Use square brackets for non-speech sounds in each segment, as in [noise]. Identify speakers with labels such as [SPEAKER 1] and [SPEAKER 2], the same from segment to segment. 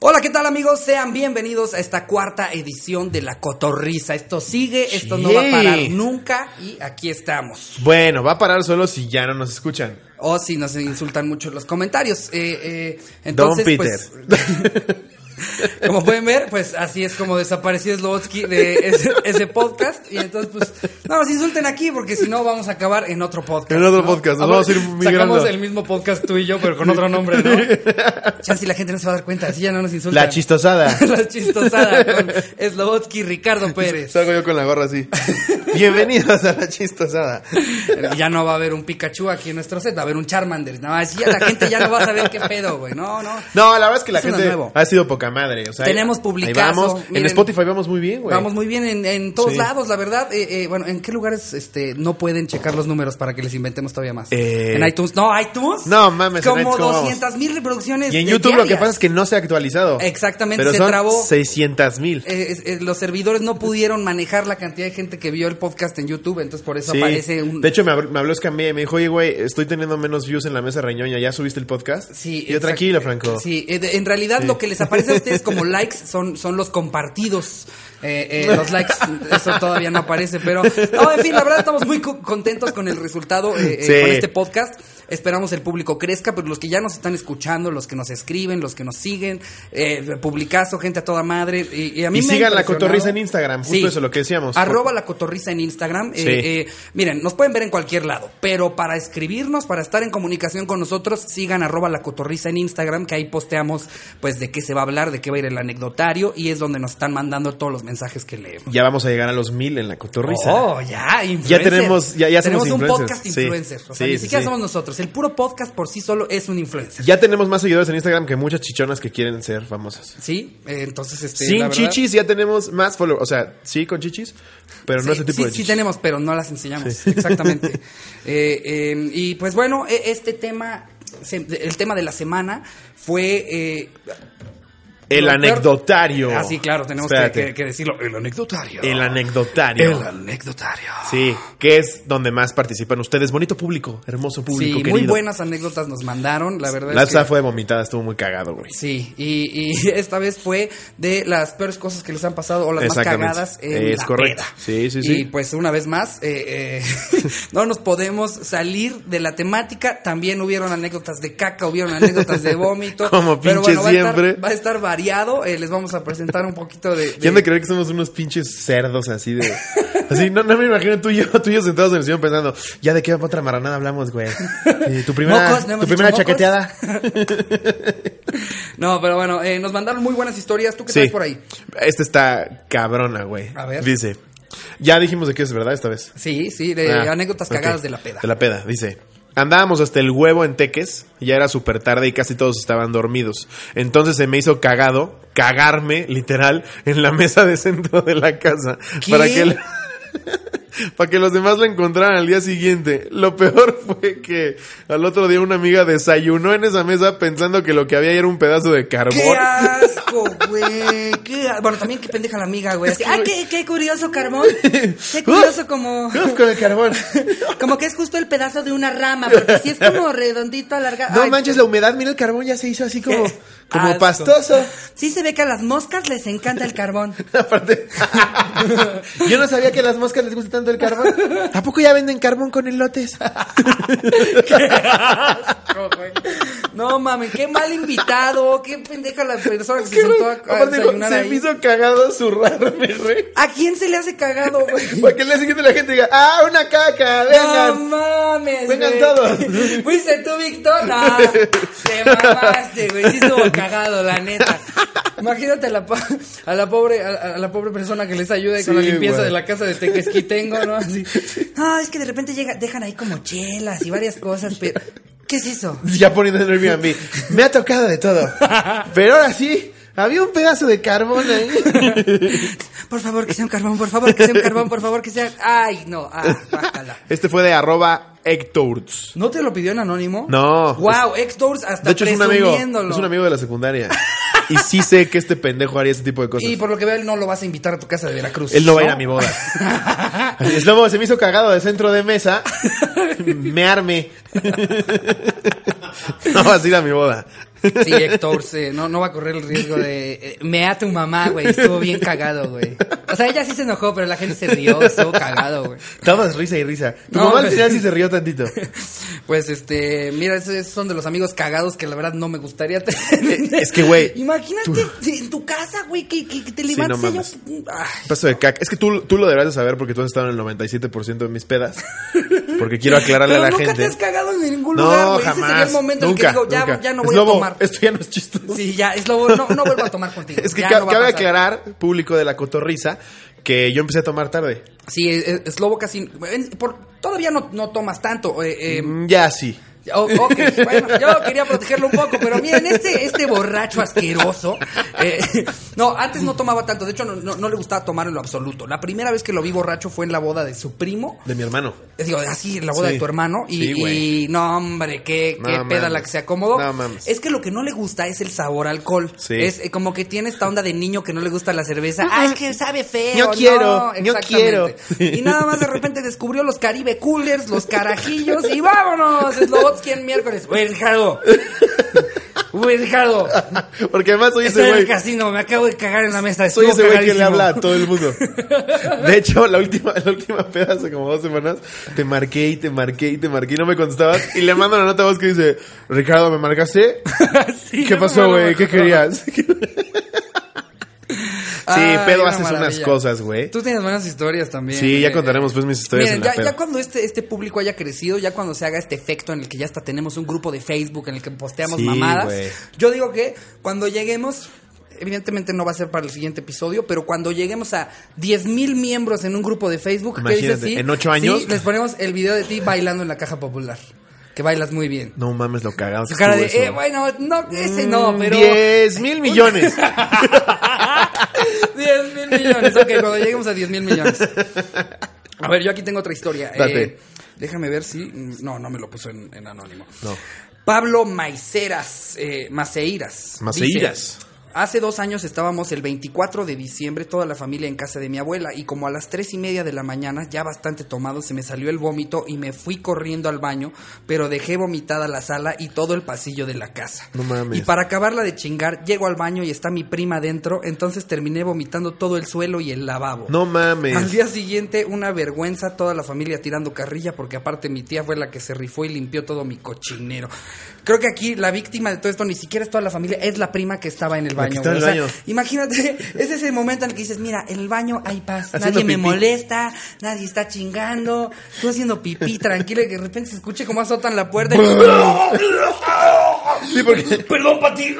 [SPEAKER 1] Hola, ¿qué tal amigos? Sean bienvenidos a esta cuarta edición de La Cotorriza. Esto sigue, esto no va a parar
[SPEAKER 2] Sí.
[SPEAKER 1] nunca y aquí estamos.
[SPEAKER 2] Bueno, va a parar solo si ya no nos escuchan.
[SPEAKER 1] O si nos insultan mucho los comentarios. Eh, eh, entonces,
[SPEAKER 2] Don
[SPEAKER 1] pues, [laughs]
[SPEAKER 2] Peter.
[SPEAKER 1] como pueden ver, pues así es como desapareció Slobodsky de ese, ese podcast. Y entonces, pues, no nos insulten aquí porque si no vamos a acabar en otro podcast.
[SPEAKER 2] En otro
[SPEAKER 1] ¿no?
[SPEAKER 2] podcast, nos
[SPEAKER 1] Ah,
[SPEAKER 2] vamos a ir
[SPEAKER 1] bueno,
[SPEAKER 2] migrando.
[SPEAKER 1] Sacamos el mismo podcast tú y yo, pero con otro nombre,
[SPEAKER 2] [laughs]
[SPEAKER 1] ¿no? Ya si la gente no se va a dar cuenta, así ya no nos insultan. [laughs]
[SPEAKER 2] La chistosada.
[SPEAKER 1] La
[SPEAKER 2] [laughs]
[SPEAKER 1] chistosada con Slobodsky Ricardo Pérez.
[SPEAKER 2] Salgo yo con la gorra así. [laughs] Bienvenidos a la chistosada.
[SPEAKER 1] Ya no va a haber un Pikachu aquí en nuestro set, va a haber un Charmander. Nada más, ya la gente ya no va a saber qué pedo, güey. No, no.
[SPEAKER 2] No, la verdad es que la
[SPEAKER 1] Es uno
[SPEAKER 2] gente
[SPEAKER 1] nuevo.
[SPEAKER 2] ha sido poca madre. O sea,
[SPEAKER 1] Tenemos
[SPEAKER 2] ahí
[SPEAKER 1] publicazo,
[SPEAKER 2] vamos.
[SPEAKER 1] miren.
[SPEAKER 2] en Spotify vamos muy bien, güey.
[SPEAKER 1] Vamos muy bien en, en todos
[SPEAKER 2] Sí.
[SPEAKER 1] lados, la verdad. Eh, eh, bueno, ¿en qué lugares este no pueden checar los números para que les inventemos todavía más?
[SPEAKER 2] Eh.
[SPEAKER 1] en iTunes. No, iTunes.
[SPEAKER 2] No, mames, en
[SPEAKER 1] Como
[SPEAKER 2] iTunes, ¿cómo vamos?
[SPEAKER 1] 200 mil reproducciones.
[SPEAKER 2] Y en
[SPEAKER 1] eh,
[SPEAKER 2] YouTube lo que
[SPEAKER 1] diarias.
[SPEAKER 2] pasa es que no se ha actualizado.
[SPEAKER 1] Exactamente,
[SPEAKER 2] Pero
[SPEAKER 1] se
[SPEAKER 2] son
[SPEAKER 1] trabó.
[SPEAKER 2] 600 mil.
[SPEAKER 1] Eh, es- eh, los servidores no pudieron manejar la cantidad de gente que vio el podcast en YouTube, entonces por eso
[SPEAKER 2] Sí.
[SPEAKER 1] aparece un...
[SPEAKER 2] De hecho, me, abr- me habló Escamilla y me dijo, oye, güey, estoy teniendo menos views en la mesa reñoña. ¿Ya subiste el podcast?
[SPEAKER 1] Sí,
[SPEAKER 2] Y Yo,
[SPEAKER 1] exact-
[SPEAKER 2] tranquilo, Franco.
[SPEAKER 1] Sí, eh, de- en realidad lo que les aparece
[SPEAKER 2] [laughs]
[SPEAKER 1] a ustedes como likes son, son los compartidos. Eh, eh, los likes, eso todavía no aparece, pero... No, en fin, la verdad estamos muy co- contentos con el resultado eh, eh,
[SPEAKER 2] Sí.
[SPEAKER 1] con este podcast. Esperamos el público crezca, pero los que ya nos están escuchando, los que nos escriben, los que nos siguen, eh, publicazo, gente a toda madre. Y, y a mí
[SPEAKER 2] Y
[SPEAKER 1] me ha
[SPEAKER 2] sigan La
[SPEAKER 1] impresionado-
[SPEAKER 2] Cotorrisa en Instagram, justo eso, lo que decíamos.
[SPEAKER 1] Arroba la cotorriza en Instagram. Eh,
[SPEAKER 2] Sí.
[SPEAKER 1] eh, miren, nos pueden ver en cualquier lado, pero para escribirnos, para estar en comunicación con nosotros, sigan arroba la cotorriza en Instagram, que ahí posteamos pues de qué se va a hablar, de qué va a ir el anecdotario, y es donde nos están mandando todos los mensajes que leemos.
[SPEAKER 2] Ya vamos a llegar a los mil en la cotorriza.
[SPEAKER 1] Oh, ya, influencer.
[SPEAKER 2] Ya tenemos- ya- ya somos
[SPEAKER 1] tenemos un
[SPEAKER 2] influencers,
[SPEAKER 1] podcast
[SPEAKER 2] sí.
[SPEAKER 1] influencer. O sea,
[SPEAKER 2] Sí,
[SPEAKER 1] ni
[SPEAKER 2] sí,
[SPEAKER 1] siquiera
[SPEAKER 2] sí.
[SPEAKER 1] somos nosotros. El puro podcast por sí solo es un influencer.
[SPEAKER 2] Ya tenemos más seguidores en Instagram que muchas chichonas que quieren ser famosas.
[SPEAKER 1] Sí, Eh, entonces este. la
[SPEAKER 2] Sin
[SPEAKER 1] verdad-
[SPEAKER 2] chichis ya tenemos más followers. O sea, sí con chichis, pero no
[SPEAKER 1] sí,
[SPEAKER 2] ese tipo
[SPEAKER 1] sí,
[SPEAKER 2] de
[SPEAKER 1] sí
[SPEAKER 2] chichis.
[SPEAKER 1] tenemos, pero no las enseñamos. Exactamente.
[SPEAKER 2] [laughs]
[SPEAKER 1] Eh, eh, y pues bueno, e- este tema, se- el tema de la semana fue... eh,
[SPEAKER 2] El
[SPEAKER 1] lo peor-
[SPEAKER 2] anecdotario.
[SPEAKER 1] Ah, sí, claro, tenemos que,
[SPEAKER 2] Espérate.
[SPEAKER 1] que- que decirlo. El anecdotario.
[SPEAKER 2] El anecdotario.
[SPEAKER 1] El anecdotario.
[SPEAKER 2] Sí, que es donde más participan ustedes. Bonito público, hermoso público,
[SPEAKER 1] Sí,
[SPEAKER 2] querido.
[SPEAKER 1] muy buenas anécdotas nos mandaron, la verdad.
[SPEAKER 2] La
[SPEAKER 1] es que-
[SPEAKER 2] otra fue vomitada, estuvo muy cagado, güey.
[SPEAKER 1] Sí, y, y [laughs] esta vez fue de las peores cosas que les han pasado o las más
[SPEAKER 2] Exactamente.
[SPEAKER 1] cagadas en
[SPEAKER 2] Es
[SPEAKER 1] la
[SPEAKER 2] correcto.
[SPEAKER 1] peda.
[SPEAKER 2] Sí, sí,
[SPEAKER 1] Y
[SPEAKER 2] sí.
[SPEAKER 1] pues una vez más, eh, [laughs] eh, no nos podemos salir de la temática. También hubieron anécdotas de caca, hubieron anécdotas de vómito.
[SPEAKER 2] [laughs] Como
[SPEAKER 1] Pero
[SPEAKER 2] pinche
[SPEAKER 1] bueno, va a estar-
[SPEAKER 2] siempre.
[SPEAKER 1] va a estar variado. eh, les vamos a presentar un poquito de... de-
[SPEAKER 2] ¿Quién me cree que somos unos pinches cerdos así de.
[SPEAKER 1] [laughs]
[SPEAKER 2] Así, no, no me imagino tú y yo, tú y yo sentados en el sillón pensando, ya de qué otra maranada hablamos,
[SPEAKER 1] [laughs]
[SPEAKER 2] güey. Eh, tu primera,
[SPEAKER 1] Mocos, ¿no hemos
[SPEAKER 2] tu primera
[SPEAKER 1] dicho mocos?
[SPEAKER 2] chaqueteada.
[SPEAKER 1] [laughs] No, pero bueno, eh, nos mandaron muy buenas historias. ¿Tú qué traes por ahí?
[SPEAKER 2] Esta está cabrona, güey.
[SPEAKER 1] A ver.
[SPEAKER 2] Dice. Ya dijimos de qué es verdad esta vez.
[SPEAKER 1] Sí, sí, de
[SPEAKER 2] Ah,
[SPEAKER 1] Eh, anécdotas
[SPEAKER 2] ok.
[SPEAKER 1] cagadas de la peda.
[SPEAKER 2] De la peda, dice. Andábamos hasta el huevo en Teques, ya era súper tarde y casi todos estaban dormidos. Entonces se me hizo cagado, cagarme, literal, en la mesa de centro de la casa.
[SPEAKER 1] ¿Qué?
[SPEAKER 2] Para que el- [laughs] para que los demás la encontraran al día siguiente. Lo peor [laughs] fue que al otro día una amiga desayunó en esa mesa pensando que lo que había era un pedazo de carbón.
[SPEAKER 1] ¡Qué asco, güey! Qué a- Bueno, también qué pendeja la amiga, güey. Así, ¡Ah, qué, qué curioso carbón! ¡Qué curioso como...
[SPEAKER 2] Uf, [laughs] con el carbón.
[SPEAKER 1] Como que es justo el pedazo de una rama, porque si es como redondito, alargado...
[SPEAKER 2] No
[SPEAKER 1] Ay,
[SPEAKER 2] manches, la humedad, mira el carbón ya se hizo así como,
[SPEAKER 1] Qué
[SPEAKER 2] como
[SPEAKER 1] asco. [laughs]
[SPEAKER 2] pastoso.
[SPEAKER 1] Sí se ve que a las moscas les encanta el carbón.
[SPEAKER 2] Aparte, [laughs] yo no sabía que a las moscas les gusta tanto el carbón. ¿A poco ya venden carbón
[SPEAKER 1] [laughs]
[SPEAKER 2] con elotes? [laughs]
[SPEAKER 1] No mames, qué mal invitado, qué pendeja la persona que se
[SPEAKER 2] ¿Qué, güey?
[SPEAKER 1] sentó a, a
[SPEAKER 2] Aparte, dijo,
[SPEAKER 1] desayunar
[SPEAKER 2] se
[SPEAKER 1] ahí.
[SPEAKER 2] me hizo cagado zurrarme, güey.
[SPEAKER 1] ¿A quién se le hace cagado, güey?
[SPEAKER 2] Para que el día siguiente la gente diga, ¡ah, una caca!
[SPEAKER 1] No
[SPEAKER 2] ¡Vengan!
[SPEAKER 1] mames,
[SPEAKER 2] Vengan
[SPEAKER 1] güey.
[SPEAKER 2] todos.
[SPEAKER 1] [laughs] ¿Fuiste tú, Víctor? No, te mamaste, güey. Sí estuvo cagado, la neta. Imagínate a la, po- a la pobre a, a la pobre persona que les ayuda ahí con
[SPEAKER 2] Sí,
[SPEAKER 1] la limpieza
[SPEAKER 2] güey.
[SPEAKER 1] de la casa de Tequesquitengo, ¿no?
[SPEAKER 2] [laughs]
[SPEAKER 1] Así. Ah, es que de repente llega, dejan ahí como chelas y varias cosas, pero... ¿Qué es eso?
[SPEAKER 2] Ya poniendo en Airbnb. Me ha tocado de
[SPEAKER 1] [laughs]
[SPEAKER 2] todo. Pero ahora sí, había un pedazo de carbón
[SPEAKER 1] [laughs]
[SPEAKER 2] ahí.
[SPEAKER 1] Por favor, que sea un carbón, por favor, que sea un carbón, por favor, que sea... Ay, no, ah, bájala.
[SPEAKER 2] Este fue de arroba Ectourts.
[SPEAKER 1] ¿No te lo pidió en anónimo?
[SPEAKER 2] No.
[SPEAKER 1] Wow, ex hasta
[SPEAKER 2] De hecho, es un amigo.
[SPEAKER 1] presumiéndolo.
[SPEAKER 2] Es un amigo de la secundaria. Y sí sé que este pendejo haría ese tipo de cosas.
[SPEAKER 1] Y por lo que veo, él no lo vas a invitar a tu casa de Veracruz.
[SPEAKER 2] Él no va a ir a mi boda. Así es, luego se me hizo cagado de centro de mesa. [laughs] Me arme. No vas a ir a mi boda.
[SPEAKER 1] [laughs] Sí, Héctor, sí, no, no va a correr el riesgo de. eh, me a tu mamá, güey. Estuvo bien cagado, güey. O sea, ella sí se enojó, pero la gente se rió, estuvo cagado, güey.
[SPEAKER 2] Todos risa y risa. Tu
[SPEAKER 1] No,
[SPEAKER 2] mamá al
[SPEAKER 1] pero-
[SPEAKER 2] final sí se rió tantito.
[SPEAKER 1] Pues este, mira, esos esos son de los amigos cagados que la verdad no me gustaría [laughs] tener.
[SPEAKER 2] Es que, güey,
[SPEAKER 1] Imagínate
[SPEAKER 2] tú-
[SPEAKER 1] si en tu casa, güey, que, que- que te
[SPEAKER 2] Sí,
[SPEAKER 1] levantes
[SPEAKER 2] no
[SPEAKER 1] y
[SPEAKER 2] mames.
[SPEAKER 1] ellos- Ay,
[SPEAKER 2] Paso de caca. Es que tú, tú lo deberás de saber porque tú has estado en el 97% de mis pedas. Porque quiero aclararle
[SPEAKER 1] Pero
[SPEAKER 2] a la
[SPEAKER 1] nunca
[SPEAKER 2] gente.
[SPEAKER 1] te has cagado en ningún
[SPEAKER 2] no,
[SPEAKER 1] lugar, güey. Ese
[SPEAKER 2] jamás.
[SPEAKER 1] sería el momento
[SPEAKER 2] nunca,
[SPEAKER 1] en el que digo, ya,
[SPEAKER 2] nunca.
[SPEAKER 1] ya no
[SPEAKER 2] Es
[SPEAKER 1] voy
[SPEAKER 2] lobo,
[SPEAKER 1] a tomar.
[SPEAKER 2] Esto ya no es chistoso.
[SPEAKER 1] Sí, ya, es lobo, no, no vuelvo a tomar contigo.
[SPEAKER 2] [laughs] Es que
[SPEAKER 1] ya
[SPEAKER 2] ca-
[SPEAKER 1] no va a
[SPEAKER 2] cabe
[SPEAKER 1] pasar.
[SPEAKER 2] aclarar, público de la cotorriza, que yo empecé a tomar tarde.
[SPEAKER 1] Sí, eh, eh, Slobo casi. en- por- todavía no, no tomas tanto. eh, eh,
[SPEAKER 2] Mm, Ya sí.
[SPEAKER 1] oh, ok, bueno, yo quería protegerlo un poco, pero miren, este, este borracho asqueroso. eh, [laughs] no, antes no tomaba tanto. De hecho, no, no- no le gustaba tomar en lo absoluto. La primera vez que lo vi borracho fue en la boda de su primo.
[SPEAKER 2] De mi hermano. [laughs]
[SPEAKER 1] Es Digo, así en la boda
[SPEAKER 2] Sí.
[SPEAKER 1] de tu hermano. Y,
[SPEAKER 2] Sí, güey.
[SPEAKER 1] y no, hombre, qué,
[SPEAKER 2] No
[SPEAKER 1] qué peda
[SPEAKER 2] mames.
[SPEAKER 1] la que se acomodó.
[SPEAKER 2] No mames.
[SPEAKER 1] Es que lo que no le gusta es el sabor a alcohol.
[SPEAKER 2] Sí.
[SPEAKER 1] Es eh, como que tiene esta onda de niño que no le gusta la cerveza. Ah, es que sabe feo.
[SPEAKER 2] Yo quiero,
[SPEAKER 1] no,
[SPEAKER 2] yo
[SPEAKER 1] exactamente.
[SPEAKER 2] quiero.
[SPEAKER 1] Y nada más de repente descubrió los Caribe Coolers, los carajillos. Y vámonos, Slobotsky en miércoles. Wirjado. Wirjado.
[SPEAKER 2] Porque además soy
[SPEAKER 1] Estoy
[SPEAKER 2] ese
[SPEAKER 1] en el
[SPEAKER 2] güey.
[SPEAKER 1] casino, me acabo de cagar en la mesa.
[SPEAKER 2] Soy
[SPEAKER 1] estuvo
[SPEAKER 2] ese güey que le
[SPEAKER 1] cagadísimo.
[SPEAKER 2] habla a todo el mundo. De hecho, la última, la última peda hace como dos semanas, te marqué y te marqué y te marqué y no me contestabas. Y le mando una nota a vos que dice, Ricardo,
[SPEAKER 1] [laughs]
[SPEAKER 2] ¿me marcaste?
[SPEAKER 1] [laughs] Sí,
[SPEAKER 2] ¿Qué
[SPEAKER 1] no,
[SPEAKER 2] pasó,
[SPEAKER 1] no,
[SPEAKER 2] güey?
[SPEAKER 1] no,
[SPEAKER 2] ¿Qué
[SPEAKER 1] no.
[SPEAKER 2] querías? [laughs] Sí,
[SPEAKER 1] Ay,
[SPEAKER 2] pedo
[SPEAKER 1] Ah, una
[SPEAKER 2] haces unas
[SPEAKER 1] maravilla.
[SPEAKER 2] cosas, güey.
[SPEAKER 1] Tú tienes buenas historias también.
[SPEAKER 2] Sí, ya
[SPEAKER 1] Eh,
[SPEAKER 2] contaremos pues mis historias
[SPEAKER 1] Miren,
[SPEAKER 2] en la
[SPEAKER 1] ya,
[SPEAKER 2] peda.
[SPEAKER 1] ya cuando este, este público haya crecido, ya cuando se haga este efecto en el que ya hasta tenemos un grupo de Facebook en el que posteamos
[SPEAKER 2] Sí,
[SPEAKER 1] mamadas,
[SPEAKER 2] güey.
[SPEAKER 1] yo digo que cuando lleguemos, evidentemente no va a ser para el siguiente episodio, pero cuando lleguemos a 10 mil miembros en un grupo de Facebook, ¿qué dices?
[SPEAKER 2] Imagínate,
[SPEAKER 1] Sí,
[SPEAKER 2] en ocho años.
[SPEAKER 1] sí, les ponemos el video de ti bailando en la caja popular, que bailas muy bien.
[SPEAKER 2] No mames, lo cagado.
[SPEAKER 1] Su cara de, eh, bueno, no, ese
[SPEAKER 2] Mm,
[SPEAKER 1] no, pero... [laughs]
[SPEAKER 2] 10 mil millones.
[SPEAKER 1] 10 mil millones. Ok, cuando lleguemos a 10 mil millones. A ver, yo aquí tengo otra historia.
[SPEAKER 2] Date.
[SPEAKER 1] Eh, déjame ver si. mm, No, no me lo puso en, en anónimo.
[SPEAKER 2] No.
[SPEAKER 1] Pablo Maiceras, eh, Maceiras.
[SPEAKER 2] Maceiras.
[SPEAKER 1] dice, Hace dos años estábamos el 24 de diciembre, toda la familia en casa de mi abuela, y como a las tres y media de la mañana, ya bastante tomado, se me salió el vómito y me fui corriendo al baño, pero dejé vomitada la sala y todo el pasillo de la casa.
[SPEAKER 2] No mames.
[SPEAKER 1] Y para acabarla de chingar, llego al baño y está mi prima dentro, entonces terminé vomitando todo el suelo y el lavabo.
[SPEAKER 2] No
[SPEAKER 1] Al
[SPEAKER 2] mames.
[SPEAKER 1] día siguiente, una vergüenza, toda la familia tirando carrilla, porque aparte mi tía fue la que se rifó y limpió todo mi cochinero. Creo que aquí la víctima de todo esto ni siquiera es toda la familia, es la prima que estaba en el
[SPEAKER 2] La
[SPEAKER 1] baño.
[SPEAKER 2] que estaba en
[SPEAKER 1] güey.
[SPEAKER 2] el
[SPEAKER 1] O sea,
[SPEAKER 2] baño.
[SPEAKER 1] imagínate, [laughs] es ese momento en el que dices, mira, en el baño hay paz,
[SPEAKER 2] Haciendo
[SPEAKER 1] nadie me
[SPEAKER 2] pipí.
[SPEAKER 1] molesta, nadie está chingando, tú haciendo pipí tranquilo y que de repente se escuche cómo azotan la
[SPEAKER 2] [laughs]
[SPEAKER 1] puerta y...
[SPEAKER 2] Sí, porque
[SPEAKER 1] Perdón, Pati.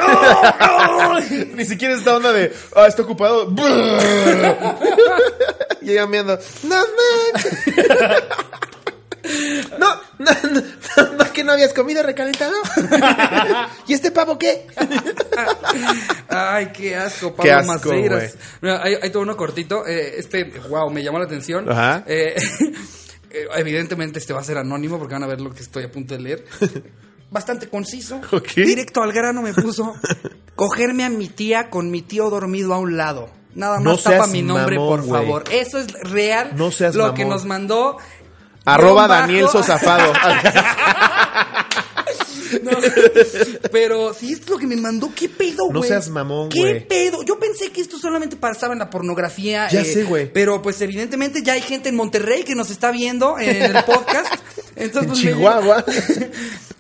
[SPEAKER 2] [laughs] ni siquiera esta onda de, ah, está ocupado. [laughs] y ella me anda, no manches. No, no, no, no, no, que no habías comido recalentado. [laughs] ¿Y este pavo qué?
[SPEAKER 1] [laughs] Ay, qué asco, Pablo
[SPEAKER 2] Qué asco,
[SPEAKER 1] Maceiras. Mira, hay, hay todo uno cortito. eh, este, wow, me llamó la atención.
[SPEAKER 2] Ajá.
[SPEAKER 1] Eh, [laughs] eh, evidentemente este va a ser anónimo porque van a ver lo que estoy a punto de leer. Bastante conciso.
[SPEAKER 2] [laughs] Ok.
[SPEAKER 1] Directo al grano me puso cogerme a mi tía con mi tío dormido a un lado. Nada
[SPEAKER 2] No
[SPEAKER 1] más tapa
[SPEAKER 2] seas
[SPEAKER 1] mi nombre,
[SPEAKER 2] mamón,
[SPEAKER 1] por
[SPEAKER 2] güey.
[SPEAKER 1] favor. Eso es real.
[SPEAKER 2] No seas
[SPEAKER 1] lo que
[SPEAKER 2] mamón.
[SPEAKER 1] nos mandó.
[SPEAKER 2] Arroba
[SPEAKER 1] guión bajo.
[SPEAKER 2] Daniel Sosafado.
[SPEAKER 1] [laughs]
[SPEAKER 2] [laughs]
[SPEAKER 1] No, pero si es lo que me mandó, ¿qué pedo, güey?
[SPEAKER 2] No seas mamón,
[SPEAKER 1] ¿Qué
[SPEAKER 2] güey.
[SPEAKER 1] pedo? Yo pensé que esto solamente pasaba en la pornografía.
[SPEAKER 2] Ya sé, güey.
[SPEAKER 1] Pero pues evidentemente ya hay gente en Monterrey que nos está viendo en el
[SPEAKER 2] [laughs]
[SPEAKER 1] podcast. Entonces,
[SPEAKER 2] En
[SPEAKER 1] pues, me-
[SPEAKER 2] Chihuahua.
[SPEAKER 1] [laughs]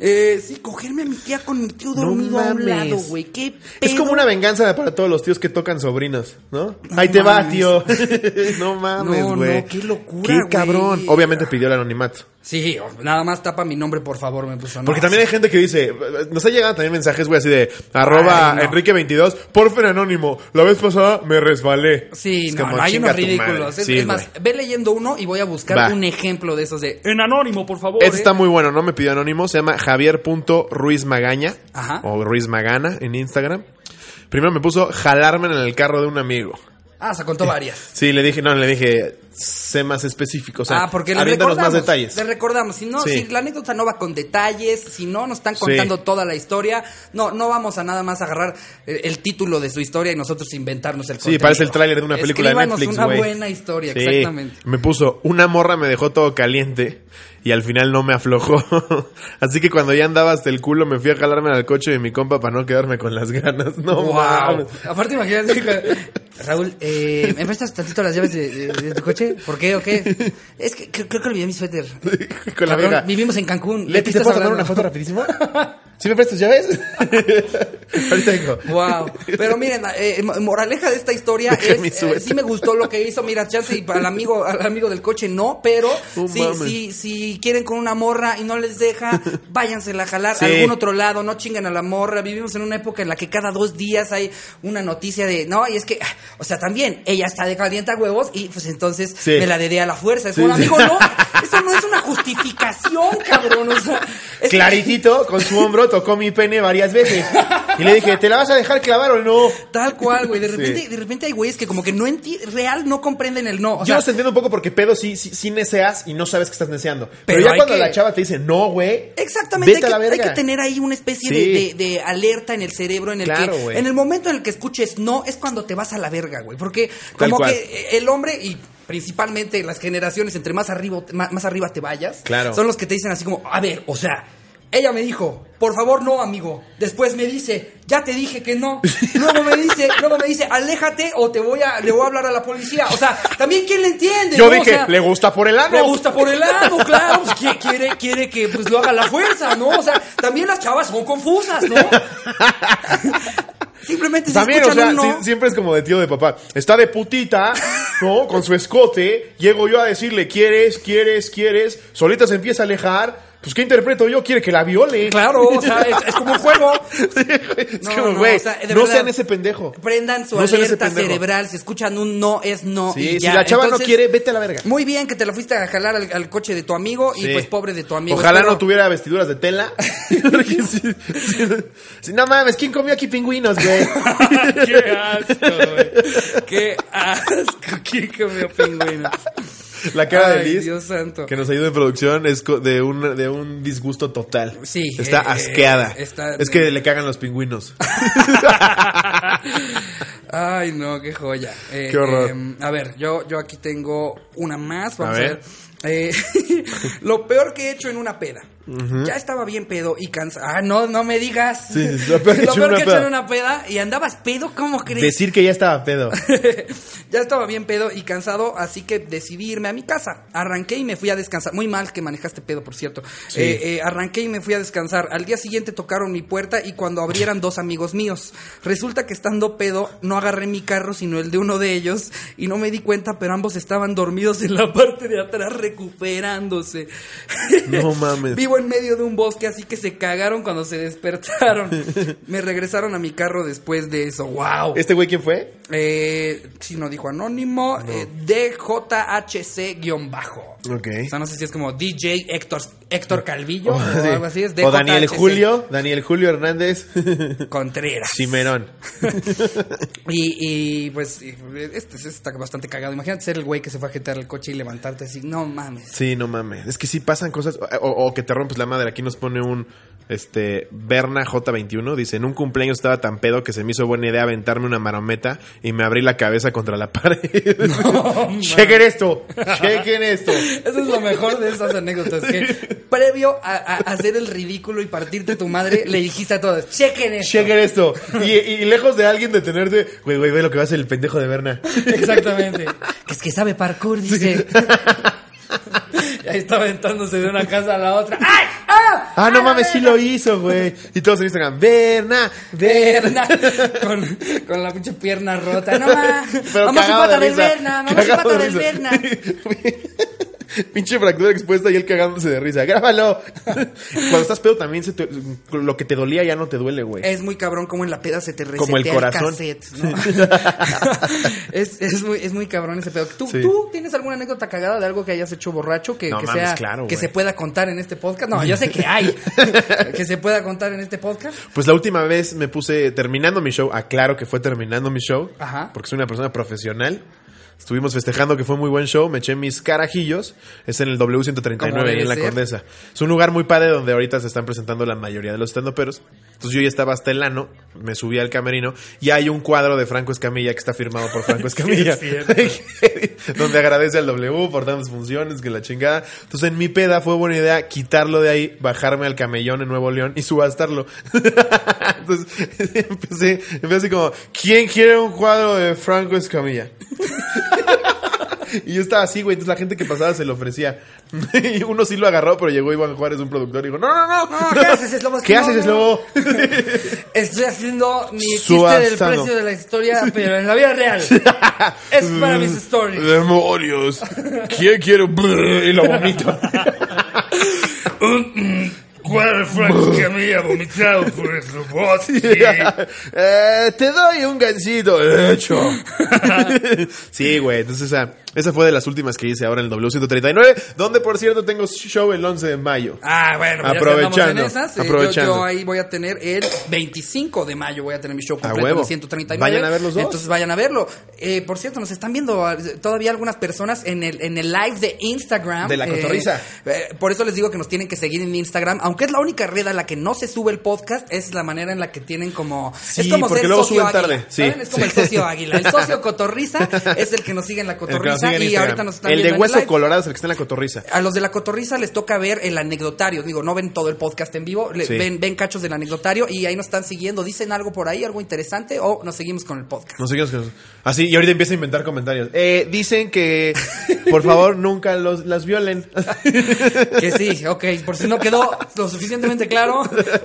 [SPEAKER 1] Eh, sí, cogerme a mi tía con mi tío dormido a un
[SPEAKER 2] mames.
[SPEAKER 1] lado, güey. ¿Qué pedo?
[SPEAKER 2] Es como una venganza para todos los tíos que tocan sobrinos, ¿no? Ahí te va,
[SPEAKER 1] mames. [laughs]
[SPEAKER 2] tío. [laughs] no mames,
[SPEAKER 1] No,
[SPEAKER 2] güey.
[SPEAKER 1] no, qué locura,
[SPEAKER 2] Qué
[SPEAKER 1] güey.
[SPEAKER 2] cabrón. Obviamente pidió el anonimato.
[SPEAKER 1] Sí, o- nada más tapa mi nombre, por favor, me puso. No,
[SPEAKER 2] Porque también hay gente que dice, nos ha llegado también mensajes, güey, así de arroba
[SPEAKER 1] Ay, Ah, no.
[SPEAKER 2] Enrique22, porfa en anónimo, la vez pasada me resbalé.
[SPEAKER 1] Sí,
[SPEAKER 2] Es
[SPEAKER 1] no,
[SPEAKER 2] como,
[SPEAKER 1] no, hay
[SPEAKER 2] "Chinga
[SPEAKER 1] unos
[SPEAKER 2] tu madre".
[SPEAKER 1] ridículos. Es,
[SPEAKER 2] Sí,
[SPEAKER 1] es más,
[SPEAKER 2] güey. Este
[SPEAKER 1] ve leyendo uno y voy a buscar
[SPEAKER 2] Va.
[SPEAKER 1] un ejemplo de esos de en anónimo, por favor.
[SPEAKER 2] Este
[SPEAKER 1] eh".
[SPEAKER 2] está muy bueno, no me pidió anónimo. Se llama Javier.ruizmagaña
[SPEAKER 1] Ajá.
[SPEAKER 2] o Ruiz Magana en Instagram. Primero me puso jalarme en el carro de un amigo.
[SPEAKER 1] Ah, se
[SPEAKER 2] Eh,
[SPEAKER 1] contó varias.
[SPEAKER 2] Sí, le dije, no, le dije, sé más específico. O sea,
[SPEAKER 1] ah, porque les
[SPEAKER 2] aviéntanos
[SPEAKER 1] recordamos,
[SPEAKER 2] más detalles.
[SPEAKER 1] les recordamos, si no,
[SPEAKER 2] Sí.
[SPEAKER 1] si la anécdota no va con detalles, si no nos están contando
[SPEAKER 2] Sí.
[SPEAKER 1] toda la historia, no, no vamos a nada más agarrar eh, el título de su historia y nosotros inventarnos el
[SPEAKER 2] Sí,
[SPEAKER 1] contenido.
[SPEAKER 2] parece el tráiler de una película de
[SPEAKER 1] Escríbanos
[SPEAKER 2] Netflix,
[SPEAKER 1] una
[SPEAKER 2] güey.
[SPEAKER 1] buena historia,
[SPEAKER 2] Sí.
[SPEAKER 1] exactamente.
[SPEAKER 2] Me puso, una morra me dejó todo caliente y al final no me aflojó. [laughs] Así que cuando ya andaba hasta el culo me fui a jalarme al coche de mi compa para no quedarme con las ganas. [laughs] No,
[SPEAKER 1] wow.
[SPEAKER 2] mames.
[SPEAKER 1] Aparte, imagínate, hijo, Raúl, eh, ¿me prestas tantito las llaves de, de- de tu coche? ¿Por qué o qué? Es que creo, creo que olvidé mi suéter.
[SPEAKER 2] con la
[SPEAKER 1] Cabrón,
[SPEAKER 2] vieja.
[SPEAKER 1] Vivimos en Cancún.
[SPEAKER 2] Leti, ¿te
[SPEAKER 1] estás
[SPEAKER 2] puedo tomar
[SPEAKER 1] hablando?
[SPEAKER 2] una
[SPEAKER 1] [laughs]
[SPEAKER 2] foto rapidísima? ¿Sí me prestas llaves? Ahorita digo.
[SPEAKER 1] Wow. Pero miren, eh, mo- moraleja de esta historia
[SPEAKER 2] Dejé
[SPEAKER 1] es
[SPEAKER 2] mi
[SPEAKER 1] eh,
[SPEAKER 2] suéter.
[SPEAKER 1] sí me gustó lo que hizo, mira, chance y al amigo al amigo del coche no, pero
[SPEAKER 2] No
[SPEAKER 1] si,
[SPEAKER 2] mames.
[SPEAKER 1] si si quieren con una morra y no les
[SPEAKER 2] [laughs]
[SPEAKER 1] deja, váyansela a jalar
[SPEAKER 2] Sí.
[SPEAKER 1] a algún otro lado, no chingan a la morra. Vivimos en una época en la que cada dos días hay una noticia de, no, y es que, ah, o sea, también ella está de calienta huevos y pues entonces
[SPEAKER 2] Sí.
[SPEAKER 1] me la dedé a la fuerza. Es
[SPEAKER 2] Sí,
[SPEAKER 1] como,
[SPEAKER 2] sí.
[SPEAKER 1] amigo,
[SPEAKER 2] [laughs]
[SPEAKER 1] no, eso no es una justificación, cabrón, o sea, es que-
[SPEAKER 2] Claritito, con su hombro, tocó mi pene varias veces. Y le dije, ¿te la vas a dejar clavar o no?
[SPEAKER 1] Tal cual, güey. De
[SPEAKER 2] [laughs] Sí.
[SPEAKER 1] repente, de repente hay güeyes que como que no enti real no comprenden el no. O
[SPEAKER 2] Yo
[SPEAKER 1] sea,
[SPEAKER 2] los entiendo un poco porque pedo sí, sí, sí neceas y no sabes que estás neceando. Pero,
[SPEAKER 1] Pero
[SPEAKER 2] ya
[SPEAKER 1] hay
[SPEAKER 2] cuando
[SPEAKER 1] que-
[SPEAKER 2] la chava te dice, no, güey.
[SPEAKER 1] Exactamente, hay
[SPEAKER 2] vete
[SPEAKER 1] que,
[SPEAKER 2] a la
[SPEAKER 1] hay
[SPEAKER 2] verga".
[SPEAKER 1] que tener ahí una especie
[SPEAKER 2] Sí.
[SPEAKER 1] de, de- de alerta en el cerebro en el
[SPEAKER 2] Claro,
[SPEAKER 1] que
[SPEAKER 2] güey.
[SPEAKER 1] en el momento en el que escuches no es cuando te vas a la verga, güey, porque
[SPEAKER 2] Tal
[SPEAKER 1] como
[SPEAKER 2] cual.
[SPEAKER 1] que eh, el hombre y principalmente las generaciones entre más arriba más, más arriba te vayas,
[SPEAKER 2] Claro.
[SPEAKER 1] son los que te dicen así como, "A ver, o sea, ella me dijo, por favor no, amigo. Después me dice, ya te dije que
[SPEAKER 2] [laughs]
[SPEAKER 1] no. Luego me dice, luego me dice, aléjate o te voy a, le voy a hablar a la policía. O sea, también quién le entiende.
[SPEAKER 2] Yo
[SPEAKER 1] ¿no? O
[SPEAKER 2] dije,
[SPEAKER 1] sea,
[SPEAKER 2] le gusta por el ano.
[SPEAKER 1] le gusta por el lado, claro. Pues, qui- quiere, quiere que pues, lo haga la fuerza, ¿no? O sea, también las chavas son confusas, ¿no? [laughs] Simplemente si
[SPEAKER 2] También, o
[SPEAKER 1] escuchan
[SPEAKER 2] sea,
[SPEAKER 1] un no.
[SPEAKER 2] sí- siempre es como de tío de papá. Está de putita, ¿no? Con su escote. Llego yo a decirle, quieres, quieres, quieres. Solita se empieza a alejar. Pues, ¿qué interpreto yo? Quiere que la viole.
[SPEAKER 1] Claro, o
[SPEAKER 2] [laughs]
[SPEAKER 1] sea, es, es como un juego.
[SPEAKER 2] es
[SPEAKER 1] No,
[SPEAKER 2] como,
[SPEAKER 1] no,
[SPEAKER 2] güey,
[SPEAKER 1] o sea, de
[SPEAKER 2] no
[SPEAKER 1] verdad.
[SPEAKER 2] sean ese pendejo.
[SPEAKER 1] Prendan su
[SPEAKER 2] No sean ese
[SPEAKER 1] alerta
[SPEAKER 2] pendejo.
[SPEAKER 1] cerebral. Si escuchan un no, es no.
[SPEAKER 2] Sí,
[SPEAKER 1] y
[SPEAKER 2] si
[SPEAKER 1] ya.
[SPEAKER 2] la chava no
[SPEAKER 1] Entonces,
[SPEAKER 2] quiere, vete a la verga.
[SPEAKER 1] Muy bien que te la fuiste a jalar al, al coche de tu amigo y
[SPEAKER 2] Sí.
[SPEAKER 1] pues pobre de tu amigo.
[SPEAKER 2] Ojalá
[SPEAKER 1] Espero-
[SPEAKER 2] no tuviera vestiduras de tela. Porque sí, sí, sí, no mames, ¿quién comió aquí pingüinos, güey?
[SPEAKER 1] [laughs] [laughs] Qué asco, güey. Qué asco, qué comió pingüino.
[SPEAKER 2] La cara de
[SPEAKER 1] Ay,
[SPEAKER 2] Liz,
[SPEAKER 1] Dios santo.
[SPEAKER 2] que nos ayuda en producción, es co- de un, de un disgusto total.
[SPEAKER 1] Sí,
[SPEAKER 2] Está
[SPEAKER 1] eh,
[SPEAKER 2] asqueada.
[SPEAKER 1] eh, está-
[SPEAKER 2] es que le cagan los pingüinos.
[SPEAKER 1] Ay, no, qué joya. Eh,
[SPEAKER 2] Qué horror.
[SPEAKER 1] eh, a ver, yo, yo aquí tengo una más. Vamos
[SPEAKER 2] A
[SPEAKER 1] a
[SPEAKER 2] ver.
[SPEAKER 1] ver. Eh, [laughs] lo peor que he hecho en una peda. Ya estaba bien pedo y cansado. Ah, no, no me digas.
[SPEAKER 2] Sí, sí,
[SPEAKER 1] [laughs]
[SPEAKER 2] lo peor que he hecho en una
[SPEAKER 1] que he hecho en
[SPEAKER 2] peda.
[SPEAKER 1] una peda y andabas pedo, ¿cómo crees?
[SPEAKER 2] Decir que ya
[SPEAKER 1] [laughs]
[SPEAKER 2] estaba pedo.
[SPEAKER 1] ya estaba bien pedo y cansado, así que decidí irme a mi casa. Arranqué y me fui a descansar. Muy mal que manejaste pedo, por cierto.
[SPEAKER 2] Sí.
[SPEAKER 1] Eh, eh, arranqué y me fui a descansar. Al día siguiente tocaron mi puerta y cuando abrieran dos amigos míos. Resulta que estando pedo, no agarré mi carro, sino el de uno de ellos. Y no me di cuenta, pero ambos estaban dormidos en la parte de atrás recuperándose.
[SPEAKER 2] No
[SPEAKER 1] [laughs]
[SPEAKER 2] mames.
[SPEAKER 1] Vivo en medio de un bosque, así que se cagaron cuando se
[SPEAKER 2] [laughs]
[SPEAKER 1] despertaron. me regresaron a mi carro después de eso. ¡Wow!
[SPEAKER 2] ¿Este güey quién fue?
[SPEAKER 1] Eh, si no dijo anónimo, eh, DJHC-bajo.
[SPEAKER 2] Ok.
[SPEAKER 1] O sea, no sé si es como DJ Héctor, Héctor Calvillo
[SPEAKER 2] O-
[SPEAKER 1] o
[SPEAKER 2] [laughs] sí.
[SPEAKER 1] algo así. Es
[SPEAKER 2] O Daniel
[SPEAKER 1] DJHC
[SPEAKER 2] Julio, Daniel Julio Hernández
[SPEAKER 1] Contreras.
[SPEAKER 2] Cimerón.
[SPEAKER 1] Y, y, pues, y, este, este está bastante cagado. Imagínate ser el güey que se fue a jetar el coche y levantarte así. No
[SPEAKER 2] [laughs]
[SPEAKER 1] mames.
[SPEAKER 2] Sí, no mames. Es que sí pasan cosas. O, o que te rompes la madre. Aquí nos pone un este Berna J21. Dice: En un cumpleaños estaba tan pedo que se me hizo buena idea aventarme una marometa y me abrí la cabeza contra la [laughs] pared. chequen esto. Chequen esto.
[SPEAKER 1] Eso es lo mejor de esas anécdotas. Que previo a, a hacer el ridículo y partirte tu madre, le dijiste a todos: chequen esto.
[SPEAKER 2] Chequen esto. Y, y lejos de alguien detenerte, güey, güey, ve lo que va a hacer el pendejo de Berna. [laughs]
[SPEAKER 1] Exactamente. Que es que sabe parkour, dice. [laughs] Y ahí está aventándose de una casa a la otra. ¡Ay! ¡Ah!
[SPEAKER 2] Ah, no
[SPEAKER 1] ¡Ah!
[SPEAKER 2] mames, sí lo hizo, güey. Y todos en Instagram, Berna, Berna.
[SPEAKER 1] Berna, con, con la pinche pierna rota. No, ma.
[SPEAKER 2] [laughs] Pero
[SPEAKER 1] Vamos a
[SPEAKER 2] cagado
[SPEAKER 1] pata
[SPEAKER 2] de
[SPEAKER 1] del
[SPEAKER 2] risa.
[SPEAKER 1] Berna. Vamos a
[SPEAKER 2] Cagado
[SPEAKER 1] pata
[SPEAKER 2] de
[SPEAKER 1] del
[SPEAKER 2] risa.
[SPEAKER 1] Berna.
[SPEAKER 2] [laughs] Pinche fractura expuesta y él cagándose de risa. Grábalo. [laughs] Cuando estás pedo también se te- lo que te dolía ya no te duele, güey.
[SPEAKER 1] Es muy cabrón como en la peda se te resetea
[SPEAKER 2] Como el corazón.
[SPEAKER 1] cassette, ¿no? [laughs] es, es muy, es muy cabrón ese pedo. ¿Tú,
[SPEAKER 2] Sí.
[SPEAKER 1] tú tienes alguna anécdota cagada de algo que hayas hecho borracho que,
[SPEAKER 2] No
[SPEAKER 1] que
[SPEAKER 2] mames,
[SPEAKER 1] sea
[SPEAKER 2] claro,
[SPEAKER 1] que
[SPEAKER 2] güey.
[SPEAKER 1] se pueda contar en este podcast? No, yo sé que
[SPEAKER 2] [laughs]
[SPEAKER 1] hay que se pueda contar en este podcast.
[SPEAKER 2] Pues la última vez me puse terminando mi show, aclaro que fue terminando mi show,
[SPEAKER 1] Ajá.
[SPEAKER 2] porque soy una persona profesional. Estuvimos festejando que fue muy buen show, me eché mis carajillos, es en el
[SPEAKER 1] Como
[SPEAKER 2] W139
[SPEAKER 1] debe
[SPEAKER 2] ahí en la
[SPEAKER 1] ser.
[SPEAKER 2] Condesa. Es un lugar muy padre donde ahorita se están presentando la mayoría de los estandoperos. Entonces yo ya estaba hasta el ano, me subí al camerino y hay un cuadro de Franco Escamilla que está firmado por Franco Escamilla. [laughs] donde agradece al W por tantas funciones, que la chingada. Entonces en mi peda fue buena idea quitarlo de ahí, bajarme al camellón en Nuevo León y subastarlo. [laughs] Entonces [laughs] empecé, empecé así como, ¿quién quiere un cuadro de Franco Escamilla? Y yo estaba así, güey. Entonces la gente que pasaba se lo ofrecía. [laughs] Y uno sí lo agarró, pero llegó Iván Juárez, un productor, y dijo: No, no, no.
[SPEAKER 1] No, ¿qué haces, Slobo?
[SPEAKER 2] ¿Qué
[SPEAKER 1] No,
[SPEAKER 2] haces,
[SPEAKER 1] no.
[SPEAKER 2] Slobo?
[SPEAKER 1] Estoy haciendo mi chiste del
[SPEAKER 2] Subastando.
[SPEAKER 1] precio de la historia, pero en la vida real. [laughs] Es para mis stories.
[SPEAKER 2] Demonios. ¿Quién quiere? Y
[SPEAKER 1] [laughs]
[SPEAKER 2] lo vomito.
[SPEAKER 1] ¿Cuál fue que había vomitado por el robot?
[SPEAKER 2] [laughs] Eh, te doy un gancito de hecho. [laughs] sí, güey. Entonces esa, esa fue de las últimas que hice ahora en el W139, donde por cierto tengo show el 11 de mayo.
[SPEAKER 1] Ah, bueno, pues ya
[SPEAKER 2] Aprovechando,
[SPEAKER 1] que andamos en esas, eh, yo-
[SPEAKER 2] aprovechando.
[SPEAKER 1] Yo, ahí voy a tener el 25 de mayo, voy a tener mi show completo
[SPEAKER 2] huevo.
[SPEAKER 1] de 139.
[SPEAKER 2] Vayan a ver los dos.
[SPEAKER 1] Entonces vayan a verlo. Eh, por cierto, nos están viendo eh, todavía algunas personas en el, en el live de Instagram.
[SPEAKER 2] De La
[SPEAKER 1] Eh,
[SPEAKER 2] Cotorrisa.
[SPEAKER 1] eh, por eso les digo que nos tienen que seguir en Instagram. Aunque es la única red a la que no se sube el podcast, es la manera en la que tienen como. es
[SPEAKER 2] Sí,
[SPEAKER 1] como
[SPEAKER 2] porque
[SPEAKER 1] ser
[SPEAKER 2] luego
[SPEAKER 1] socio
[SPEAKER 2] suben
[SPEAKER 1] águila,
[SPEAKER 2] tarde. Sí.
[SPEAKER 1] ¿saben? Es como
[SPEAKER 2] Sí.
[SPEAKER 1] el socio águila. El socio cotorriza es el que nos sigue en la
[SPEAKER 2] El que nos
[SPEAKER 1] cotorriza.
[SPEAKER 2] sigue en
[SPEAKER 1] y
[SPEAKER 2] Instagram.
[SPEAKER 1] ahorita nos están
[SPEAKER 2] El de
[SPEAKER 1] viendo en
[SPEAKER 2] Hueso
[SPEAKER 1] live.
[SPEAKER 2] Colorado es el que está en la cotorriza.
[SPEAKER 1] A los de la cotorriza les toca ver el anecdotario. Digo, no ven todo el podcast en vivo, le-
[SPEAKER 2] Sí.
[SPEAKER 1] ven, ven cachos del anecdotario y ahí nos están siguiendo. Dicen algo por ahí, algo interesante, o nos seguimos con el
[SPEAKER 2] [laughs]
[SPEAKER 1] podcast.
[SPEAKER 2] No sé qué nos- qué nos- Así, y ahorita empieza a inventar comentarios. Eh, dicen que,
[SPEAKER 1] [laughs]
[SPEAKER 2] por favor, nunca los, las violen. [laughs]
[SPEAKER 1] Que sí, ok, por si no quedó lo suficientemente claro,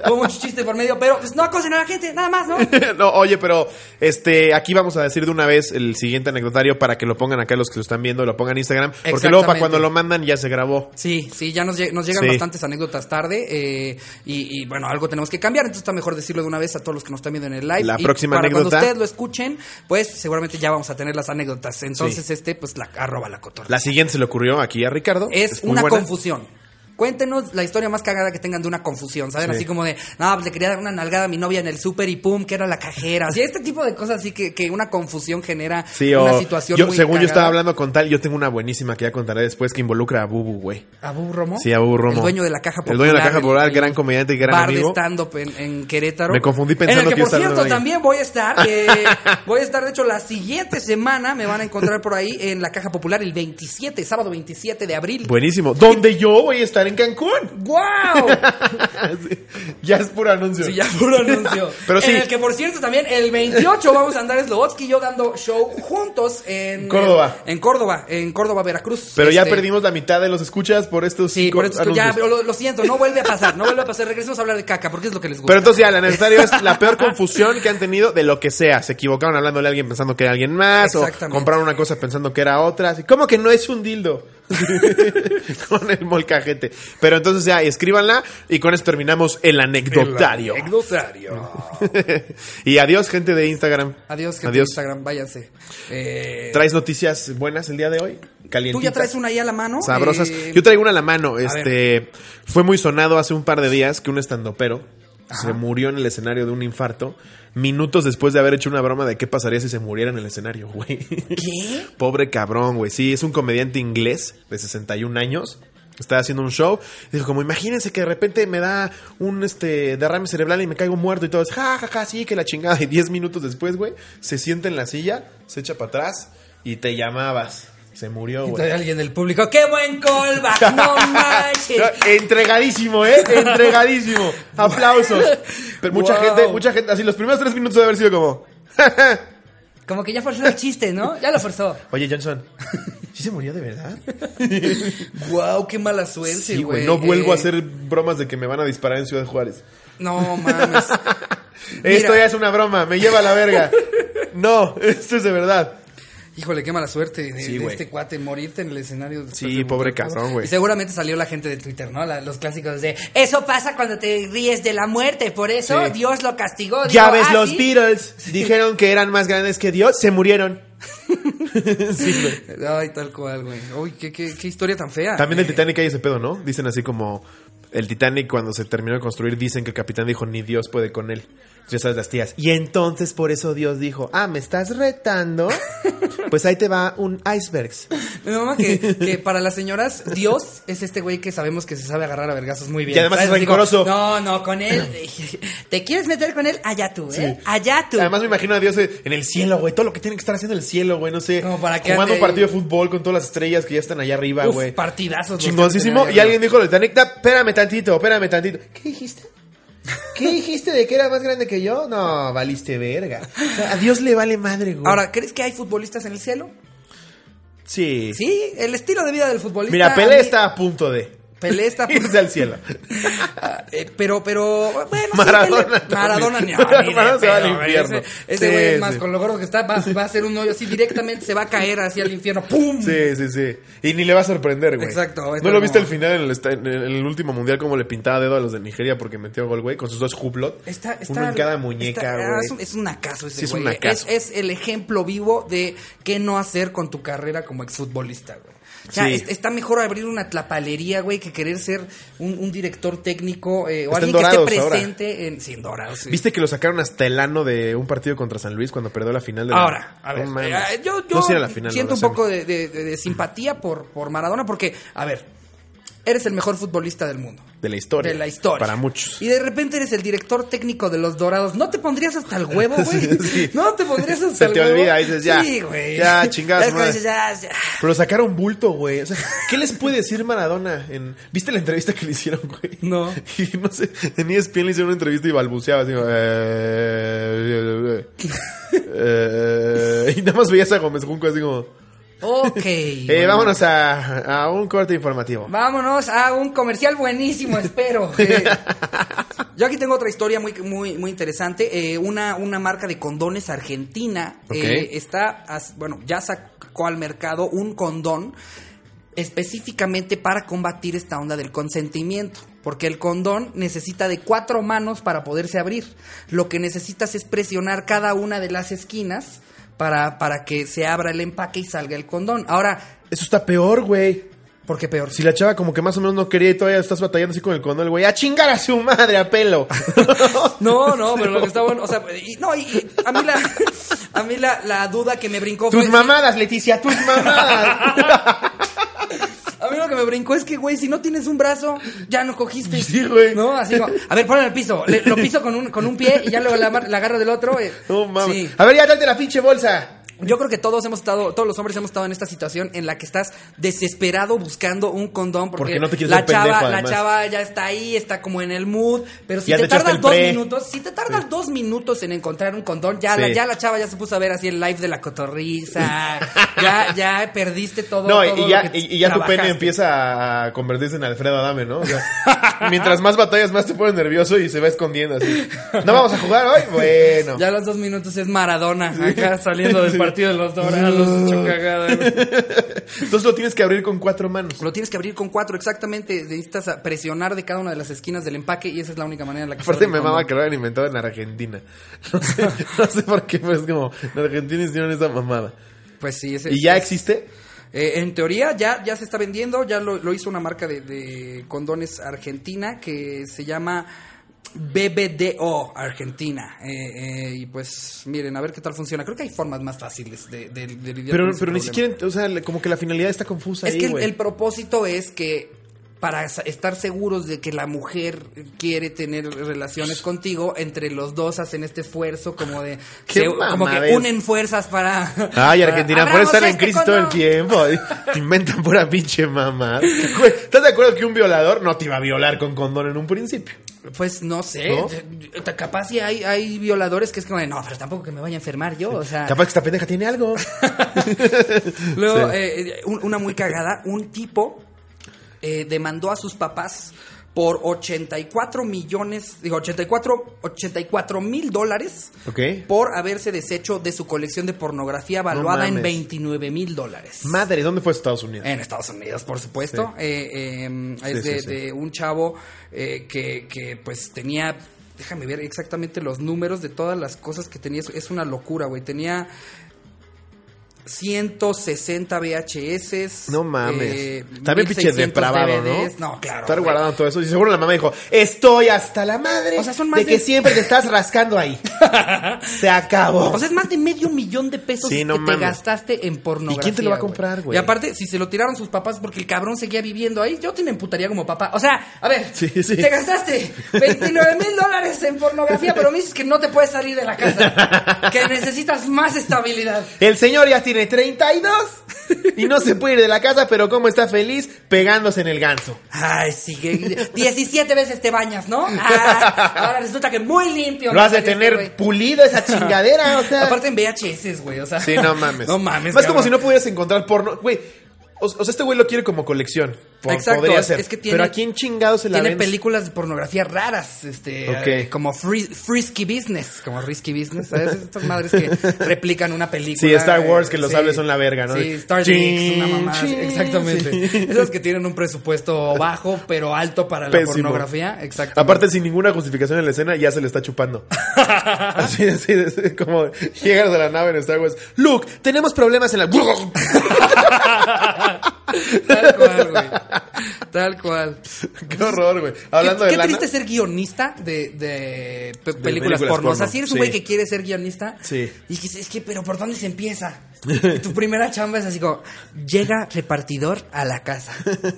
[SPEAKER 1] hubo mucho chiste por medio, pero pues, no acosen a la gente, nada más, ¿no?
[SPEAKER 2] no, oye, pero este, aquí vamos a decir de una vez el siguiente anecdotario para que lo pongan acá los que lo están viendo, lo pongan en Instagram. Porque luego
[SPEAKER 1] Exactamente.
[SPEAKER 2] para cuando lo mandan ya se grabó.
[SPEAKER 1] Sí, sí, ya nos, lle- nos llegan
[SPEAKER 2] Sí.
[SPEAKER 1] bastantes anécdotas tarde eh, y, y, bueno, algo tenemos que cambiar, entonces está mejor decirlo de una vez a todos los que nos están viendo en el live.
[SPEAKER 2] La
[SPEAKER 1] Y
[SPEAKER 2] próxima
[SPEAKER 1] para cuando
[SPEAKER 2] anécdota-
[SPEAKER 1] ustedes lo escuchen, pues seguramente ya vamos a tener las anécdotas. Entonces este, pues la arroba la cotorriza.
[SPEAKER 2] La siguiente se le ocurrió aquí a Ricardo.
[SPEAKER 1] es,
[SPEAKER 2] muy
[SPEAKER 1] una
[SPEAKER 2] buena.
[SPEAKER 1] confusión. Cuéntenos la historia más cagada que tengan de una confusión, ¿saben?
[SPEAKER 2] Sí.
[SPEAKER 1] Así como de, no, pues le quería dar una nalgada a mi novia en el súper y pum, que era la cajera. Así, este tipo de cosas así que, que una confusión genera
[SPEAKER 2] Sí,
[SPEAKER 1] una
[SPEAKER 2] o-
[SPEAKER 1] situación
[SPEAKER 2] yo,
[SPEAKER 1] muy
[SPEAKER 2] según yo
[SPEAKER 1] cagada.
[SPEAKER 2] estaba hablando con tal, yo tengo una buenísima que ya contaré después que involucra a Bubu, güey.
[SPEAKER 1] ¿A Bubu Romo?
[SPEAKER 2] Sí, a Bubu Romo.
[SPEAKER 1] El dueño de la caja popular.
[SPEAKER 2] El dueño de la caja
[SPEAKER 1] el-
[SPEAKER 2] popular,
[SPEAKER 1] el
[SPEAKER 2] gran comediante y gran
[SPEAKER 1] bar
[SPEAKER 2] amigo.
[SPEAKER 1] de stand-up en, en Querétaro.
[SPEAKER 2] Me confundí
[SPEAKER 1] En
[SPEAKER 2] pensando
[SPEAKER 1] el que,
[SPEAKER 2] que
[SPEAKER 1] por
[SPEAKER 2] estaba
[SPEAKER 1] cierto,
[SPEAKER 2] hablando de
[SPEAKER 1] también voy a estar. eh,
[SPEAKER 2] [laughs]
[SPEAKER 1] voy a estar, de hecho, la siguiente semana me van a encontrar por ahí en la caja popular el 27, sábado 27 de abril.
[SPEAKER 2] Buenísimo. Donde yo voy a estar en Cancún. [laughs]
[SPEAKER 1] ¡Guau!
[SPEAKER 2] Sí, ya es puro anuncio.
[SPEAKER 1] Sí, ya puro anuncio.
[SPEAKER 2] [laughs] Pero sí.
[SPEAKER 1] En el que, por cierto, también el 28 vamos a andar Slobotsky y yo dando show juntos en eh,
[SPEAKER 2] Córdoba.
[SPEAKER 1] En, Córdoba, en Córdoba, Veracruz.
[SPEAKER 2] Pero ya
[SPEAKER 1] Este,
[SPEAKER 2] perdimos la mitad de los escuchas por estos
[SPEAKER 1] Sí,
[SPEAKER 2] cinco
[SPEAKER 1] por eso es que ya, pues,
[SPEAKER 2] anuncios.
[SPEAKER 1] pero lo, lo siento, no vuelve a pasar, no vuelve a pasar. Regresemos a hablar de caca, porque es lo que les gusta.
[SPEAKER 2] Pero entonces ya, la necesaria es la peor confusión que han tenido de lo que sea. Se equivocaron hablándole a alguien pensando que era alguien más, o
[SPEAKER 1] Exactamente.
[SPEAKER 2] compraron una cosa pensando que era otra. Así, ¿Cómo que no es un dildo? [laughs] con el molcajete. Pero entonces ya, escríbanla y con eso terminamos el anecdotario.
[SPEAKER 1] Anecdotario.
[SPEAKER 2] y adiós, gente de Instagram.
[SPEAKER 1] Adiós, gente de
[SPEAKER 2] adiós.
[SPEAKER 1] Instagram, váyanse. Eh,
[SPEAKER 2] ¿Traes noticias buenas el día de hoy?
[SPEAKER 1] Tú
[SPEAKER 2] Calientitas.
[SPEAKER 1] ya traes una ahí a la mano.
[SPEAKER 2] Sabrosas.
[SPEAKER 1] Eh,
[SPEAKER 2] Yo traigo una a la mano. Este fue muy sonado hace un par de días que un estandopero se murió en el escenario de un infarto minutos después de haber hecho una broma de qué pasaría si se muriera en el escenario, [laughs] güey.
[SPEAKER 1] ¿Qué?
[SPEAKER 2] Pobre cabrón, güey. Sí, es un comediante inglés de 61 años. Estaba haciendo un show. y Dijo, como imagínense que de repente me da un este derrame cerebral y me caigo muerto y todo. Es, ja, ja, ja, sí, que la chingada. Y 10 minutos después, güey, se sienta en la silla, se echa para atrás y te llamabas. Se murió,
[SPEAKER 1] Y
[SPEAKER 2] güey.
[SPEAKER 1] trae alguien del público. ¡Qué buen
[SPEAKER 2] [laughs]
[SPEAKER 1] callback! ¡No manches!
[SPEAKER 2] No,
[SPEAKER 1] [laughs]
[SPEAKER 2] Entregadísimo, ¿eh? Entregadísimo. Aplausos. Pero mucha
[SPEAKER 1] Wow.
[SPEAKER 2] gente, mucha gente, así los primeros tres minutos de haber sido como,
[SPEAKER 1] Como que ya forzó el chiste, ¿no? Ya lo forzó.
[SPEAKER 2] oye
[SPEAKER 1] [laughs]
[SPEAKER 2] Johnson, ¿sí se murió de verdad?
[SPEAKER 1] ¡Guau! ¡Qué mala suerte,
[SPEAKER 2] Sí,
[SPEAKER 1] güey!
[SPEAKER 2] güey, no vuelvo a
[SPEAKER 1] Eh,
[SPEAKER 2] hacer bromas de que me van a disparar en Ciudad Juárez.
[SPEAKER 1] No
[SPEAKER 2] [laughs]
[SPEAKER 1] mames. Mira, [laughs]
[SPEAKER 2] Esto ya es una broma, me lleva a la verga. No, esto es de verdad.
[SPEAKER 1] Híjole, qué mala suerte de,
[SPEAKER 2] Sí,
[SPEAKER 1] de
[SPEAKER 2] güey.
[SPEAKER 1] este cuate morirte en el escenario. después
[SPEAKER 2] Sí,
[SPEAKER 1] de un
[SPEAKER 2] pobre
[SPEAKER 1] trancazo.
[SPEAKER 2] cabrón, güey.
[SPEAKER 1] Y seguramente salió la gente de Twitter, ¿no? La- los clásicos de eso pasa cuando te ríes de la muerte, por eso
[SPEAKER 2] Sí.
[SPEAKER 1] Dios lo castigó.
[SPEAKER 2] Ya
[SPEAKER 1] Dijo,
[SPEAKER 2] ves,
[SPEAKER 1] "Ah,
[SPEAKER 2] los
[SPEAKER 1] sí".
[SPEAKER 2] Beatles dijeron que eran más grandes que Dios, se murieron. sí, güey.
[SPEAKER 1] Ay, tal cual, güey. Uy, qué, qué, qué historia tan fea.
[SPEAKER 2] También
[SPEAKER 1] el
[SPEAKER 2] del Titanic hay ese pedo, ¿no? Dicen así como el Titanic cuando se terminó de construir, dicen que el capitán dijo ni Dios puede con él. Ya sabes las tías. Y entonces por eso Dios dijo, ah, me estás
[SPEAKER 1] [laughs]
[SPEAKER 2] retando. Pues ahí te va un icebergs.
[SPEAKER 1] Mi mamá que,
[SPEAKER 2] [laughs]
[SPEAKER 1] que para las señoras, Dios es este güey que sabemos que se sabe agarrar a vergazos muy bien.
[SPEAKER 2] Y además
[SPEAKER 1] ¿Sabes?
[SPEAKER 2] es
[SPEAKER 1] Así como,
[SPEAKER 2] rencoroso.
[SPEAKER 1] No, no, con
[SPEAKER 2] [laughs]
[SPEAKER 1] él. ¿Te quieres meter con él? Allá tú, ¿eh?
[SPEAKER 2] Sí.
[SPEAKER 1] Allá tú.
[SPEAKER 2] Además me imagino a Dios eh, en el cielo, güey. Todo lo que tiene que estar haciendo en el cielo, güey. No sé.
[SPEAKER 1] Como para que
[SPEAKER 2] jugando
[SPEAKER 1] ande
[SPEAKER 2] un partido
[SPEAKER 1] ahí.
[SPEAKER 2] de fútbol con todas las estrellas que ya están allá arriba,
[SPEAKER 1] Uf,
[SPEAKER 2] güey.
[SPEAKER 1] partidazos. los que
[SPEAKER 2] Chingoncísimo.
[SPEAKER 1] tenía
[SPEAKER 2] Y
[SPEAKER 1] yo.
[SPEAKER 2] alguien dijo, Titanic, "Da, espérame tantito, espérame tantito. ¿Qué dijiste? ¿Qué dijiste de que era más grande que yo? No, valiste verga. O sea, a Dios le vale madre, güey.
[SPEAKER 1] Ahora, ¿crees que hay futbolistas en el cielo?
[SPEAKER 2] sí.
[SPEAKER 1] Sí, el estilo de vida del futbolista.
[SPEAKER 2] Mira,
[SPEAKER 1] a
[SPEAKER 2] Pelé
[SPEAKER 1] mí-
[SPEAKER 2] está a
[SPEAKER 1] [laughs]
[SPEAKER 2] punto de
[SPEAKER 1] Pelé
[SPEAKER 2] [laughs]
[SPEAKER 1] está.
[SPEAKER 2] irse al cielo.
[SPEAKER 1] Ah, eh, pero, pero, bueno, sí,
[SPEAKER 2] Maradona
[SPEAKER 1] Pelé-
[SPEAKER 2] también.
[SPEAKER 1] Maradona,
[SPEAKER 2] [laughs]
[SPEAKER 1] ni- ni
[SPEAKER 2] Maradona
[SPEAKER 1] de
[SPEAKER 2] se va al
[SPEAKER 1] pedo, güey.
[SPEAKER 2] infierno.
[SPEAKER 1] Ese- Ese
[SPEAKER 2] Sí,
[SPEAKER 1] güey es más,
[SPEAKER 2] sí.
[SPEAKER 1] con lo gordo que está, va, va a ser un hoyo así directamente, se va a caer hacia el infierno. ¡Pum!
[SPEAKER 2] Sí, sí, sí. Y ni le va a sorprender, güey.
[SPEAKER 1] Exacto, es
[SPEAKER 2] ¿No
[SPEAKER 1] como-
[SPEAKER 2] lo viste al final en el, esta- en el último mundial como le pintaba dedo a los de Nigeria porque metió gol, güey? Con sus dos jublot.
[SPEAKER 1] Está, está,
[SPEAKER 2] Uno en cada
[SPEAKER 1] está-
[SPEAKER 2] muñeca,
[SPEAKER 1] ah, es, un,
[SPEAKER 2] güey.
[SPEAKER 1] es un acaso ese
[SPEAKER 2] Sí, es
[SPEAKER 1] güey.
[SPEAKER 2] un acaso.
[SPEAKER 1] Es, es el ejemplo vivo de qué no hacer con tu carrera como exfutbolista, güey. O sea,
[SPEAKER 2] Sí.
[SPEAKER 1] es- está mejor abrir una tlapalería, güey, que querer ser un, un director técnico eh, o
[SPEAKER 2] Están
[SPEAKER 1] alguien que esté
[SPEAKER 2] dorados ahora.
[SPEAKER 1] presente en... Sin dorados, sí.
[SPEAKER 2] ¿Viste que lo sacaron hasta el ano de un partido contra San Luis cuando perdió la final de la...
[SPEAKER 1] Ahora, a
[SPEAKER 2] No
[SPEAKER 1] ver,
[SPEAKER 2] mames.
[SPEAKER 1] eh, yo, yo
[SPEAKER 2] No, sí era la final,
[SPEAKER 1] siento
[SPEAKER 2] no,
[SPEAKER 1] un
[SPEAKER 2] la
[SPEAKER 1] poco de, de- de- de simpatía por, por Maradona porque, a ver, eres el mejor futbolista del mundo.
[SPEAKER 2] semi. De la historia.
[SPEAKER 1] De la historia.
[SPEAKER 2] Para muchos.
[SPEAKER 1] Y de repente eres el director técnico de los Dorados. ¿No te pondrías hasta el huevo, güey?
[SPEAKER 2] [laughs] Sí, sí.
[SPEAKER 1] No te pondrías hasta
[SPEAKER 2] Se
[SPEAKER 1] el
[SPEAKER 2] te
[SPEAKER 1] huevo.
[SPEAKER 2] olvida, dices, ya,
[SPEAKER 1] Sí, güey.
[SPEAKER 2] ya, chingada
[SPEAKER 1] Ya
[SPEAKER 2] su
[SPEAKER 1] es cuando
[SPEAKER 2] madre.
[SPEAKER 1] dices, ya, ya.
[SPEAKER 2] Pero lo sacaron bulto, güey. O sea, ¿qué les puede decir Maradona? En... ¿Viste la entrevista que le hicieron, güey?
[SPEAKER 1] No.
[SPEAKER 2] [laughs] Y no sé, en E ESPN le hicieron una entrevista y balbuceaba así, como, eh, eh, eh, eh, y nada más veías a Gómez Junco así como,
[SPEAKER 1] Ok.
[SPEAKER 2] eh,
[SPEAKER 1] bueno.
[SPEAKER 2] vámonos a, a un corte informativo.
[SPEAKER 1] Vámonos a un comercial buenísimo, espero. Eh, yo aquí tengo otra historia muy, muy, muy interesante. Eh, una, una marca de condones argentina eh,
[SPEAKER 2] Ok.
[SPEAKER 1] está, as- bueno, ya sacó al mercado un condón específicamente para combatir esta onda del consentimiento. Porque el condón necesita de cuatro manos para poderse abrir. Lo que necesitas es presionar cada una de las esquinas para, para que se abra el empaque y salga el condón. Ahora,
[SPEAKER 2] Eso está peor, güey.
[SPEAKER 1] porque peor.
[SPEAKER 2] Si la chava como que más o menos no quería y todavía estás batallando así con el condón, güey, a chingar a su madre
[SPEAKER 1] [laughs]
[SPEAKER 2] a pelo.
[SPEAKER 1] No,
[SPEAKER 2] [laughs]
[SPEAKER 1] no, pero lo que está bueno, o sea, y- no, y, y a mí la, a mí la, la duda que me brincó fue,
[SPEAKER 2] tus mamadas, Leticia, tus mamadas.
[SPEAKER 1] [laughs]
[SPEAKER 2] [laughs]
[SPEAKER 1] a mí lo que me brincó es que, güey, si no tienes un brazo, ya no cogiste.
[SPEAKER 2] Sí, güey.
[SPEAKER 1] No, así como, a ver, ponlo en el piso, le- lo piso con un, con un pie y ya luego la, mar- la agarro del otro. eh.
[SPEAKER 2] No mames.
[SPEAKER 1] Sí.
[SPEAKER 2] A ver, ya date la pinche bolsa.
[SPEAKER 1] Yo creo que todos hemos estado, todos los hombres hemos estado en esta situación en la que estás desesperado buscando un condón porque,
[SPEAKER 2] Porque no te quieres
[SPEAKER 1] la
[SPEAKER 2] ver pendejo,
[SPEAKER 1] chava, la
[SPEAKER 2] además.
[SPEAKER 1] chava ya está ahí, está como en el mood, pero si
[SPEAKER 2] Ya
[SPEAKER 1] te,
[SPEAKER 2] te echaste
[SPEAKER 1] tardas
[SPEAKER 2] el
[SPEAKER 1] dos
[SPEAKER 2] pre.
[SPEAKER 1] minutos, si te tardas dos minutos en encontrar un condón, ya, la,
[SPEAKER 2] Sí.
[SPEAKER 1] ya la chava ya se puso a ver así el live de la
[SPEAKER 2] [laughs]
[SPEAKER 1] cotorriza, ya, ya perdiste todo.
[SPEAKER 2] No, y-
[SPEAKER 1] todo
[SPEAKER 2] y ya,
[SPEAKER 1] lo que
[SPEAKER 2] y, y ya tu pene
[SPEAKER 1] trabajaste.
[SPEAKER 2] empieza a convertirse en Alfredo Adame, ¿no? O sea, [laughs] mientras más batallas, más te pone nervioso y se va escondiendo así. ¿No vamos a jugar hoy? Bueno.
[SPEAKER 1] Ya a los dos minutos es Maradona, acá saliendo del partido de
[SPEAKER 2] [laughs]
[SPEAKER 1] los dorados, chocagada. güey.
[SPEAKER 2] Entonces lo tienes que abrir con cuatro manos.
[SPEAKER 1] Lo tienes que abrir con cuatro, exactamente. Necesitas a- presionar de cada una de las esquinas del empaque y esa es la única manera en la que.
[SPEAKER 2] Aparte
[SPEAKER 1] sale
[SPEAKER 2] me
[SPEAKER 1] el condón.
[SPEAKER 2] mama que lo hayan inventado en Argentina. [laughs] No sé, no sé por qué, pero es como, en Argentina hicieron esa mamada.
[SPEAKER 1] Pues sí, ese.
[SPEAKER 2] ¿Y ya existe?
[SPEAKER 1] Eh, en teoría ya, ya se está vendiendo, ya lo, lo hizo una marca de, de condones argentina que se llama BBDO Argentina. Eh, eh, y pues miren, a ver qué tal funciona. Creo que hay formas más fáciles de, de- de lidiar
[SPEAKER 2] Pero,
[SPEAKER 1] con ese
[SPEAKER 2] pero ni
[SPEAKER 1] problema.
[SPEAKER 2] siquiera, o sea, le- como que la finalidad está confusa
[SPEAKER 1] Es
[SPEAKER 2] ahí,
[SPEAKER 1] que el,
[SPEAKER 2] güey.
[SPEAKER 1] el propósito es que para sa- estar seguros de que la mujer quiere tener relaciones contigo, entre los dos hacen este esfuerzo como de
[SPEAKER 2] ¡Qué
[SPEAKER 1] como que
[SPEAKER 2] mamadez!
[SPEAKER 1] unen fuerzas para
[SPEAKER 2] [laughs] Ay,
[SPEAKER 1] para-
[SPEAKER 2] Argentina, por eso
[SPEAKER 1] ¡Abramos
[SPEAKER 2] están en
[SPEAKER 1] este
[SPEAKER 2] crisis todo el
[SPEAKER 1] condón!
[SPEAKER 2] tiempo. [laughs] Inventan pura pinche mamá. Güey, ¿Estás de acuerdo que un violador no te iba a violar con condón en un principio?
[SPEAKER 1] Pues no sé,
[SPEAKER 2] ¿No?
[SPEAKER 1] de- de- capaz si hay hay violadores que es como de, no, pero tampoco que me vaya a enfermar yo, o sea,
[SPEAKER 2] Capaz que esta pendeja
[SPEAKER 1] [laughs]
[SPEAKER 2] tiene algo.
[SPEAKER 1] Luego,
[SPEAKER 2] Sí.
[SPEAKER 1] eh, eh, un- una muy cagada, un tipo eh, demandó a sus papás por 84 millones, digo, 84, 84 mil dólares
[SPEAKER 2] Ok.
[SPEAKER 1] por haberse deshecho de su colección de pornografía valuada en
[SPEAKER 2] mames.
[SPEAKER 1] 29 mil dólares.
[SPEAKER 2] Madre, ¿dónde fue Estados Unidos?
[SPEAKER 1] En Estados Unidos, por supuesto. Eh, eh, es
[SPEAKER 2] Sí, sí,
[SPEAKER 1] de,
[SPEAKER 2] sí.
[SPEAKER 1] de un chavo eh, que, que, pues tenía... Déjame ver exactamente los números de todas las cosas que tenía. Es- Es una locura, güey. Tenía 160 VHS.
[SPEAKER 2] No mames.
[SPEAKER 1] eh,
[SPEAKER 2] Está bien pinche
[SPEAKER 1] 1600
[SPEAKER 2] depravado,
[SPEAKER 1] DVDs.
[SPEAKER 2] ¿no?
[SPEAKER 1] No, claro.
[SPEAKER 2] Estar
[SPEAKER 1] güey.
[SPEAKER 2] guardando todo eso. Y seguro la mamá dijo, estoy hasta la madre
[SPEAKER 1] O sea, son más
[SPEAKER 3] de que
[SPEAKER 1] de-
[SPEAKER 3] siempre te estás rascando
[SPEAKER 1] [laughs]
[SPEAKER 3] ahí. Se acabó.
[SPEAKER 1] O sea, es más de medio millón de pesos
[SPEAKER 2] Sí, no
[SPEAKER 1] que
[SPEAKER 2] mames.
[SPEAKER 1] te gastaste en pornografía.
[SPEAKER 2] ¿Y quién te lo va a
[SPEAKER 1] güey?
[SPEAKER 2] comprar, güey?
[SPEAKER 1] Y aparte, si se lo tiraron sus papás porque el cabrón seguía viviendo ahí, yo te me emputaría como papá. O sea, a ver,
[SPEAKER 2] Sí, sí.
[SPEAKER 1] te gastaste 29 mil dólares en pornografía, pero me dices que no te puedes salir de la casa. Que necesitas más estabilidad.
[SPEAKER 3] El señor ya tiene 32 y no se puede ir de la casa, pero cómo está feliz pegándose en el ganso.
[SPEAKER 1] Ay, sí, que 17 veces te bañas, ¿no? Ah, ahora resulta que muy limpio.
[SPEAKER 3] Lo has de
[SPEAKER 1] Este, güey.
[SPEAKER 3] tener pulido esa chingadera, o sea.
[SPEAKER 1] [laughs] Aparte en VHS, güey, o sea.
[SPEAKER 2] Sí, no mames.
[SPEAKER 1] No mames.
[SPEAKER 2] Más como
[SPEAKER 1] cabrón.
[SPEAKER 2] si no pudieras encontrar porno. Güey, o, o sea, este güey lo quiere como colección. Po-
[SPEAKER 1] Exacto,
[SPEAKER 2] podría
[SPEAKER 1] es-
[SPEAKER 2] ser.
[SPEAKER 1] es que tiene-
[SPEAKER 2] Pero ¿a quién chingado se la
[SPEAKER 1] Tiene
[SPEAKER 2] vendes?
[SPEAKER 1] películas de pornografía raras, este,
[SPEAKER 2] Ok.
[SPEAKER 1] eh, como free- Frisky Business, como Risky Business,
[SPEAKER 2] [laughs]
[SPEAKER 1] ¿sabes? Estas madres que replican una película.
[SPEAKER 2] Sí, Star Wars,
[SPEAKER 1] eh,
[SPEAKER 2] que los hables son la verga, ¿no?
[SPEAKER 1] Sí, Star Trek,
[SPEAKER 2] Chin,
[SPEAKER 1] una mamá, sí,
[SPEAKER 2] chin,
[SPEAKER 1] exactamente.
[SPEAKER 2] sí.
[SPEAKER 1] Esas que tienen un presupuesto bajo, pero alto para la
[SPEAKER 2] Pésimo.
[SPEAKER 1] pornografía,
[SPEAKER 2] [laughs]
[SPEAKER 1] exacto.
[SPEAKER 2] Aparte, sin ninguna justificación en la escena, ya se le está
[SPEAKER 3] [laughs]
[SPEAKER 2] chupando. así, así, así, como llegas de la nave en Star Wars. Luke, tenemos problemas en la... [laughs]
[SPEAKER 1] Tal cual, güey. Tal cual.
[SPEAKER 2] Qué horror, güey. Hablando
[SPEAKER 1] qué,
[SPEAKER 2] de
[SPEAKER 1] qué
[SPEAKER 2] lana...
[SPEAKER 1] triste ser guionista de, de pe- películas,
[SPEAKER 2] películas
[SPEAKER 1] porno.
[SPEAKER 2] porno,
[SPEAKER 1] O sea, si eres un
[SPEAKER 2] sí.
[SPEAKER 1] güey que quiere ser guionista,
[SPEAKER 2] Sí.
[SPEAKER 1] y dices, es que, pero ¿por dónde se empieza? [laughs] Y tu primera chamba es así como, llega repartidor a la casa. [laughs]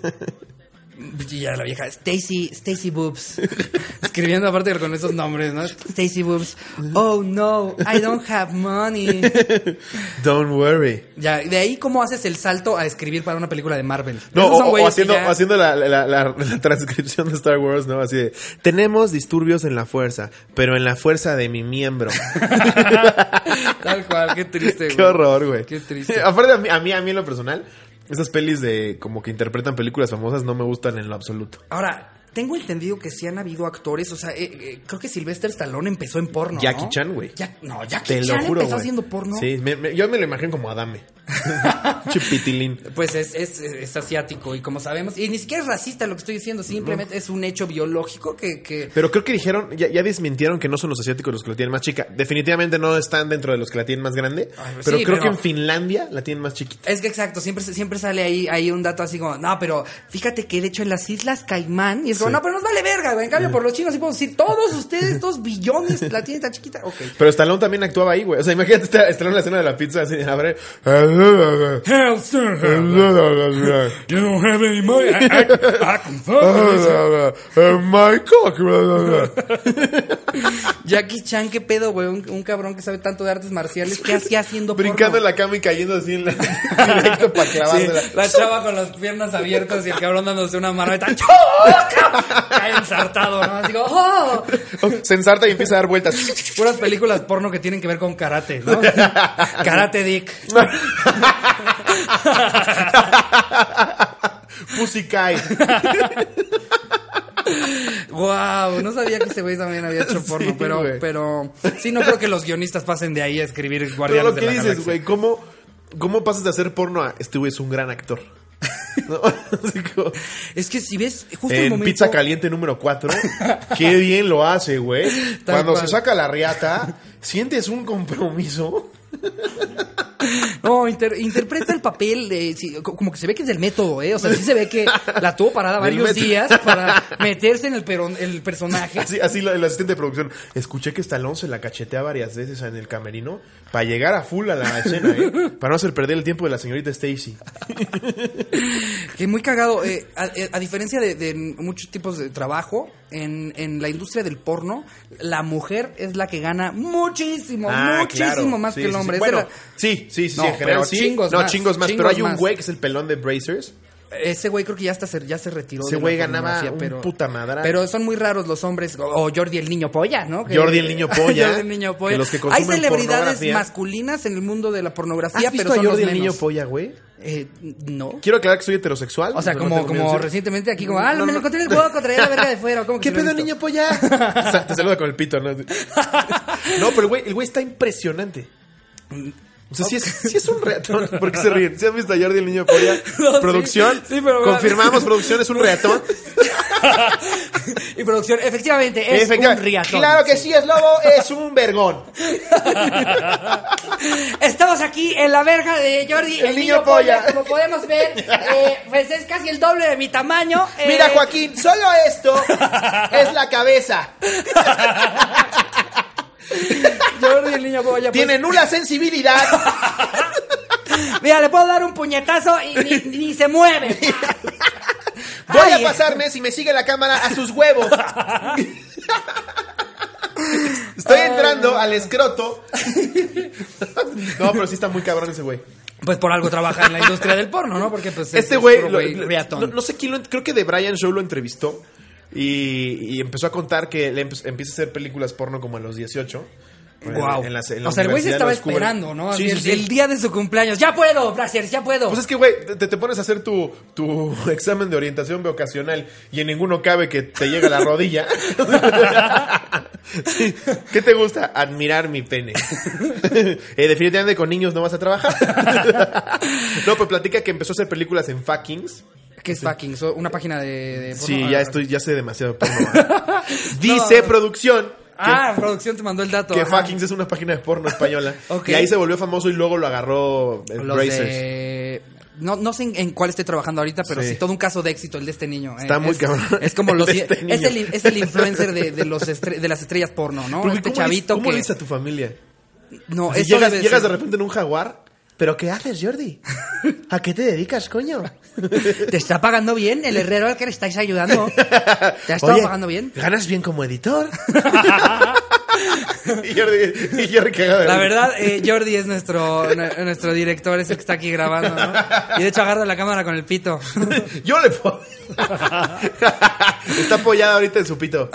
[SPEAKER 1] Y ya la vieja, Stacy, Stacy Boobs. [laughs] Escribiendo aparte con esos nombres, ¿no? Stacy Boobs. Oh no, I don't have money. [laughs]
[SPEAKER 2] Don't worry.
[SPEAKER 1] Ya, de ahí cómo haces el salto a escribir para una película de Marvel.
[SPEAKER 2] No,
[SPEAKER 1] Esos son
[SPEAKER 2] o- o,
[SPEAKER 1] güeyes que
[SPEAKER 2] haciendo,
[SPEAKER 1] ya-
[SPEAKER 2] o haciendo la, la- la- la [laughs] transcripción de Star Wars, ¿no? Así de, tenemos disturbios en la fuerza, pero en la fuerza de
[SPEAKER 1] [laughs]
[SPEAKER 2] mi miembro.
[SPEAKER 1] Tal cual, qué triste, Este güey.
[SPEAKER 2] [laughs] Qué horror, güey.
[SPEAKER 1] Qué triste.
[SPEAKER 2] [laughs] Aparte, a mí, a mí, a mí en lo personal, esas pelis de como que interpretan películas famosas no me gustan en lo absoluto.
[SPEAKER 1] Ahora, tengo entendido que sí han habido actores, o sea, eh, eh, creo que Sylvester Stallone empezó en porno. ¿no?
[SPEAKER 2] Jackie Chan, güey.
[SPEAKER 1] Jack- no, Jackie
[SPEAKER 2] Te lo
[SPEAKER 1] Chan
[SPEAKER 2] juro,
[SPEAKER 1] empezó
[SPEAKER 2] güey.
[SPEAKER 1] haciendo porno.
[SPEAKER 2] Sí, me- me- yo me lo imagino como Adame. [laughs] Chipitilín.
[SPEAKER 1] Pues es, es, es asiático y como sabemos, y ni siquiera es racista lo que estoy diciendo, simplemente es un hecho biológico que... que
[SPEAKER 2] Pero creo que dijeron, ya, ya desmintieron que no son los asiáticos los que la tienen más chica. Definitivamente no están dentro de los que la tienen más grande.
[SPEAKER 1] Ay, pues
[SPEAKER 2] pero
[SPEAKER 1] sí,
[SPEAKER 2] creo que
[SPEAKER 1] pero-
[SPEAKER 2] en Finlandia la tienen más chiquita.
[SPEAKER 1] es que exacto, siempre, siempre sale ahí, ahí un dato así como, no, pero fíjate que de hecho en las Islas Caimán, y es como,
[SPEAKER 2] Sí.
[SPEAKER 1] no, pero nos vale verga, güey. En cambio, por los chinos sí podemos decir, todos ustedes, dos billones, la tienen tan chiquita. Ok.
[SPEAKER 2] Pero Stallone también actuaba ahí, güey. O sea, imagínate Sta- Stallone en la escena de la pizza así, a ver.
[SPEAKER 4] Hell, sir, hell. You don't have any money. I, I, I can fuck
[SPEAKER 2] [laughs]
[SPEAKER 4] with this.
[SPEAKER 2] My cock.
[SPEAKER 1] Jackie Chan, qué pedo, güey. Un, un cabrón que sabe tanto de artes marciales, ¿qué hacía haciendo
[SPEAKER 2] Brincando en
[SPEAKER 1] porno?
[SPEAKER 2] la cama y cayendo así en la directo para clavársela.
[SPEAKER 1] Sí, la chava con las piernas abiertas y el cabrón dándose una marreta. Cae ensartado, ¿no? Así como, ¡oh!
[SPEAKER 2] Se ensarta y empieza a dar vueltas.
[SPEAKER 1] Puras películas porno que tienen que ver con karate, ¿no? karate Dick.
[SPEAKER 2] Pussy cae.
[SPEAKER 1] Wow, no sabía que ese güey también había hecho
[SPEAKER 2] Sí,
[SPEAKER 1] porno, pero,
[SPEAKER 2] güey.
[SPEAKER 1] pero sí, no creo que los guionistas pasen de ahí a escribir
[SPEAKER 2] Pero
[SPEAKER 1] Guardianes
[SPEAKER 2] lo
[SPEAKER 1] de
[SPEAKER 2] que
[SPEAKER 1] la
[SPEAKER 2] dices,
[SPEAKER 1] Galaxia.
[SPEAKER 2] güey, ¿cómo, ¿cómo pasas de hacer porno a este güey es un gran actor? ¿No? [laughs] Así como-
[SPEAKER 1] Es que si ves, justo el
[SPEAKER 2] en
[SPEAKER 1] momento.
[SPEAKER 2] Pizza Caliente número 4.
[SPEAKER 1] [laughs]
[SPEAKER 2] Qué bien lo hace, güey.
[SPEAKER 1] Tal
[SPEAKER 2] Cuando
[SPEAKER 1] cual.
[SPEAKER 2] se saca la riata, sientes un compromiso.
[SPEAKER 1] [laughs] No, inter- interpreta el papel, de, sí, co- como que se ve que es del método, ¿eh? O sea, sí se ve que la tuvo parada
[SPEAKER 2] Del
[SPEAKER 1] varios
[SPEAKER 2] método.
[SPEAKER 1] días para meterse en el, peron- el personaje.
[SPEAKER 2] Así, así la- el asistente de producción. Escuché que Stallone se la cachetea varias veces en el camerino para llegar a full a la escena, ¿eh? Para no hacer perder el tiempo de la señorita Stacy.
[SPEAKER 1] Que muy cagado. eh, a, eh, a diferencia de, de muchos tipos de trabajo, en, en la industria del porno, la mujer es la que gana muchísimo,
[SPEAKER 2] Ah,
[SPEAKER 1] muchísimo
[SPEAKER 2] claro.
[SPEAKER 1] más
[SPEAKER 2] Sí,
[SPEAKER 1] que el
[SPEAKER 2] sí, sí.
[SPEAKER 1] hombre. Esa
[SPEAKER 2] Bueno,
[SPEAKER 1] era-
[SPEAKER 2] sí, sí, sí, sí,
[SPEAKER 1] No,
[SPEAKER 2] en general
[SPEAKER 1] pero
[SPEAKER 2] sí.
[SPEAKER 1] chingos
[SPEAKER 2] no,
[SPEAKER 1] más,
[SPEAKER 2] chingos más.
[SPEAKER 1] chingos
[SPEAKER 2] pero hay un
[SPEAKER 1] más.
[SPEAKER 2] güey que es el pelón de Brazers.
[SPEAKER 1] Ese güey creo que ya hasta se, ya se retiró.
[SPEAKER 2] Ese
[SPEAKER 1] de la
[SPEAKER 2] güey ganaba
[SPEAKER 1] pornografía,
[SPEAKER 2] un
[SPEAKER 1] pero-
[SPEAKER 2] puta madrazo.
[SPEAKER 1] Pero son muy raros los hombres. O o Jordi el niño polla, ¿no? Que-
[SPEAKER 2] Jordi el niño
[SPEAKER 1] [laughs]
[SPEAKER 2] polla.
[SPEAKER 1] Jordi el niño polla.
[SPEAKER 2] Que los que
[SPEAKER 1] Hay
[SPEAKER 2] consumen
[SPEAKER 1] celebridades
[SPEAKER 2] pornografía-
[SPEAKER 1] masculinas en el mundo de la pornografía,
[SPEAKER 2] ¿Has visto
[SPEAKER 1] pero
[SPEAKER 2] a
[SPEAKER 1] son
[SPEAKER 2] Jordi
[SPEAKER 1] los
[SPEAKER 2] el niño
[SPEAKER 1] menos.
[SPEAKER 2] polla, güey?
[SPEAKER 1] Eh, no.
[SPEAKER 2] Quiero aclarar que soy heterosexual.
[SPEAKER 1] O sea,
[SPEAKER 2] no
[SPEAKER 1] como,
[SPEAKER 2] tengo
[SPEAKER 1] como
[SPEAKER 2] mención.
[SPEAKER 1] recientemente aquí, como, ah,
[SPEAKER 2] No,
[SPEAKER 1] me
[SPEAKER 2] no.
[SPEAKER 1] lo encontré en el huevo, traía la verga de fuera. ¿Cómo que
[SPEAKER 2] ¿Qué
[SPEAKER 1] si lo he
[SPEAKER 2] pedo,
[SPEAKER 1] visto?
[SPEAKER 2] niño polla? O sea, te saluda con el pito, ¿no? [laughs] No, pero el güey, el güey está impresionante. O sea, sí es, sí es un reatón. [laughs] ¿Por qué se ríen? ¿Se han visto a Jordi el niño polla?
[SPEAKER 1] No, sí.
[SPEAKER 2] producción.
[SPEAKER 1] Sí, pero-
[SPEAKER 2] Confirmamos, producción es un reatón.
[SPEAKER 1] y producción, efectivamente, es
[SPEAKER 2] Efectivamente.
[SPEAKER 1] un riatón.
[SPEAKER 3] Claro que sí, es lobo, es un vergón.
[SPEAKER 1] Estamos aquí en la verga de Jordi, el, niño, polla. Como podemos
[SPEAKER 2] [laughs]
[SPEAKER 1] ver, eh, pues es casi el doble de mi tamaño. eh,
[SPEAKER 3] Mira, Joaquín, solo esto es la cabeza.
[SPEAKER 1] Jordi, el niño polla. pues,
[SPEAKER 3] Tiene nula sensibilidad.
[SPEAKER 1] Mira, le puedo dar un puñetazo y ni, ni se mueve.
[SPEAKER 3] Voy
[SPEAKER 1] Ay,
[SPEAKER 3] a pasarme, si me sigue la cámara, a sus huevos.
[SPEAKER 2] Estoy entrando al escroto. No, pero sí está muy cabrón ese güey.
[SPEAKER 1] Pues por algo trabaja en la industria del porno, ¿no? Porque pues es-
[SPEAKER 2] Este
[SPEAKER 1] es
[SPEAKER 2] güey,
[SPEAKER 1] puro
[SPEAKER 2] lo-
[SPEAKER 1] güey
[SPEAKER 2] lo-
[SPEAKER 1] riatón.
[SPEAKER 2] no, no sé quién lo, creo que de Brian Show lo entrevistó y, y empezó a contar que le empe- empieza a hacer películas porno como a los 18. En-
[SPEAKER 1] Wow.
[SPEAKER 2] en las- en la
[SPEAKER 1] o sea, el güey se
[SPEAKER 2] universidad
[SPEAKER 1] estaba
[SPEAKER 2] los cubre.
[SPEAKER 1] esperando, ¿no?
[SPEAKER 2] Sí,
[SPEAKER 1] Así,
[SPEAKER 2] sí,
[SPEAKER 1] el,
[SPEAKER 2] sí.
[SPEAKER 1] el día de su cumpleaños. Ya puedo, Brasier, ya puedo.
[SPEAKER 2] Pues es que, güey, te, te pones a hacer tu, tu [laughs] examen de orientación vocacional y en ninguno cabe que te llegue a la rodilla. [laughs] Sí. ¿Qué te gusta? Admirar mi pene. [laughs] Eh, definitivamente con niños no vas a trabajar. [laughs] no, pero platica que empezó a hacer películas en fuckings.
[SPEAKER 1] ¿Qué es fucking? So- una página de, de porno.
[SPEAKER 2] Sí,
[SPEAKER 1] Ah,
[SPEAKER 2] ya estoy, ya sé demasiado porno.
[SPEAKER 1] [laughs]
[SPEAKER 2] Dice producción que,
[SPEAKER 1] Ah, producción te mandó el dato.
[SPEAKER 2] que
[SPEAKER 1] ajá.
[SPEAKER 2] fuckings es una página de porno española.
[SPEAKER 1] Ok.
[SPEAKER 2] Y ahí se volvió famoso y luego lo agarró eh,
[SPEAKER 1] Los Este
[SPEAKER 2] Brazers.
[SPEAKER 1] de- No, no sé en, en cuál estoy trabajando ahorita, pero sí.
[SPEAKER 2] Sí.
[SPEAKER 1] todo un caso de éxito el de este niño. eh.
[SPEAKER 2] Está muy
[SPEAKER 1] es,
[SPEAKER 2] cabrón.
[SPEAKER 1] Es como los.
[SPEAKER 2] El de este
[SPEAKER 1] es,
[SPEAKER 2] niño.
[SPEAKER 1] el, es el influencer de, de los estre- de las estrellas porno, ¿no?
[SPEAKER 2] Pero, güey,
[SPEAKER 1] este
[SPEAKER 2] ¿cómo le-
[SPEAKER 1] chavito
[SPEAKER 2] ¿Cómo
[SPEAKER 1] que.
[SPEAKER 2] le dices a tu familia?
[SPEAKER 1] no,
[SPEAKER 2] Si
[SPEAKER 1] eso
[SPEAKER 2] llegas,
[SPEAKER 1] debe
[SPEAKER 2] llegas de
[SPEAKER 1] ser-
[SPEAKER 2] repente en un jaguar.
[SPEAKER 3] ¿Pero qué haces,
[SPEAKER 1] [laughs]
[SPEAKER 3] Jordi? ¿A qué te dedicas, coño?
[SPEAKER 1] Te está pagando bien el herrero al que le estáis ayudando. Te ha estado
[SPEAKER 3] Oye,
[SPEAKER 1] pagando bien.
[SPEAKER 3] ¿Ganas bien como
[SPEAKER 1] [laughs]
[SPEAKER 3] editor?
[SPEAKER 2] Y Jordi, y Jordi cagado de
[SPEAKER 1] La
[SPEAKER 2] risa.
[SPEAKER 1] verdad, eh, Jordi es nuestro, nu- nuestro director, es el que está aquí grabando, ¿no? Y de hecho agarra la cámara con el pito. [laughs]
[SPEAKER 2] Yo le puedo. Está apoyada ahorita en su pito.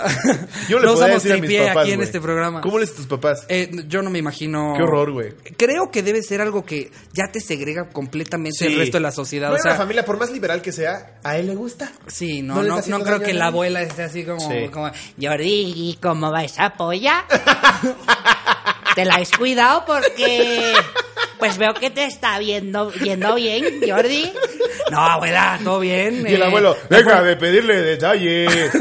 [SPEAKER 2] Yo le
[SPEAKER 1] No
[SPEAKER 2] podría
[SPEAKER 1] somos
[SPEAKER 2] decir a mis
[SPEAKER 1] tripié
[SPEAKER 2] papás.
[SPEAKER 1] aquí en
[SPEAKER 2] güey.
[SPEAKER 1] este programa.
[SPEAKER 2] ¿Cómo le dices a tus papás?
[SPEAKER 1] Eh, yo no me imagino.
[SPEAKER 2] Qué horror, güey.
[SPEAKER 1] Creo que debe ser algo que ya te segrega completamente
[SPEAKER 2] Sí.
[SPEAKER 1] el resto de la sociedad.
[SPEAKER 2] No
[SPEAKER 1] o
[SPEAKER 2] hay
[SPEAKER 1] sea,
[SPEAKER 2] una familia, por más liberal que sea, a él le gusta.
[SPEAKER 1] sí, no,
[SPEAKER 2] No le
[SPEAKER 1] no,
[SPEAKER 2] está
[SPEAKER 1] no
[SPEAKER 2] haciendo
[SPEAKER 1] creo
[SPEAKER 2] daño
[SPEAKER 1] que
[SPEAKER 2] a
[SPEAKER 1] la
[SPEAKER 2] nadie.
[SPEAKER 1] abuela esté así como,
[SPEAKER 2] Sí.
[SPEAKER 1] como Jordi, ¿y ¿cómo va esa
[SPEAKER 2] [laughs]
[SPEAKER 1] polla? te la has cuidado porque pues veo que te está viendo, yendo bien, Jordi. No, abuela, todo bien.
[SPEAKER 2] Y el
[SPEAKER 1] eh.
[SPEAKER 2] abuelo, deja de pedirle
[SPEAKER 1] [laughs]
[SPEAKER 2] detalles.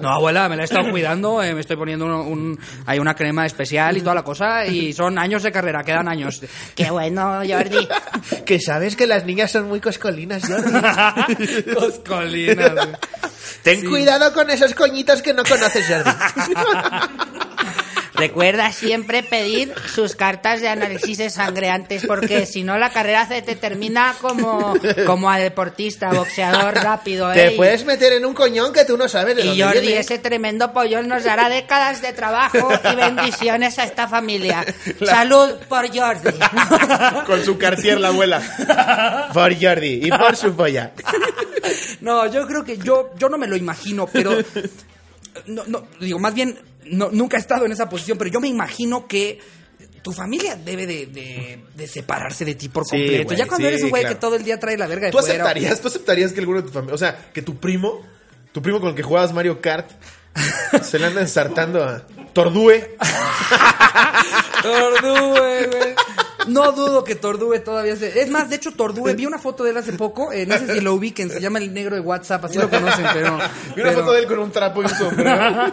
[SPEAKER 1] No, abuela, me la he estado cuidando, eh, me estoy poniendo uno- un, hay una crema especial y toda la cosa, y son años de carrera, quedan años. Qué bueno, [laughs] Jordi.
[SPEAKER 3] Que sabes que las niñas son muy coscolinas, Jordi.
[SPEAKER 1] [laughs] Coscolinas. güey.
[SPEAKER 3] Ten
[SPEAKER 1] Sí.
[SPEAKER 3] cuidado con esos coñitos que no conoces,
[SPEAKER 2] [laughs]
[SPEAKER 3] Jordi.
[SPEAKER 5] Recuerda siempre pedir sus cartas de análisis de sangre antes, porque si no la carrera se te termina como, como a deportista, boxeador rápido. ¿eh?
[SPEAKER 3] Te
[SPEAKER 5] Y-
[SPEAKER 3] puedes meter en un coñón que tú no sabes de
[SPEAKER 5] Y
[SPEAKER 3] dónde
[SPEAKER 5] Jordi,
[SPEAKER 3] viene.
[SPEAKER 5] ese tremendo pollón nos dará décadas de trabajo y bendiciones a esta familia. Salud por Jordi.
[SPEAKER 2] [laughs] Con su cartier, la abuela. [laughs]
[SPEAKER 3] Por Jordi y por su polla.
[SPEAKER 1] No, yo creo que yo, yo no me lo imagino, pero. No, no, digo, más bien, no, nunca he estado en esa posición, pero yo me imagino que tu familia debe de, de- de separarse de ti por completo.
[SPEAKER 2] güey,
[SPEAKER 1] ya cuando
[SPEAKER 2] sí,
[SPEAKER 1] eres un güey
[SPEAKER 2] claro.
[SPEAKER 1] que todo el día trae la verga de
[SPEAKER 2] ¿Tú
[SPEAKER 1] fuera,
[SPEAKER 2] aceptarías, ¿Tú aceptarías que alguno de tu familia, o sea, que tu primo, tu primo con el que jugabas Mario [laughs] Kart, se le anda ensartando a Tordue?
[SPEAKER 1] Tordue, güey. No dudo que Tordue todavía se... Es más, de hecho, Tordue, vi una foto de él hace poco, eh, no sé si lo ubiquen, se llama el negro de WhatsApp, así lo conocen, pero...
[SPEAKER 2] Vi una
[SPEAKER 1] pero-
[SPEAKER 2] foto de él con un trapo y un sombrero.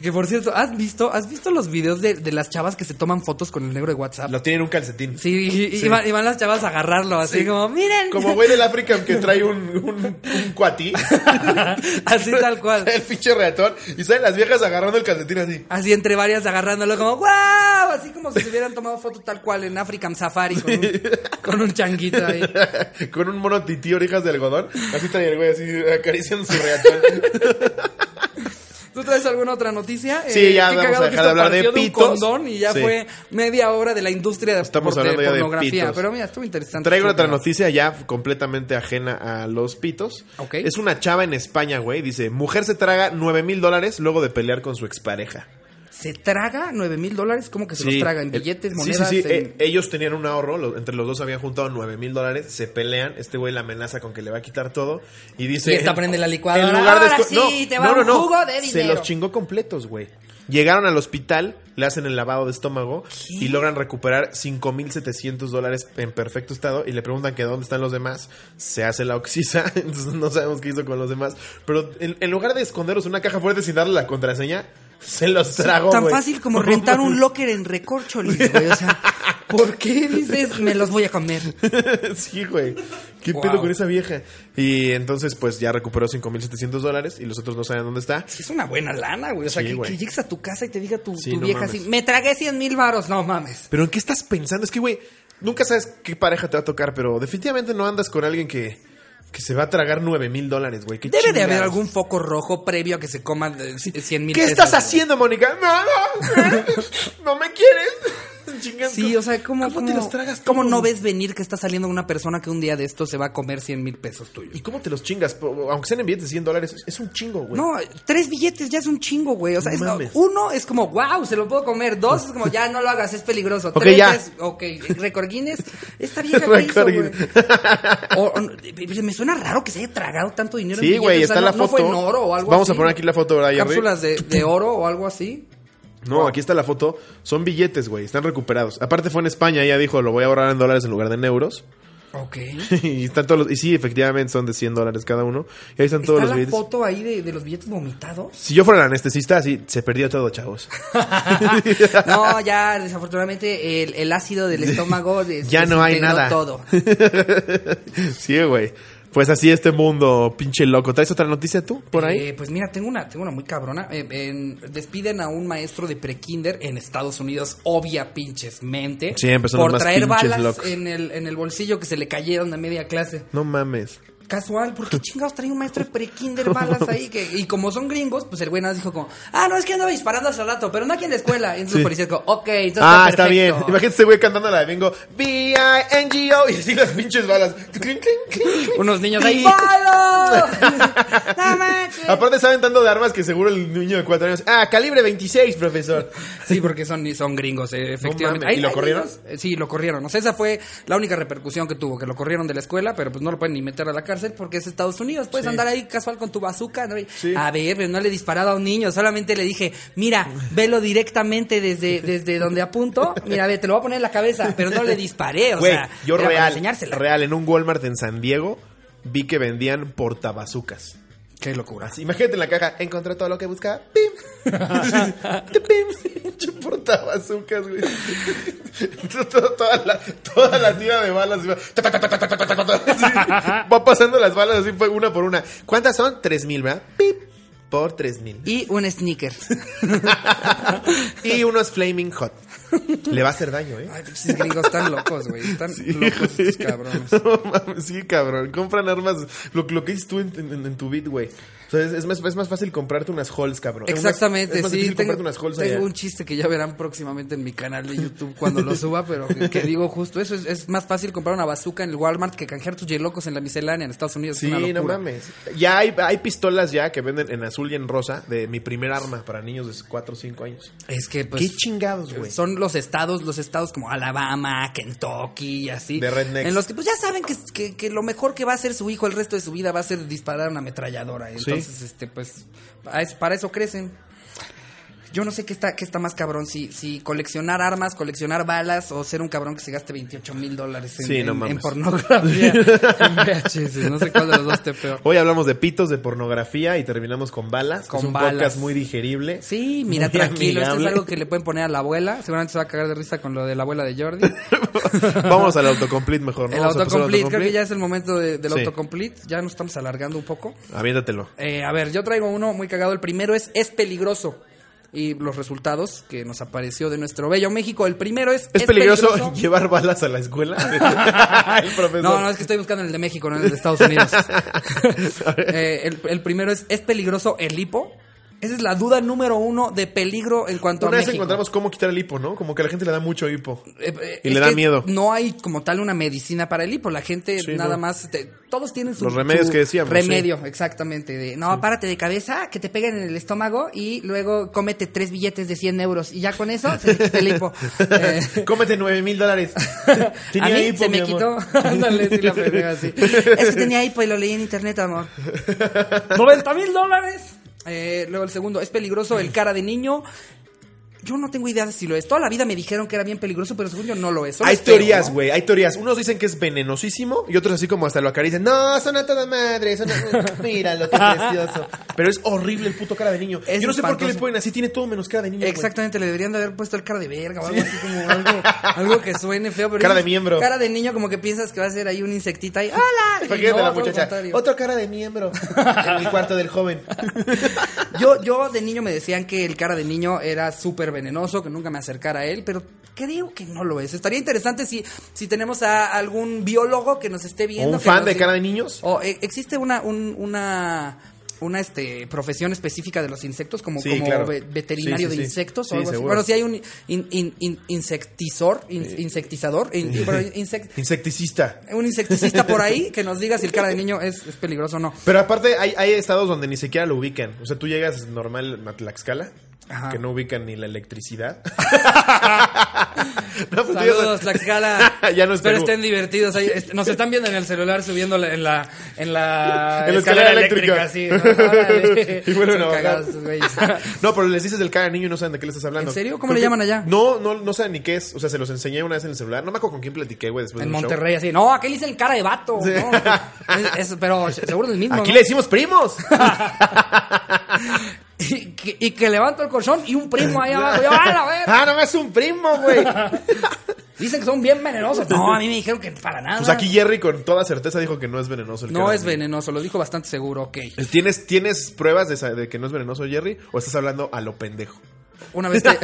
[SPEAKER 1] Que por cierto, ¿has visto, has visto los videos de, de las chavas que se toman fotos con el negro de WhatsApp?
[SPEAKER 2] [laughs] Lo tiene en un calcetín.
[SPEAKER 1] Sí, y, y van, y van las chavas a agarrarlo, así como, miren.
[SPEAKER 2] Como güey del África que trae un, un, un cuatí.
[SPEAKER 1] [laughs] así tal cual.
[SPEAKER 2] [laughs] El pinche reatón. Y salen las viejas agarrando el calcetín así.
[SPEAKER 1] Así entre varias agarrándolo como ¡Wow! Así como si se hubieran tomado foto tal cual en African Safari con
[SPEAKER 2] [laughs]
[SPEAKER 1] un, con un changuito ahí.
[SPEAKER 2] Con un mono [laughs] tití orejas de algodón. Así trae el güey así acariciando su reatón.
[SPEAKER 1] Tú ¿Tú traes alguna otra noticia? Eh,
[SPEAKER 2] Sí, ya
[SPEAKER 1] qué
[SPEAKER 2] vamos a
[SPEAKER 1] cagado que
[SPEAKER 2] dejar de
[SPEAKER 1] esto
[SPEAKER 2] hablar de
[SPEAKER 1] partió un
[SPEAKER 2] pitos.
[SPEAKER 1] condón y ya
[SPEAKER 2] Sí.
[SPEAKER 1] fue media hora de la industria de,
[SPEAKER 2] Estamos
[SPEAKER 1] por-
[SPEAKER 2] hablando ya de
[SPEAKER 1] pornografía.
[SPEAKER 2] pitos.
[SPEAKER 1] Pero mira, estuvo interesante.
[SPEAKER 2] Traigo
[SPEAKER 1] Estuvo
[SPEAKER 2] otra
[SPEAKER 1] cagado.
[SPEAKER 2] noticia ya completamente ajena a los pitos.
[SPEAKER 1] Ok.
[SPEAKER 2] Es una chava en España, güey. Dice, mujer se traga 9 mil dólares luego de pelear con su expareja.
[SPEAKER 1] ¿Se traga 9 mil dólares? ¿Cómo que se
[SPEAKER 2] Sí.
[SPEAKER 1] los traga? ¿En
[SPEAKER 2] Eh,
[SPEAKER 1] billetes,
[SPEAKER 2] sí,
[SPEAKER 1] monedas?
[SPEAKER 2] Sí, sí,
[SPEAKER 1] en-
[SPEAKER 2] Eh, ellos tenían un ahorro, lo- entre los dos habían juntado 9 mil dólares, se pelean, este güey la amenaza con que le va a quitar todo y dice...
[SPEAKER 1] Y esta prende la licuadora.
[SPEAKER 2] En lugar de
[SPEAKER 5] Ahora
[SPEAKER 2] esco-
[SPEAKER 5] sí, te va un jugo de
[SPEAKER 2] Se
[SPEAKER 5] dinero.
[SPEAKER 2] los chingó completos, güey. Llegaron al hospital, le hacen el lavado de estómago y logran recuperar 5.700 dólares en perfecto estado y le preguntan que dónde están los demás. Se hace la oxisa, [laughs] entonces no sabemos qué hizo con los demás. Pero en, en lugar de esconderlos en una caja fuerte sin darle la contraseña, se los tragó,
[SPEAKER 1] Tan
[SPEAKER 2] güey.
[SPEAKER 1] fácil
[SPEAKER 2] [laughs]
[SPEAKER 1] como rentar un locker en Recorcholis, güey. O sea, ¿por
[SPEAKER 2] [laughs]
[SPEAKER 1] qué dices me los voy a comer?
[SPEAKER 2] sí, güey. ¿Qué
[SPEAKER 1] Wow.
[SPEAKER 2] pedo con esa vieja? Y entonces, pues ya recuperó 5.700 dólares y los otros no saben dónde está.
[SPEAKER 1] Es una buena lana, güey. O sea,
[SPEAKER 2] Sí,
[SPEAKER 1] que,
[SPEAKER 2] güey.
[SPEAKER 1] que llegues a tu casa y te diga tu,
[SPEAKER 2] Sí,
[SPEAKER 1] tu
[SPEAKER 2] no
[SPEAKER 1] vieja
[SPEAKER 2] mames.
[SPEAKER 1] así, me tragué 100 mil varos. No mames.
[SPEAKER 2] ¿Pero en qué estás pensando? Es que, güey, nunca sabes qué pareja te va a tocar, pero definitivamente no andas con alguien que, que se va a tragar 9.000 dólares, güey. ¿Qué
[SPEAKER 1] Debe de
[SPEAKER 2] chingados?
[SPEAKER 1] haber algún foco rojo previo a que se coman 100 mil
[SPEAKER 2] ¿Qué estás haciendo, Mónica? Nada. no me quieres. [laughs] Chingas,
[SPEAKER 1] Sí, o sea, ¿cómo,
[SPEAKER 2] ¿Cómo te los tragas
[SPEAKER 1] ¿Cómo
[SPEAKER 2] todos?
[SPEAKER 1] no ves venir que está saliendo una persona que un día de esto se va a comer 100 mil pesos tuyos?
[SPEAKER 2] ¿Y cómo te los chingas? Po- Aunque sean en billetes de 100 dólares, es- es un chingo, güey.
[SPEAKER 1] No, tres billetes ya es un chingo, güey. O sea,
[SPEAKER 2] No
[SPEAKER 1] es-
[SPEAKER 2] mames.
[SPEAKER 1] uno es como, wow, se lo puedo comer. Dos
[SPEAKER 2] [laughs]
[SPEAKER 1] es como, ya no lo hagas, es peligroso.
[SPEAKER 2] Ok,
[SPEAKER 1] Tres
[SPEAKER 2] ya.
[SPEAKER 1] es, ok, récord Guinness. Esta
[SPEAKER 2] [laughs]
[SPEAKER 1] vieja que hizo,
[SPEAKER 2] Récord
[SPEAKER 1] güey.
[SPEAKER 2] Guinness.
[SPEAKER 1] O- o- Me suena raro que se haya tragado tanto dinero. en
[SPEAKER 2] Sí,
[SPEAKER 1] billetes.
[SPEAKER 2] güey,
[SPEAKER 1] O sea,
[SPEAKER 2] está
[SPEAKER 1] no-
[SPEAKER 2] la
[SPEAKER 1] No
[SPEAKER 2] foto.
[SPEAKER 1] fue en oro o algo
[SPEAKER 2] Vamos
[SPEAKER 1] así.
[SPEAKER 2] a poner aquí la foto, ¿verdad, Jerry?
[SPEAKER 1] Cápsulas de, de oro o algo así.
[SPEAKER 2] No, aquí está la foto. Son billetes, güey. Están recuperados. Aparte fue en España. Ella dijo, lo voy a ahorrar en dólares en lugar de en euros. [laughs]
[SPEAKER 1] Ok.
[SPEAKER 2] y están todos los- Y sí, efectivamente son de 100 dólares cada uno. Y ahí están [laughs] todos
[SPEAKER 1] Está
[SPEAKER 2] los
[SPEAKER 1] la
[SPEAKER 2] billetes.
[SPEAKER 1] foto ahí de, de los billetes
[SPEAKER 2] [laughs]
[SPEAKER 1] vomitados.
[SPEAKER 2] Si yo fuera el anestesista, así se perdió todo, chavos. [laughs]
[SPEAKER 1] no, ya desafortunadamente el, el ácido
[SPEAKER 2] [laughs]
[SPEAKER 1] del estómago des-
[SPEAKER 2] Ya no hay
[SPEAKER 1] desintegró
[SPEAKER 2] nada.
[SPEAKER 1] todo.
[SPEAKER 2] sí, güey. Pues así este mundo, pinche loco. ¿Traes otra noticia tú por ahí?
[SPEAKER 1] Eh, pues mira, tengo una, tengo una muy cabrona. Eh, en- despiden a un maestro de prekinder en Estados Unidos, obvia pinches mente.
[SPEAKER 2] Siempre son los
[SPEAKER 1] por
[SPEAKER 2] más
[SPEAKER 1] traer
[SPEAKER 2] pinches
[SPEAKER 1] balas
[SPEAKER 2] locos.
[SPEAKER 1] en el, en el bolsillo que se le cayeron de media clase.
[SPEAKER 2] No mames.
[SPEAKER 1] Casual,
[SPEAKER 2] [laughs]
[SPEAKER 1] ¿por qué chingados trae un maestro de prekinder balas ahí? Que, y como son gringos, pues el güey nada más dijo como, ah, no, es que andaba disparando hace rato, pero no aquí en la escuela. Y entonces el policía dijo, ok, entonces
[SPEAKER 2] ah, está bien.
[SPEAKER 1] perfecto".
[SPEAKER 2] Imagínate este güey cantando la de Bingo. B-I-N-G-O. Y así las pinches balas. Clink, clink, clink.
[SPEAKER 1] Unos
[SPEAKER 2] [laughs]
[SPEAKER 1] niños ahí,
[SPEAKER 2] Sí. [laughs]
[SPEAKER 1] ¡Palo! [laughs] ¡No manches!
[SPEAKER 2] Aparte saben tanto de armas que seguro el niño de cuatro años. Ah, calibre 26, profesor.
[SPEAKER 1] Sí, porque son, son gringos, eh, efectivamente.
[SPEAKER 2] mames. ¿Y lo
[SPEAKER 1] Hay- hay
[SPEAKER 2] corrieron?
[SPEAKER 1] niños- eh, Sí, lo corrieron. O sea, esa fue la única repercusión que tuvo, que lo corrieron de la escuela, pero pues no lo pueden ni meter a la cárcel porque es Estados Unidos. Puedes andar ahí casual con tu bazooka. ¿no? Y, A ver, pero no le he disparado a un niño, solamente le dije, mira, velo directamente desde, desde donde apunto. Mira, ve, te lo voy a poner en la cabeza, pero no le disparé. [laughs] O
[SPEAKER 2] Güey,
[SPEAKER 1] sea,
[SPEAKER 2] yo
[SPEAKER 1] era para
[SPEAKER 2] real,
[SPEAKER 1] enseñársela.
[SPEAKER 2] real, en un Walmart en San Diego vi que vendían portabazucas.
[SPEAKER 1] Qué locura.
[SPEAKER 2] Así, Imagínate en la caja, encontré todo lo que buscaba.
[SPEAKER 1] [laughs]
[SPEAKER 2] ¡Pim! ¡Pim! Pinche portabazucas, güey. Toda- toda, la, toda la tira de balas. iba- ta, ta, ta, ta, ta, ta, ta, ta, ta, ta, así.
[SPEAKER 1] [laughs]
[SPEAKER 2] Va pasando las balas así fue una por una. ¿Cuántas son? Tres mil, ¿verdad? ¡Pip! Por tres
[SPEAKER 1] [laughs]
[SPEAKER 2] mil.
[SPEAKER 1] Y un sneaker.
[SPEAKER 2] Y unos Flaming Hot. Le va a hacer daño, ¿eh?
[SPEAKER 1] Ay, pinches gringos están locos, güey. Están locos estos cabrones.
[SPEAKER 2] [laughs] No mames, sí, cabrón. Compran armas. Lo, lo que dices tú en, en- en tu bit, güey. O sea, es, es más, es más fácil comprarte unas halls, cabrón. Es más-
[SPEAKER 1] Exactamente,
[SPEAKER 2] es más
[SPEAKER 1] sí.
[SPEAKER 2] difícil
[SPEAKER 1] Tengo,
[SPEAKER 2] comprarte unas halls
[SPEAKER 1] tengo
[SPEAKER 2] allá.
[SPEAKER 1] un chiste que ya verán próximamente en mi canal de YouTube cuando lo suba, pero que, que digo justo eso. Es, es más fácil comprar una bazooka en el Walmart que canjear tus yelocos en la miscelánea en Estados Unidos. es
[SPEAKER 2] Sí,
[SPEAKER 1] una
[SPEAKER 2] no
[SPEAKER 1] locura.
[SPEAKER 2] mames. Ya hay, hay pistolas ya que venden en azul y en rosa de mi primer arma para niños de 4 o 5 años.
[SPEAKER 1] Es que, pues.
[SPEAKER 2] Qué chingados, güey.
[SPEAKER 1] Son los estados, los estados como Alabama, Kentucky y así.
[SPEAKER 2] De rednecks.
[SPEAKER 1] En los que, pues ya saben que, que, que lo mejor que va a hacer su hijo el resto de su vida va a ser disparar una ametralladora. Entonces, este, pues, a eso- para eso crecen. Yo no sé qué está, qué está más cabrón, si, si coleccionar armas, coleccionar balas o ser un cabrón que se gaste 28 mil dólares en,
[SPEAKER 2] Sí, no
[SPEAKER 1] en- en
[SPEAKER 2] mames. [laughs]
[SPEAKER 1] pornografía. en VHS, no sé cuál de los dos esté peor.
[SPEAKER 2] Hoy hablamos de pitos, de pornografía y terminamos con balas.
[SPEAKER 1] Con
[SPEAKER 2] es un
[SPEAKER 1] balas.
[SPEAKER 2] podcast muy digerible.
[SPEAKER 1] Sí, mira,
[SPEAKER 2] Muy
[SPEAKER 1] tranquilo, esto
[SPEAKER 2] amigable.
[SPEAKER 1] es algo que le pueden poner a la abuela. Seguramente se va a cagar de risa con lo de la abuela de Jordi.
[SPEAKER 2] [laughs] Vamos al autocomplete mejor, ¿no?
[SPEAKER 1] El
[SPEAKER 2] Vamos a pasar al
[SPEAKER 1] autocomplete, creo que
[SPEAKER 2] autocomplete.
[SPEAKER 1] ya es el momento de- del
[SPEAKER 2] Sí.
[SPEAKER 1] autocomplete. Ya nos estamos alargando un poco.
[SPEAKER 2] Aviéntatelo.
[SPEAKER 1] Eh, a ver, yo traigo uno muy cagado. El primero es es peligroso. Y los resultados que nos apareció de nuestro bello México. El primero es
[SPEAKER 2] ¿Es, peligroso, [laughs] llevar balas a
[SPEAKER 1] [laughs]
[SPEAKER 2] la escuela? el profesor.
[SPEAKER 1] No, no, es que estoy buscando el de México,
[SPEAKER 2] [laughs]
[SPEAKER 1] no el de Estados Unidos. Eh, el, el primero es es peligroso el hipo. Esa es la duda número uno de peligro en cuanto
[SPEAKER 2] Una
[SPEAKER 1] a
[SPEAKER 2] vez
[SPEAKER 1] México.
[SPEAKER 2] encontramos cómo quitar el hipo, ¿no? Como que a la gente le da mucho hipo.
[SPEAKER 1] Eh, eh,
[SPEAKER 2] Y
[SPEAKER 1] es
[SPEAKER 2] le da
[SPEAKER 1] que
[SPEAKER 2] miedo.
[SPEAKER 1] No hay como tal una medicina para el hipo. La gente
[SPEAKER 2] Sí,
[SPEAKER 1] nada
[SPEAKER 2] no.
[SPEAKER 1] más. te- todos tienen su,
[SPEAKER 2] Los remedios
[SPEAKER 1] su
[SPEAKER 2] que decíamos,
[SPEAKER 1] Remedio, exactamente. de, no, párate de cabeza, que te peguen en el estómago y luego cómete tres billetes de 100 euros. Y ya con eso se te quita el
[SPEAKER 2] [laughs]
[SPEAKER 1] hipo. Eh,
[SPEAKER 3] Cómete 9
[SPEAKER 1] [laughs]
[SPEAKER 3] mil dólares.
[SPEAKER 1] a
[SPEAKER 3] Tenía
[SPEAKER 1] mí
[SPEAKER 3] hipo,
[SPEAKER 1] se
[SPEAKER 3] mi
[SPEAKER 1] me quitó. [laughs]
[SPEAKER 3] amor.
[SPEAKER 1] Ándale, sí, la pendeja, sí. Es que tenía hipo y lo leí en internet,
[SPEAKER 2] [laughs]
[SPEAKER 1] amor. ¡90 mil dólares! Eh, luego el segundo, es peligroso el cara de niño. Yo no tengo idea de si lo es. Toda la vida me dijeron que era bien peligroso, pero según yo no lo es. Solo
[SPEAKER 2] Hay
[SPEAKER 1] es feo,
[SPEAKER 2] teorías,
[SPEAKER 1] ¿no?
[SPEAKER 2] güey, hay teorías. Unos dicen que es venenosísimo y otros así como hasta lo acarician. No,
[SPEAKER 3] No, son a toda madre.
[SPEAKER 1] [laughs]
[SPEAKER 3] Son a... Mira lo que precioso.
[SPEAKER 2] pero es horrible el puto cara de niño.
[SPEAKER 1] Es
[SPEAKER 2] Yo no sé por qué
[SPEAKER 1] espantoso.
[SPEAKER 2] le ponen así, tiene todo menos cara de niño. güey.
[SPEAKER 1] Exactamente, le deberían de haber puesto el cara de verga o algo así como algo, algo que suene feo. Pero
[SPEAKER 2] Cara
[SPEAKER 1] es-
[SPEAKER 2] de miembro.
[SPEAKER 1] Cara de niño, como que piensas que va a ser ahí un insectita y ¡Hola! Y no,
[SPEAKER 2] Imagínate
[SPEAKER 1] todo
[SPEAKER 2] la
[SPEAKER 1] lo
[SPEAKER 2] muchacha.
[SPEAKER 1] contrario.
[SPEAKER 3] Otro cara
[SPEAKER 1] [laughs]
[SPEAKER 3] de miembro. En el cuarto del joven.
[SPEAKER 1] Yo, yo de niño me decían que el cara de niño era súper venenoso, que nunca me acercara a él, pero creo que no lo es. Estaría interesante si, si tenemos a algún biólogo que nos esté
[SPEAKER 2] ¿O
[SPEAKER 1] viendo.
[SPEAKER 2] un
[SPEAKER 1] que
[SPEAKER 2] fan
[SPEAKER 1] nos
[SPEAKER 2] de
[SPEAKER 1] diga-
[SPEAKER 2] cara de niños?
[SPEAKER 1] O, eh, existe una, un- una, una este, profesión específica de los insectos, como,
[SPEAKER 2] Sí,
[SPEAKER 1] como
[SPEAKER 2] claro.
[SPEAKER 1] ve-
[SPEAKER 2] Sí,
[SPEAKER 1] veterinario
[SPEAKER 2] sí,
[SPEAKER 1] de
[SPEAKER 2] sí.
[SPEAKER 1] insectos
[SPEAKER 2] Sí,
[SPEAKER 1] o algo así.
[SPEAKER 2] seguro.
[SPEAKER 1] Bueno, sí hay un in- in- in- insectizor, in- insectizador, in- bueno, insect-
[SPEAKER 2] Insecticista.
[SPEAKER 1] un insecticista por ahí que nos diga si el cara de niño es, es peligroso o no.
[SPEAKER 2] Pero aparte hay, hay estados donde ni siquiera lo ubican. O sea, tú llegas normal a Tlaxcala,
[SPEAKER 1] Ajá.
[SPEAKER 2] que no ubican ni
[SPEAKER 1] [laughs]
[SPEAKER 2] la electricidad. No, pues, tío,
[SPEAKER 1] Saludos, Tlaxcala.
[SPEAKER 2] [laughs] ya no es
[SPEAKER 1] Pero
[SPEAKER 2] Perú.
[SPEAKER 1] estén divertidos. ahí. Est- Nos están viendo en el celular subiendo la- en la, en la,
[SPEAKER 2] En la escalera eléctrica.
[SPEAKER 1] sí, ¿no?
[SPEAKER 2] [laughs] Y vuelven
[SPEAKER 1] Son
[SPEAKER 2] a bajar.
[SPEAKER 1] cagados estos güeyes.
[SPEAKER 2] [laughs] No, pero les dices del cara de niño y no saben de qué les estás hablando.
[SPEAKER 1] ¿En serio? ¿Cómo
[SPEAKER 2] Creo
[SPEAKER 1] le
[SPEAKER 2] que-
[SPEAKER 1] llaman allá?
[SPEAKER 2] No, no, no saben ni qué es. O sea, se los enseñé una vez en el celular. No me acuerdo con quién platiqué, güey, después
[SPEAKER 1] En
[SPEAKER 2] del pues, show.
[SPEAKER 1] Monterrey, así. No, aquí le dicen cara de vato.
[SPEAKER 2] Sí.
[SPEAKER 1] ¿no? [laughs] Es- es- pero seguro es el mismo.
[SPEAKER 2] Aquí
[SPEAKER 1] ¿no?
[SPEAKER 2] le decimos primos.
[SPEAKER 1] [laughs] y, que, y que levanto el colchón y un primo ahí abajo. Yo, "A la verga".
[SPEAKER 2] ah, no es un primo,
[SPEAKER 1] [laughs]
[SPEAKER 2] güey.
[SPEAKER 1] Dicen que son bien venenosos. No, a mí me dijeron que para nada.
[SPEAKER 2] Pues aquí Jerry con toda certeza dijo que no es venenoso el
[SPEAKER 1] no
[SPEAKER 2] cara de
[SPEAKER 1] es
[SPEAKER 2] niño.
[SPEAKER 1] venenoso, lo dijo bastante seguro, ok.
[SPEAKER 2] ¿Tienes, ¿Tienes pruebas de, esa- de que no es venenoso Jerry o estás hablando a lo pendejo?
[SPEAKER 1] Una vez que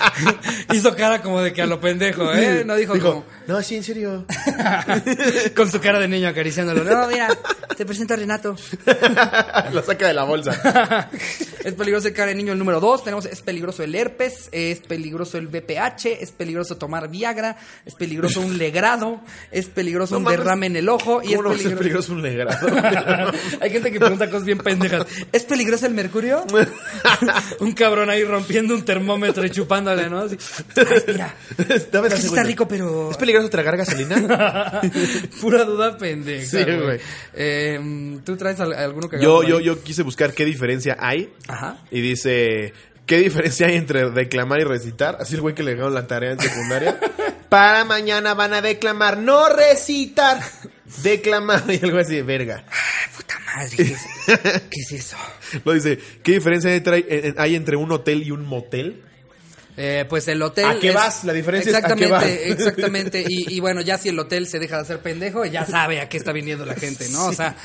[SPEAKER 1] [laughs] hizo cara como de que a lo pendejo, ¿eh? No dijo, como... [laughs]
[SPEAKER 3] No, sí, en serio.
[SPEAKER 1] Con su cara de niño acariciándolo. No, mira, te presento a Renato.
[SPEAKER 2] [laughs] Lo saca de la bolsa.
[SPEAKER 1] es peligroso el cara de niño el número 2. Tenemos es peligroso el herpes, es peligroso el VPH, es peligroso tomar Viagra, es peligroso un legrado, es peligroso
[SPEAKER 2] No
[SPEAKER 1] un
[SPEAKER 2] mames.
[SPEAKER 1] derrame en el ojo y es
[SPEAKER 2] ¿Cómo no va a ser
[SPEAKER 1] peligroso.
[SPEAKER 2] peligroso un legrado? [laughs]
[SPEAKER 1] [laughs] Hay gente que pregunta cosas bien pendejas. ¿Es peligroso el
[SPEAKER 2] [laughs]
[SPEAKER 1] mercurio? un cabrón ahí rompiendo un termómetro y chupándole, ¿no? Así, "Ay, mira,
[SPEAKER 2] Dame
[SPEAKER 1] es
[SPEAKER 2] dos
[SPEAKER 1] que sí está
[SPEAKER 2] segundos.
[SPEAKER 1] rico, pero
[SPEAKER 2] [laughs] ¿Es peligroso tragar gasolina?
[SPEAKER 1] [laughs] pura duda pendeja.
[SPEAKER 2] Sí,
[SPEAKER 1] güey.
[SPEAKER 2] güey.
[SPEAKER 1] Eh, ¿Tú traes al- alguno que
[SPEAKER 2] yo, yo, yo quise buscar qué diferencia hay.
[SPEAKER 1] Ajá.
[SPEAKER 2] Y dice, ¿qué diferencia hay entre declamar y recitar? Así el güey que le dieron la tarea en
[SPEAKER 1] [laughs]
[SPEAKER 2] secundaria.
[SPEAKER 3] Para mañana van a declamar, no recitar.
[SPEAKER 2] declamar y algo así de verga.
[SPEAKER 1] Puta madre, ¿qué es,
[SPEAKER 2] [laughs]
[SPEAKER 1] qué es eso?
[SPEAKER 2] Lo dice, ¿qué diferencia hay, tra- en- en- hay entre un hotel y un
[SPEAKER 1] [laughs]
[SPEAKER 2] motel?
[SPEAKER 1] Eh, pues el hotel.
[SPEAKER 2] ¿A qué vas? La diferencia es a qué
[SPEAKER 1] exactamente, [laughs]
[SPEAKER 2] vas.
[SPEAKER 1] Exactamente. Y, y bueno, ya si el hotel se deja de hacer pendejo, ya sabe a qué está viniendo la gente, ¿no? O sea.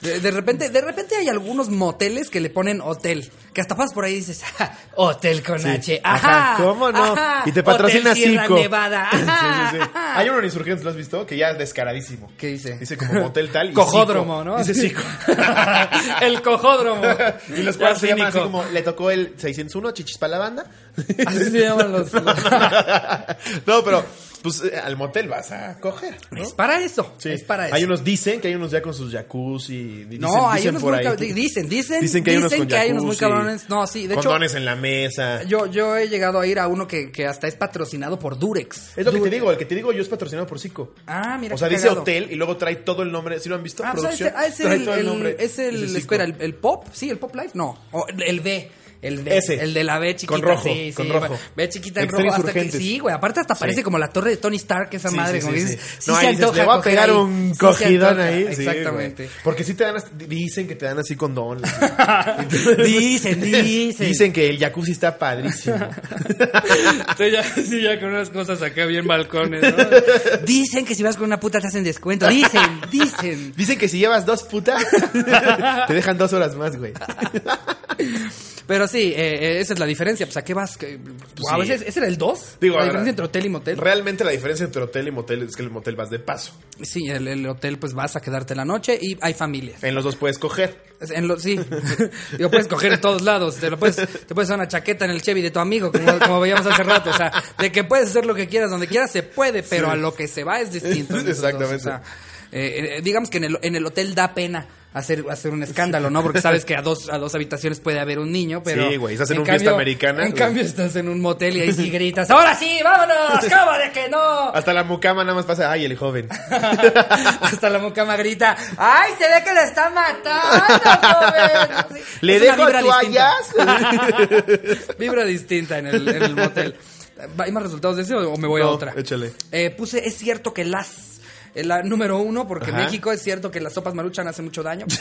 [SPEAKER 1] De, de repente, de repente hay algunos moteles que le ponen hotel, que hasta pasas por ahí y dices, "Ah, hotel con H, ajá,
[SPEAKER 2] Ajá, ¿cómo no?
[SPEAKER 1] ajá,
[SPEAKER 2] Y te patrocina
[SPEAKER 1] hotel Sierra
[SPEAKER 2] Zico.
[SPEAKER 1] Nevada, ajá,
[SPEAKER 2] [laughs] Sí, sí, sí.
[SPEAKER 1] ajá".
[SPEAKER 2] Hay uno en Insurgentes, ¿lo has visto? Que ya es descaradísimo.
[SPEAKER 1] ¿Qué dice?
[SPEAKER 2] Dice como motel tal y
[SPEAKER 1] Cojódromo,
[SPEAKER 2] Zico.
[SPEAKER 1] ¿no?
[SPEAKER 2] Dice psico.
[SPEAKER 1] [laughs] el cojódromo.
[SPEAKER 2] [laughs] y los
[SPEAKER 1] Ya
[SPEAKER 2] cuadros se llaman así
[SPEAKER 1] cínico.
[SPEAKER 2] como, le tocó el 601, chichis para la banda.
[SPEAKER 1] [laughs] Así se llaman
[SPEAKER 2] [laughs]
[SPEAKER 1] los-
[SPEAKER 2] no, pero pues eh, al motel vas a coger. ¿no?
[SPEAKER 1] Es para eso,
[SPEAKER 2] Sí.
[SPEAKER 1] es para eso.
[SPEAKER 2] Hay unos dicen que hay unos ya con sus jacuzzi. Dicen,
[SPEAKER 1] No, hay
[SPEAKER 2] dicen
[SPEAKER 1] unos
[SPEAKER 2] por
[SPEAKER 1] muy
[SPEAKER 2] ahí
[SPEAKER 1] cab-
[SPEAKER 2] que-
[SPEAKER 1] di- dicen, dicen,
[SPEAKER 2] Dicen que hay unos
[SPEAKER 1] dicen
[SPEAKER 2] con
[SPEAKER 1] que hay unos muy
[SPEAKER 2] jacuzzi,
[SPEAKER 1] cabrones. No, sí, de hecho-
[SPEAKER 2] condones en la mesa.
[SPEAKER 1] Yo, yo he llegado a ir a uno que, que hasta es patrocinado por Durex.
[SPEAKER 2] Es lo que te digo, el que te digo yo es patrocinado por Zico.
[SPEAKER 1] Ah, mira
[SPEAKER 2] O sea,
[SPEAKER 1] qué
[SPEAKER 2] dice
[SPEAKER 1] cagado.
[SPEAKER 2] hotel y luego trae todo el nombre. ¿Sí lo han visto?
[SPEAKER 1] Ah, pues, ah, ese-
[SPEAKER 2] Producción.
[SPEAKER 1] ah, ese
[SPEAKER 2] trae
[SPEAKER 1] el-
[SPEAKER 2] todo el
[SPEAKER 1] el-
[SPEAKER 2] nombre.
[SPEAKER 1] es
[SPEAKER 2] Dice
[SPEAKER 1] el,
[SPEAKER 2] Zico.
[SPEAKER 1] espera, el, el pop, sí, el pop live, no, o el B. El B,
[SPEAKER 2] Ese.
[SPEAKER 1] el de la B chiquita,
[SPEAKER 2] Con rojo,
[SPEAKER 1] sí,
[SPEAKER 2] con
[SPEAKER 1] sí,
[SPEAKER 2] rojo.
[SPEAKER 1] B chiquita en
[SPEAKER 2] Extreme
[SPEAKER 1] rojo hasta que
[SPEAKER 2] Insurgentes.
[SPEAKER 1] sí, güey, aparte hasta parece como la torre de Tony Stark esa
[SPEAKER 2] Sí,
[SPEAKER 1] madre,
[SPEAKER 2] sí,
[SPEAKER 1] como
[SPEAKER 2] sí,
[SPEAKER 1] que dices,
[SPEAKER 2] sí.
[SPEAKER 1] sí
[SPEAKER 2] No,
[SPEAKER 1] se
[SPEAKER 2] ahí dices,
[SPEAKER 1] antoja
[SPEAKER 2] le voy a
[SPEAKER 1] coger
[SPEAKER 2] pegar
[SPEAKER 1] ahí,
[SPEAKER 2] un
[SPEAKER 1] sí se
[SPEAKER 2] cogidón
[SPEAKER 1] antoja,
[SPEAKER 2] ahí. Sí,
[SPEAKER 1] Exactamente.
[SPEAKER 2] güey. Porque sí te dan, hasta- dicen que te dan así condón.
[SPEAKER 1] [laughs] dicen, dicen.
[SPEAKER 2] Dicen que el jacuzzi está padrísimo.
[SPEAKER 1] [laughs]
[SPEAKER 4] Estoy ya, sí, ya con unas cosas acá bien balcones, ¿no?
[SPEAKER 1] Dicen que si vas con una puta te hacen descuento. Dicen, dicen.
[SPEAKER 2] [laughs] Dicen que si llevas dos putas, te dejan dos horas más, güey.
[SPEAKER 1] Pero sí, eh, eh, esa es la diferencia. Pues a qué vas. Que- wow,
[SPEAKER 2] sí.
[SPEAKER 1] ¿ese, ese era el 2?
[SPEAKER 2] Digo,
[SPEAKER 1] la
[SPEAKER 2] ahora-
[SPEAKER 1] diferencia entre hotel y motel.
[SPEAKER 2] Realmente la diferencia entre hotel y motel es que el motel vas de paso.
[SPEAKER 1] Sí, el, el hotel pues vas a quedarte la noche y hay familias.
[SPEAKER 2] En los dos puedes coger.
[SPEAKER 1] En lo- sí, [laughs] digo, puedes coger en todos lados, te, lo puedes, te puedes hacer una chaqueta en el Chevy de tu amigo, como, como veíamos hace rato, o sea, de que puedes hacer lo que quieras, donde quieras, se puede, pero a lo que se va es distinto. en esos dos,
[SPEAKER 2] [laughs] Exactamente.
[SPEAKER 1] o sea, eh, eh, digamos que en el, en el hotel da pena hacer, hacer un escándalo, ¿no? Porque sabes que a dos, a dos habitaciones puede haber un niño, pero...
[SPEAKER 2] Sí, güey, estás en un fiesta americana.
[SPEAKER 1] En cambio estás en un motel y ahí sí gritas, ¡Ahora sí, vámonos! ¡Cómo de que
[SPEAKER 2] [laughs]
[SPEAKER 1] no!
[SPEAKER 2] Hasta la mucama nada más pasa, ay, el joven.
[SPEAKER 1] Hasta la mucama grita, ¡ay, se ve que la está matando, joven!
[SPEAKER 2] ¿Le
[SPEAKER 1] Es una
[SPEAKER 2] dejo
[SPEAKER 1] vibra
[SPEAKER 2] toallas?
[SPEAKER 1] distinta. [laughs] vibra distinta en el, en el motel. ¿Hay más resultados de ese o me voy a
[SPEAKER 2] No,
[SPEAKER 1] otra?
[SPEAKER 2] échale.
[SPEAKER 1] Eh, puse, es cierto que las... eh, La número uno, porque
[SPEAKER 2] Ajá.
[SPEAKER 1] en México es cierto que las sopas maruchan hacen mucho daño. [laughs]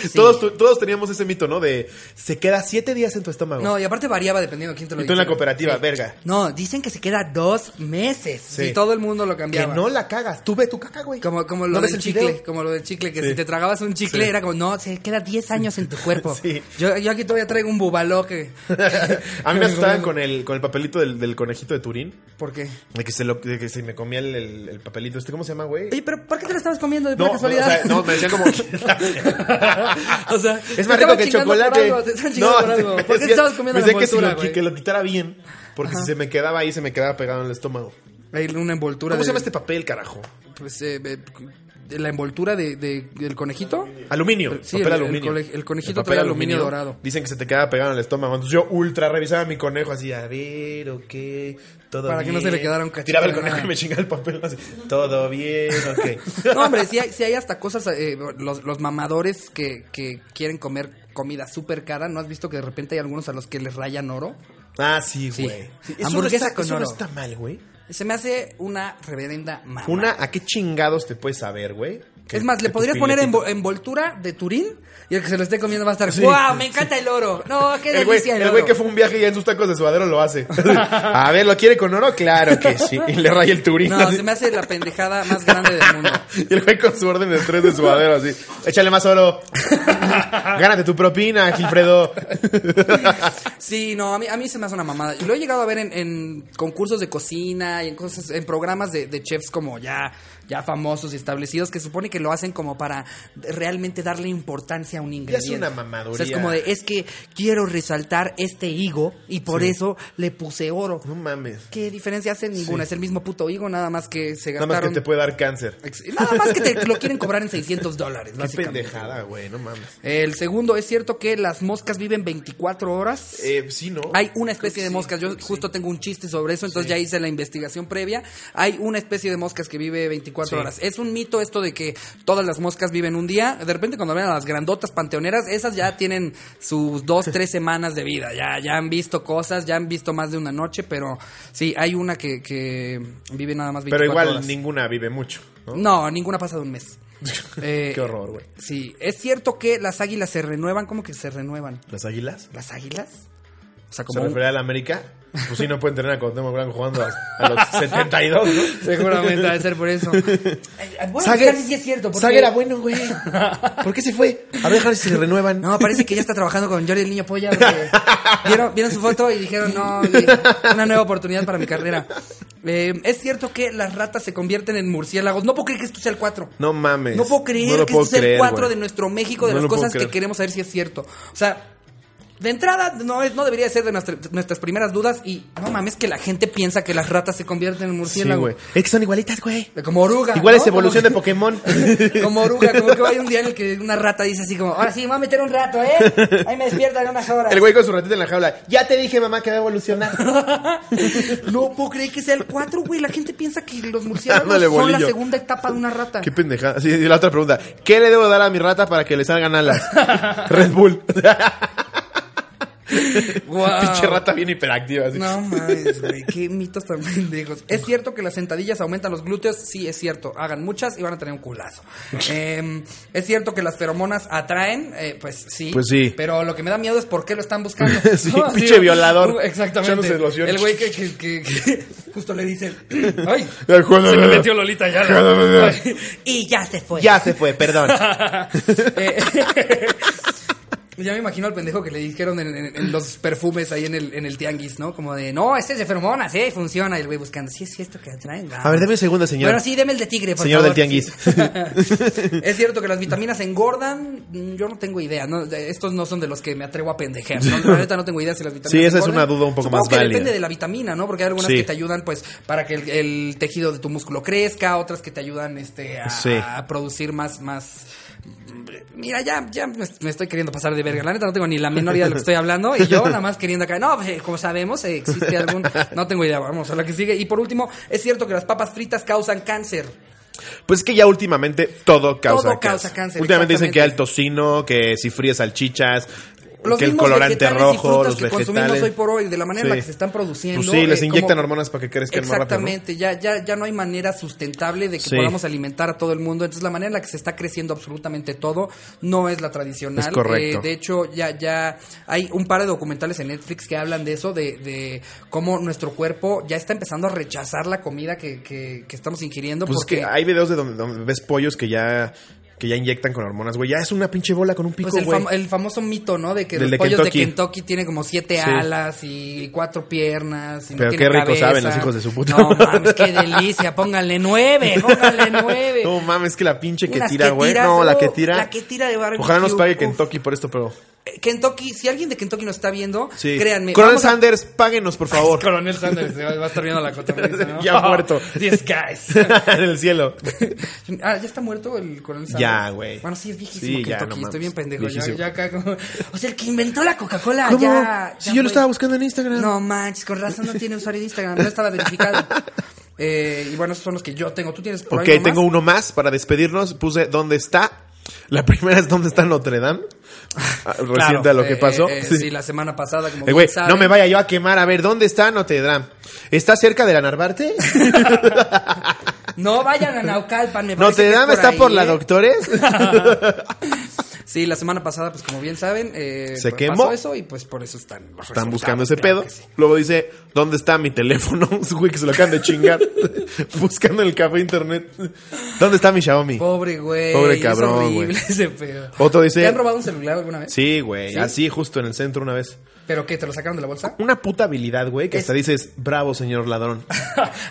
[SPEAKER 1] Sí.
[SPEAKER 2] Todos, tu- todos teníamos ese mito, ¿no? De se queda siete días en tu estómago.
[SPEAKER 1] No, y aparte variaba dependiendo de quién te lo
[SPEAKER 2] y tú en la
[SPEAKER 1] dijera.
[SPEAKER 2] cooperativa, verga.
[SPEAKER 1] No, dicen que se queda dos meses.
[SPEAKER 2] Sí.
[SPEAKER 1] Y todo el mundo lo cambiaba.
[SPEAKER 2] Que no la cagas. Tú ve tu caca, güey.
[SPEAKER 1] Como, como lo
[SPEAKER 2] ¿No ves
[SPEAKER 1] del
[SPEAKER 2] el
[SPEAKER 1] chicle,
[SPEAKER 2] video?
[SPEAKER 1] como lo del chicle, que
[SPEAKER 2] Sí.
[SPEAKER 1] si te tragabas un chicle
[SPEAKER 2] Sí.
[SPEAKER 1] era como, no, se queda 10 años en tu [laughs] cuerpo.
[SPEAKER 2] Sí.
[SPEAKER 1] Yo, yo aquí todavía traigo un bubaló que...
[SPEAKER 2] [laughs] A
[SPEAKER 1] [laughs]
[SPEAKER 2] mí me asustaban con el, con el papelito del, del conejito de Turín.
[SPEAKER 1] ¿Por qué?
[SPEAKER 2] De que se, lo, de que se me comía el, el- el papelito. ¿Este cómo se llama, güey?
[SPEAKER 1] Oye, pero ¿por qué te lo estabas comiendo de
[SPEAKER 2] No,
[SPEAKER 1] pura
[SPEAKER 2] o sea,
[SPEAKER 1] casualidad? [laughs]
[SPEAKER 2] [laughs] no, me decían como.
[SPEAKER 1] o sea,
[SPEAKER 2] es
[SPEAKER 1] te
[SPEAKER 2] más rico
[SPEAKER 1] estaban
[SPEAKER 2] que
[SPEAKER 1] chingando por
[SPEAKER 2] chocolate.
[SPEAKER 1] algo, te estaban chingando por
[SPEAKER 2] [laughs]
[SPEAKER 1] algo. ¿Por
[SPEAKER 2] me
[SPEAKER 1] qué te
[SPEAKER 2] decían-
[SPEAKER 1] estabas comiendo
[SPEAKER 2] me
[SPEAKER 1] la
[SPEAKER 2] decían que, si
[SPEAKER 1] envoltura,
[SPEAKER 2] lo- que,
[SPEAKER 1] güey?
[SPEAKER 2] que lo quitara bien. Porque si se me quedaba ahí, se me quedaba pegado en el estómago.
[SPEAKER 1] Hay una envoltura
[SPEAKER 2] ¿Cómo se
[SPEAKER 1] de-
[SPEAKER 2] llama este papel, carajo?
[SPEAKER 1] Pues, eh, eh, de la envoltura de, de- del conejito.
[SPEAKER 2] Aluminio.
[SPEAKER 1] Sí,
[SPEAKER 2] papel
[SPEAKER 1] el- el
[SPEAKER 2] aluminio.
[SPEAKER 1] cole- el conejito trae aluminio dorado.
[SPEAKER 2] Dicen que se te queda pegado en el estómago. Entonces yo ultra revisaba a mi conejo así, a ver, ok, todo
[SPEAKER 1] Para que
[SPEAKER 2] bien.
[SPEAKER 1] no se le quedara un cachito
[SPEAKER 2] Tiraba el
[SPEAKER 1] de
[SPEAKER 2] conejo
[SPEAKER 1] nada.
[SPEAKER 2] y me chingaba el papel así, todo bien,
[SPEAKER 1] [laughs]
[SPEAKER 2] ok.
[SPEAKER 1] No, hombre, sí hay, sí hay hasta cosas, eh, los, los mamadores que, que quieren comer comida súper cara, ¿no has visto que de repente hay algunos a los que les rayan oro?
[SPEAKER 2] Ah, sí,
[SPEAKER 1] Sí.
[SPEAKER 2] güey. Sí, eso no
[SPEAKER 1] Hamburguesa
[SPEAKER 2] está,
[SPEAKER 1] con
[SPEAKER 2] eso no
[SPEAKER 1] oro.
[SPEAKER 2] está mal, güey.
[SPEAKER 1] Se me hace una reverenda mamá.
[SPEAKER 2] Una, ¿a qué chingados te puedes saber, güey? Que-
[SPEAKER 1] Es más,
[SPEAKER 2] que
[SPEAKER 1] le
[SPEAKER 2] tu
[SPEAKER 1] podrías poner
[SPEAKER 2] filetito-
[SPEAKER 1] envol- envoltura de Turín y el que se lo esté comiendo va a estar.
[SPEAKER 2] Sí.
[SPEAKER 1] ¡Wow! Me encanta el oro. No, qué
[SPEAKER 2] El güey,
[SPEAKER 1] delicia el,
[SPEAKER 2] el
[SPEAKER 1] oro.
[SPEAKER 2] güey que fue un viaje y ya en sus tacos de suadero lo
[SPEAKER 1] [laughs]
[SPEAKER 2] hace. A ver, ¿lo quiere con oro? Claro que sí. Y le raya el turín.
[SPEAKER 1] No,
[SPEAKER 2] así.
[SPEAKER 1] se me hace la pendejada más grande del mundo.
[SPEAKER 2] [laughs] Y el güey con su orden de tres de sudadero así. Échale más oro. [laughs] Gánate tu propina, Gilfredo.
[SPEAKER 1] Sí, no, a mí, a mí se me hace una mamada. Y lo he llegado a ver en, en concursos de cocina y en cosas, en programas de, de chefs como ya, ya famosos y establecidos que supone que lo hacen como para realmente darle importancia a un ingrediente.
[SPEAKER 2] una mamaduría.
[SPEAKER 1] O sea, es como de, es que quiero resaltar este higo y por eso le puse oro.
[SPEAKER 2] No mames.
[SPEAKER 1] ¿Qué diferencia hace? Ninguna. Es el mismo puto higo, nada más que se
[SPEAKER 2] Nada más que
[SPEAKER 1] gastaron.
[SPEAKER 2] te puede dar cáncer.
[SPEAKER 1] Ex- Nada más que te lo quieren cobrar en 600 dólares,
[SPEAKER 2] [laughs] Qué
[SPEAKER 1] básicamente.
[SPEAKER 2] pendejada, güey. No mames.
[SPEAKER 1] El segundo, ¿es cierto que las moscas viven 24 horas?
[SPEAKER 2] Eh, sí, ¿no?
[SPEAKER 1] Hay una especie de moscas, yo justo tengo un chiste sobre eso, entonces ya hice la investigación previa. Hay una especie de moscas que vive 24 horas. Es un mito esto de que todas las moscas viven un día. De repente cuando ven a las grandotas panteoneras, esas ya tienen sus dos, tres semanas de vida. Ya, ya han visto cosas, ya han visto más de una noche, pero sí, hay una que, que vive nada más 24
[SPEAKER 2] Pero igual
[SPEAKER 1] horas.
[SPEAKER 2] ninguna vive mucho. ¿no?
[SPEAKER 1] No, ninguna pasa de un mes. Eh,
[SPEAKER 2] [laughs] Qué horror, güey.
[SPEAKER 1] Sí, es cierto que las águilas se renuevan, ¿cómo que se renuevan?
[SPEAKER 2] ¿Las águilas?
[SPEAKER 1] ¿Las águilas? O sea,
[SPEAKER 2] ¿Se
[SPEAKER 1] como... un-
[SPEAKER 2] refiere a la América? Pues sí, no pueden tener a Cuauhtémoc Blanco jugando a, a [laughs] los 72, ¿no?
[SPEAKER 1] Seguramente debe ser por
[SPEAKER 2] [laughs]
[SPEAKER 1] eso. Bueno, sí es cierto. porque-
[SPEAKER 2] Sague era bueno, güey. ¿Por qué se fue? A ver, a ver si se renuevan.
[SPEAKER 1] No, parece que ya está trabajando con Jordi el Niño Polla.
[SPEAKER 2] [laughs]
[SPEAKER 1] porque vieron, vieron su foto y dijeron, no, y- una nueva oportunidad para mi carrera. Eh, es cierto que las ratas se convierten en murciélagos. No puedo creer que esto sea el 4.
[SPEAKER 2] No mames.
[SPEAKER 1] No puedo creer
[SPEAKER 2] No lo
[SPEAKER 1] que
[SPEAKER 2] puedo
[SPEAKER 1] este es el
[SPEAKER 2] creer,
[SPEAKER 1] 4
[SPEAKER 2] güey.
[SPEAKER 1] de nuestro México, de
[SPEAKER 2] No
[SPEAKER 1] las
[SPEAKER 2] lo puedo
[SPEAKER 1] cosas que
[SPEAKER 2] creer.
[SPEAKER 1] queremos saber si es cierto. O sea, de entrada no, es- no debería ser de nuestra- nuestras primeras dudas y no mames que la gente piensa que las ratas se convierten en
[SPEAKER 2] Sí,
[SPEAKER 1] murciélago.
[SPEAKER 2] güey. Es que son igualitas, güey.
[SPEAKER 1] Como oruga.
[SPEAKER 2] Igual
[SPEAKER 1] ¿no?
[SPEAKER 2] es evolución de
[SPEAKER 1] Como- [laughs]
[SPEAKER 2] Pokémon.
[SPEAKER 1] Como oruga, como que hay un día en el que una rata dice así como, ahora sí, me voy a meter un rato, ¿eh? Ahí me despierta en unas horas.
[SPEAKER 2] El güey con su ratita en la jaula. Ya te dije, mamá, que va a evolucionar.
[SPEAKER 1] No puedo creer que sea el 4, güey. La gente piensa que los murciélagos
[SPEAKER 2] Ándale,
[SPEAKER 1] son la
[SPEAKER 2] bolillo.
[SPEAKER 1] segunda etapa de una rata.
[SPEAKER 2] Qué pendejada. Sí, y la otra pregunta. ¿Qué le debo dar a mi rata para que le salgan
[SPEAKER 1] [laughs]
[SPEAKER 2] alas? Red Bull.
[SPEAKER 1] Guau.
[SPEAKER 2] Pinche rata bien hiperactiva. así.
[SPEAKER 1] No mames, güey, qué mitos tan pendejos. ¿Es cierto que las sentadillas aumentan los glúteos? Sí, es cierto. Hagan muchas y van a tener un culazo. Eh, ¿Es cierto que las feromonas atraen? Eh, pues sí.
[SPEAKER 2] Pues sí.
[SPEAKER 1] Pero lo que me da miedo es por qué lo están buscando.
[SPEAKER 2] [laughs]
[SPEAKER 1] uh,
[SPEAKER 2] Sí, pinche violador,
[SPEAKER 1] Exactamente.
[SPEAKER 2] echándose loción.
[SPEAKER 1] El güey que, que- que- que justo le dice,
[SPEAKER 2] [laughs]
[SPEAKER 1] ay,
[SPEAKER 2] Ya, joder,
[SPEAKER 1] se me
[SPEAKER 2] joder.
[SPEAKER 1] metió Lolita
[SPEAKER 2] [laughs]
[SPEAKER 1] ya.
[SPEAKER 2] Joder,
[SPEAKER 1] [laughs] y ya se fue. [laughs]
[SPEAKER 2] [laughs] Ya se fue, perdón.
[SPEAKER 1] Eh, Ya me imagino al pendejo que le dijeron en, en- en los perfumes ahí en el, en el tianguis, ¿no? Como de, no, este es de feromonas, ¿eh? Funciona. Y el güey buscando, sí, sí, esto que traen.
[SPEAKER 2] A ver, deme un segundo, señor.
[SPEAKER 1] Bueno, sí, deme el de tigre, por
[SPEAKER 2] Señor
[SPEAKER 1] favor.
[SPEAKER 2] del tianguis.
[SPEAKER 1] Sí. [laughs] es cierto que las vitaminas engordan. Mm, Yo no tengo idea. ¿no? De- Estos no son de los que me atrevo a pendejear. ¿no? La neta no tengo idea si las vitaminas
[SPEAKER 2] Sí, esa es
[SPEAKER 1] engordan.
[SPEAKER 2] una duda un poco
[SPEAKER 1] Supongo
[SPEAKER 2] más
[SPEAKER 1] que
[SPEAKER 2] válida.
[SPEAKER 1] depende de la vitamina, ¿no? Porque hay algunas
[SPEAKER 2] Sí.
[SPEAKER 1] que te ayudan, pues, para que el, el tejido de tu músculo crezca. Otras que te ayudan, este, a,
[SPEAKER 2] Sí.
[SPEAKER 1] a producir más, más... Mira, ya, ya me me estoy queriendo pasar de verga. La neta no tengo ni la menor idea de lo que estoy hablando. Y
[SPEAKER 2] [laughs]
[SPEAKER 1] yo nada más queriendo acá. No, eh, como sabemos, eh, existe algún. No tengo idea. Vamos a la que sigue. Y por último, es cierto que las papas fritas causan cáncer.
[SPEAKER 2] Pues es que ya últimamente todo causa
[SPEAKER 1] Todo
[SPEAKER 2] cáncer.
[SPEAKER 1] causa cáncer,
[SPEAKER 2] últimamente dicen que el
[SPEAKER 1] exactamente.
[SPEAKER 2] tocino, que si fríes salchichas,
[SPEAKER 1] Los
[SPEAKER 2] que el
[SPEAKER 1] mismos
[SPEAKER 2] colorante
[SPEAKER 1] vegetales y
[SPEAKER 2] rojo,
[SPEAKER 1] frutas
[SPEAKER 2] los
[SPEAKER 1] que consumimos
[SPEAKER 2] vegetales.
[SPEAKER 1] hoy por hoy, de la manera en la
[SPEAKER 2] Sí.
[SPEAKER 1] que se están produciendo.
[SPEAKER 2] Pues sí, les
[SPEAKER 1] eh,
[SPEAKER 2] inyectan
[SPEAKER 1] como-
[SPEAKER 2] hormonas para que crezcan más rápido. ¿no?
[SPEAKER 1] Exactamente, ya, ya, ya no hay manera sustentable de que
[SPEAKER 2] Sí.
[SPEAKER 1] podamos alimentar a todo el mundo. Entonces, la manera en la que se está creciendo absolutamente todo no es la tradicional.
[SPEAKER 2] Es correcto.
[SPEAKER 1] Eh, de hecho, ya, ya hay un par de documentales en Netflix que hablan de eso, de, de cómo nuestro cuerpo ya está empezando a rechazar la comida que, que- que estamos ingiriendo.
[SPEAKER 2] Pues es
[SPEAKER 1] porque
[SPEAKER 2] que hay videos de donde, donde ves pollos que ya que ya inyectan con hormonas, güey. Ya es una pinche bola con un pico,
[SPEAKER 1] Pues el,
[SPEAKER 2] güey.
[SPEAKER 1] fam- el famoso mito, ¿no? De que
[SPEAKER 2] Del
[SPEAKER 1] los
[SPEAKER 2] de
[SPEAKER 1] pollos de
[SPEAKER 2] Kentucky.
[SPEAKER 1] Kentucky tienen como siete
[SPEAKER 2] Sí.
[SPEAKER 1] alas y cuatro piernas. y no
[SPEAKER 2] Pero qué
[SPEAKER 1] tienen
[SPEAKER 2] rico
[SPEAKER 1] cabeza.
[SPEAKER 2] saben los hijos de su puta
[SPEAKER 1] No
[SPEAKER 2] madre.
[SPEAKER 1] mames, qué delicia. Pónganle nueve,
[SPEAKER 2] [laughs]
[SPEAKER 1] pónganle nueve.
[SPEAKER 2] No mames, que la pinche que
[SPEAKER 1] Unas
[SPEAKER 2] tira, güey.
[SPEAKER 1] tiras,
[SPEAKER 2] No, la
[SPEAKER 1] uh,
[SPEAKER 2] que tira.
[SPEAKER 1] La que tira de barbecue.
[SPEAKER 2] Ojalá nos pague
[SPEAKER 1] uf.
[SPEAKER 2] Kentucky por esto, pero.
[SPEAKER 1] Eh, Kentucky, si alguien de Kentucky nos está viendo,
[SPEAKER 2] Sí.
[SPEAKER 1] créanme.
[SPEAKER 2] Coronel
[SPEAKER 1] vamos a-
[SPEAKER 2] Sanders, páguenos, por favor.
[SPEAKER 1] Coronel Sanders, va va a estar viendo la cotorriza, ¿no?
[SPEAKER 2] [laughs] Ya muerto.
[SPEAKER 1] [laughs] These guys.
[SPEAKER 2] [laughs] en el cielo.
[SPEAKER 1] Ah, ya está muerto el coronel Sanders.
[SPEAKER 2] Ya, güey.
[SPEAKER 1] Bueno, sí, es viejísimo
[SPEAKER 2] Sí, ya,
[SPEAKER 1] Kentucky.
[SPEAKER 2] no mames.
[SPEAKER 1] Estoy bien pendejo. Ya,
[SPEAKER 2] Viejísimo.
[SPEAKER 1] ya acá como- O sea, el que inventó la Coca-Cola.
[SPEAKER 2] ¿Cómo?
[SPEAKER 1] Ah, Ya,
[SPEAKER 2] si
[SPEAKER 1] ya
[SPEAKER 2] yo lo
[SPEAKER 1] fue.
[SPEAKER 2] estaba buscando en Instagram.
[SPEAKER 1] No manches, con razón no tiene usuario de Instagram. No estaba
[SPEAKER 2] [laughs]
[SPEAKER 1] verificado. Eh, y bueno, esos son los que yo tengo. ¿Tú tienes por
[SPEAKER 2] ok,
[SPEAKER 1] ahí uno
[SPEAKER 2] tengo
[SPEAKER 1] más?
[SPEAKER 2] uno más para despedirnos. Puse ¿Dónde está? La primera es ¿Dónde está
[SPEAKER 1] [laughs]
[SPEAKER 2] Notre Dame? Ah, Reciente a lo
[SPEAKER 1] Eh,
[SPEAKER 2] que pasó.
[SPEAKER 1] eh, eh, sí.
[SPEAKER 2] Sí.
[SPEAKER 1] la semana pasada. Como
[SPEAKER 2] Eh, güey,
[SPEAKER 1] bien saben.
[SPEAKER 2] no me vaya yo a quemar. A ver, ¿dónde está Notre Dame? ¿Está cerca de la
[SPEAKER 1] [laughs]
[SPEAKER 2] Narvarte?
[SPEAKER 1] No vayan a Naucalpan. Me parece
[SPEAKER 2] ¿Notre
[SPEAKER 1] que es
[SPEAKER 2] Dame está
[SPEAKER 1] ahí,
[SPEAKER 2] por la
[SPEAKER 1] ¿eh?
[SPEAKER 2] Doctores?
[SPEAKER 1] Sí, la semana pasada, pues como bien saben, eh,
[SPEAKER 2] Se
[SPEAKER 1] pasó
[SPEAKER 2] quemó.
[SPEAKER 1] eso y pues por eso están. los
[SPEAKER 2] Están
[SPEAKER 1] resultados,
[SPEAKER 2] buscando ese
[SPEAKER 1] claro
[SPEAKER 2] pedo.
[SPEAKER 1] que sí.
[SPEAKER 2] Luego dice, ¿dónde está mi teléfono? [laughs] Güey, que se lo acaban de chingar. [laughs] Buscando en el café internet. ¿Dónde está mi Xiaomi?
[SPEAKER 1] Pobre güey.
[SPEAKER 2] Pobre
[SPEAKER 1] es
[SPEAKER 2] cabrón,
[SPEAKER 1] horrible [laughs]
[SPEAKER 2] güey.
[SPEAKER 1] ese pedo.
[SPEAKER 2] Otro dice-
[SPEAKER 1] ¿Te han robado un celular alguna vez?
[SPEAKER 2] Sí, güey.
[SPEAKER 1] ¿Sí?
[SPEAKER 2] Así, justo en el centro una vez.
[SPEAKER 1] ¿Pero qué? ¿Te lo sacaron de la bolsa? [laughs]
[SPEAKER 2] Una puta habilidad, güey, que
[SPEAKER 1] Es-
[SPEAKER 2] hasta dices, bravo, señor ladrón.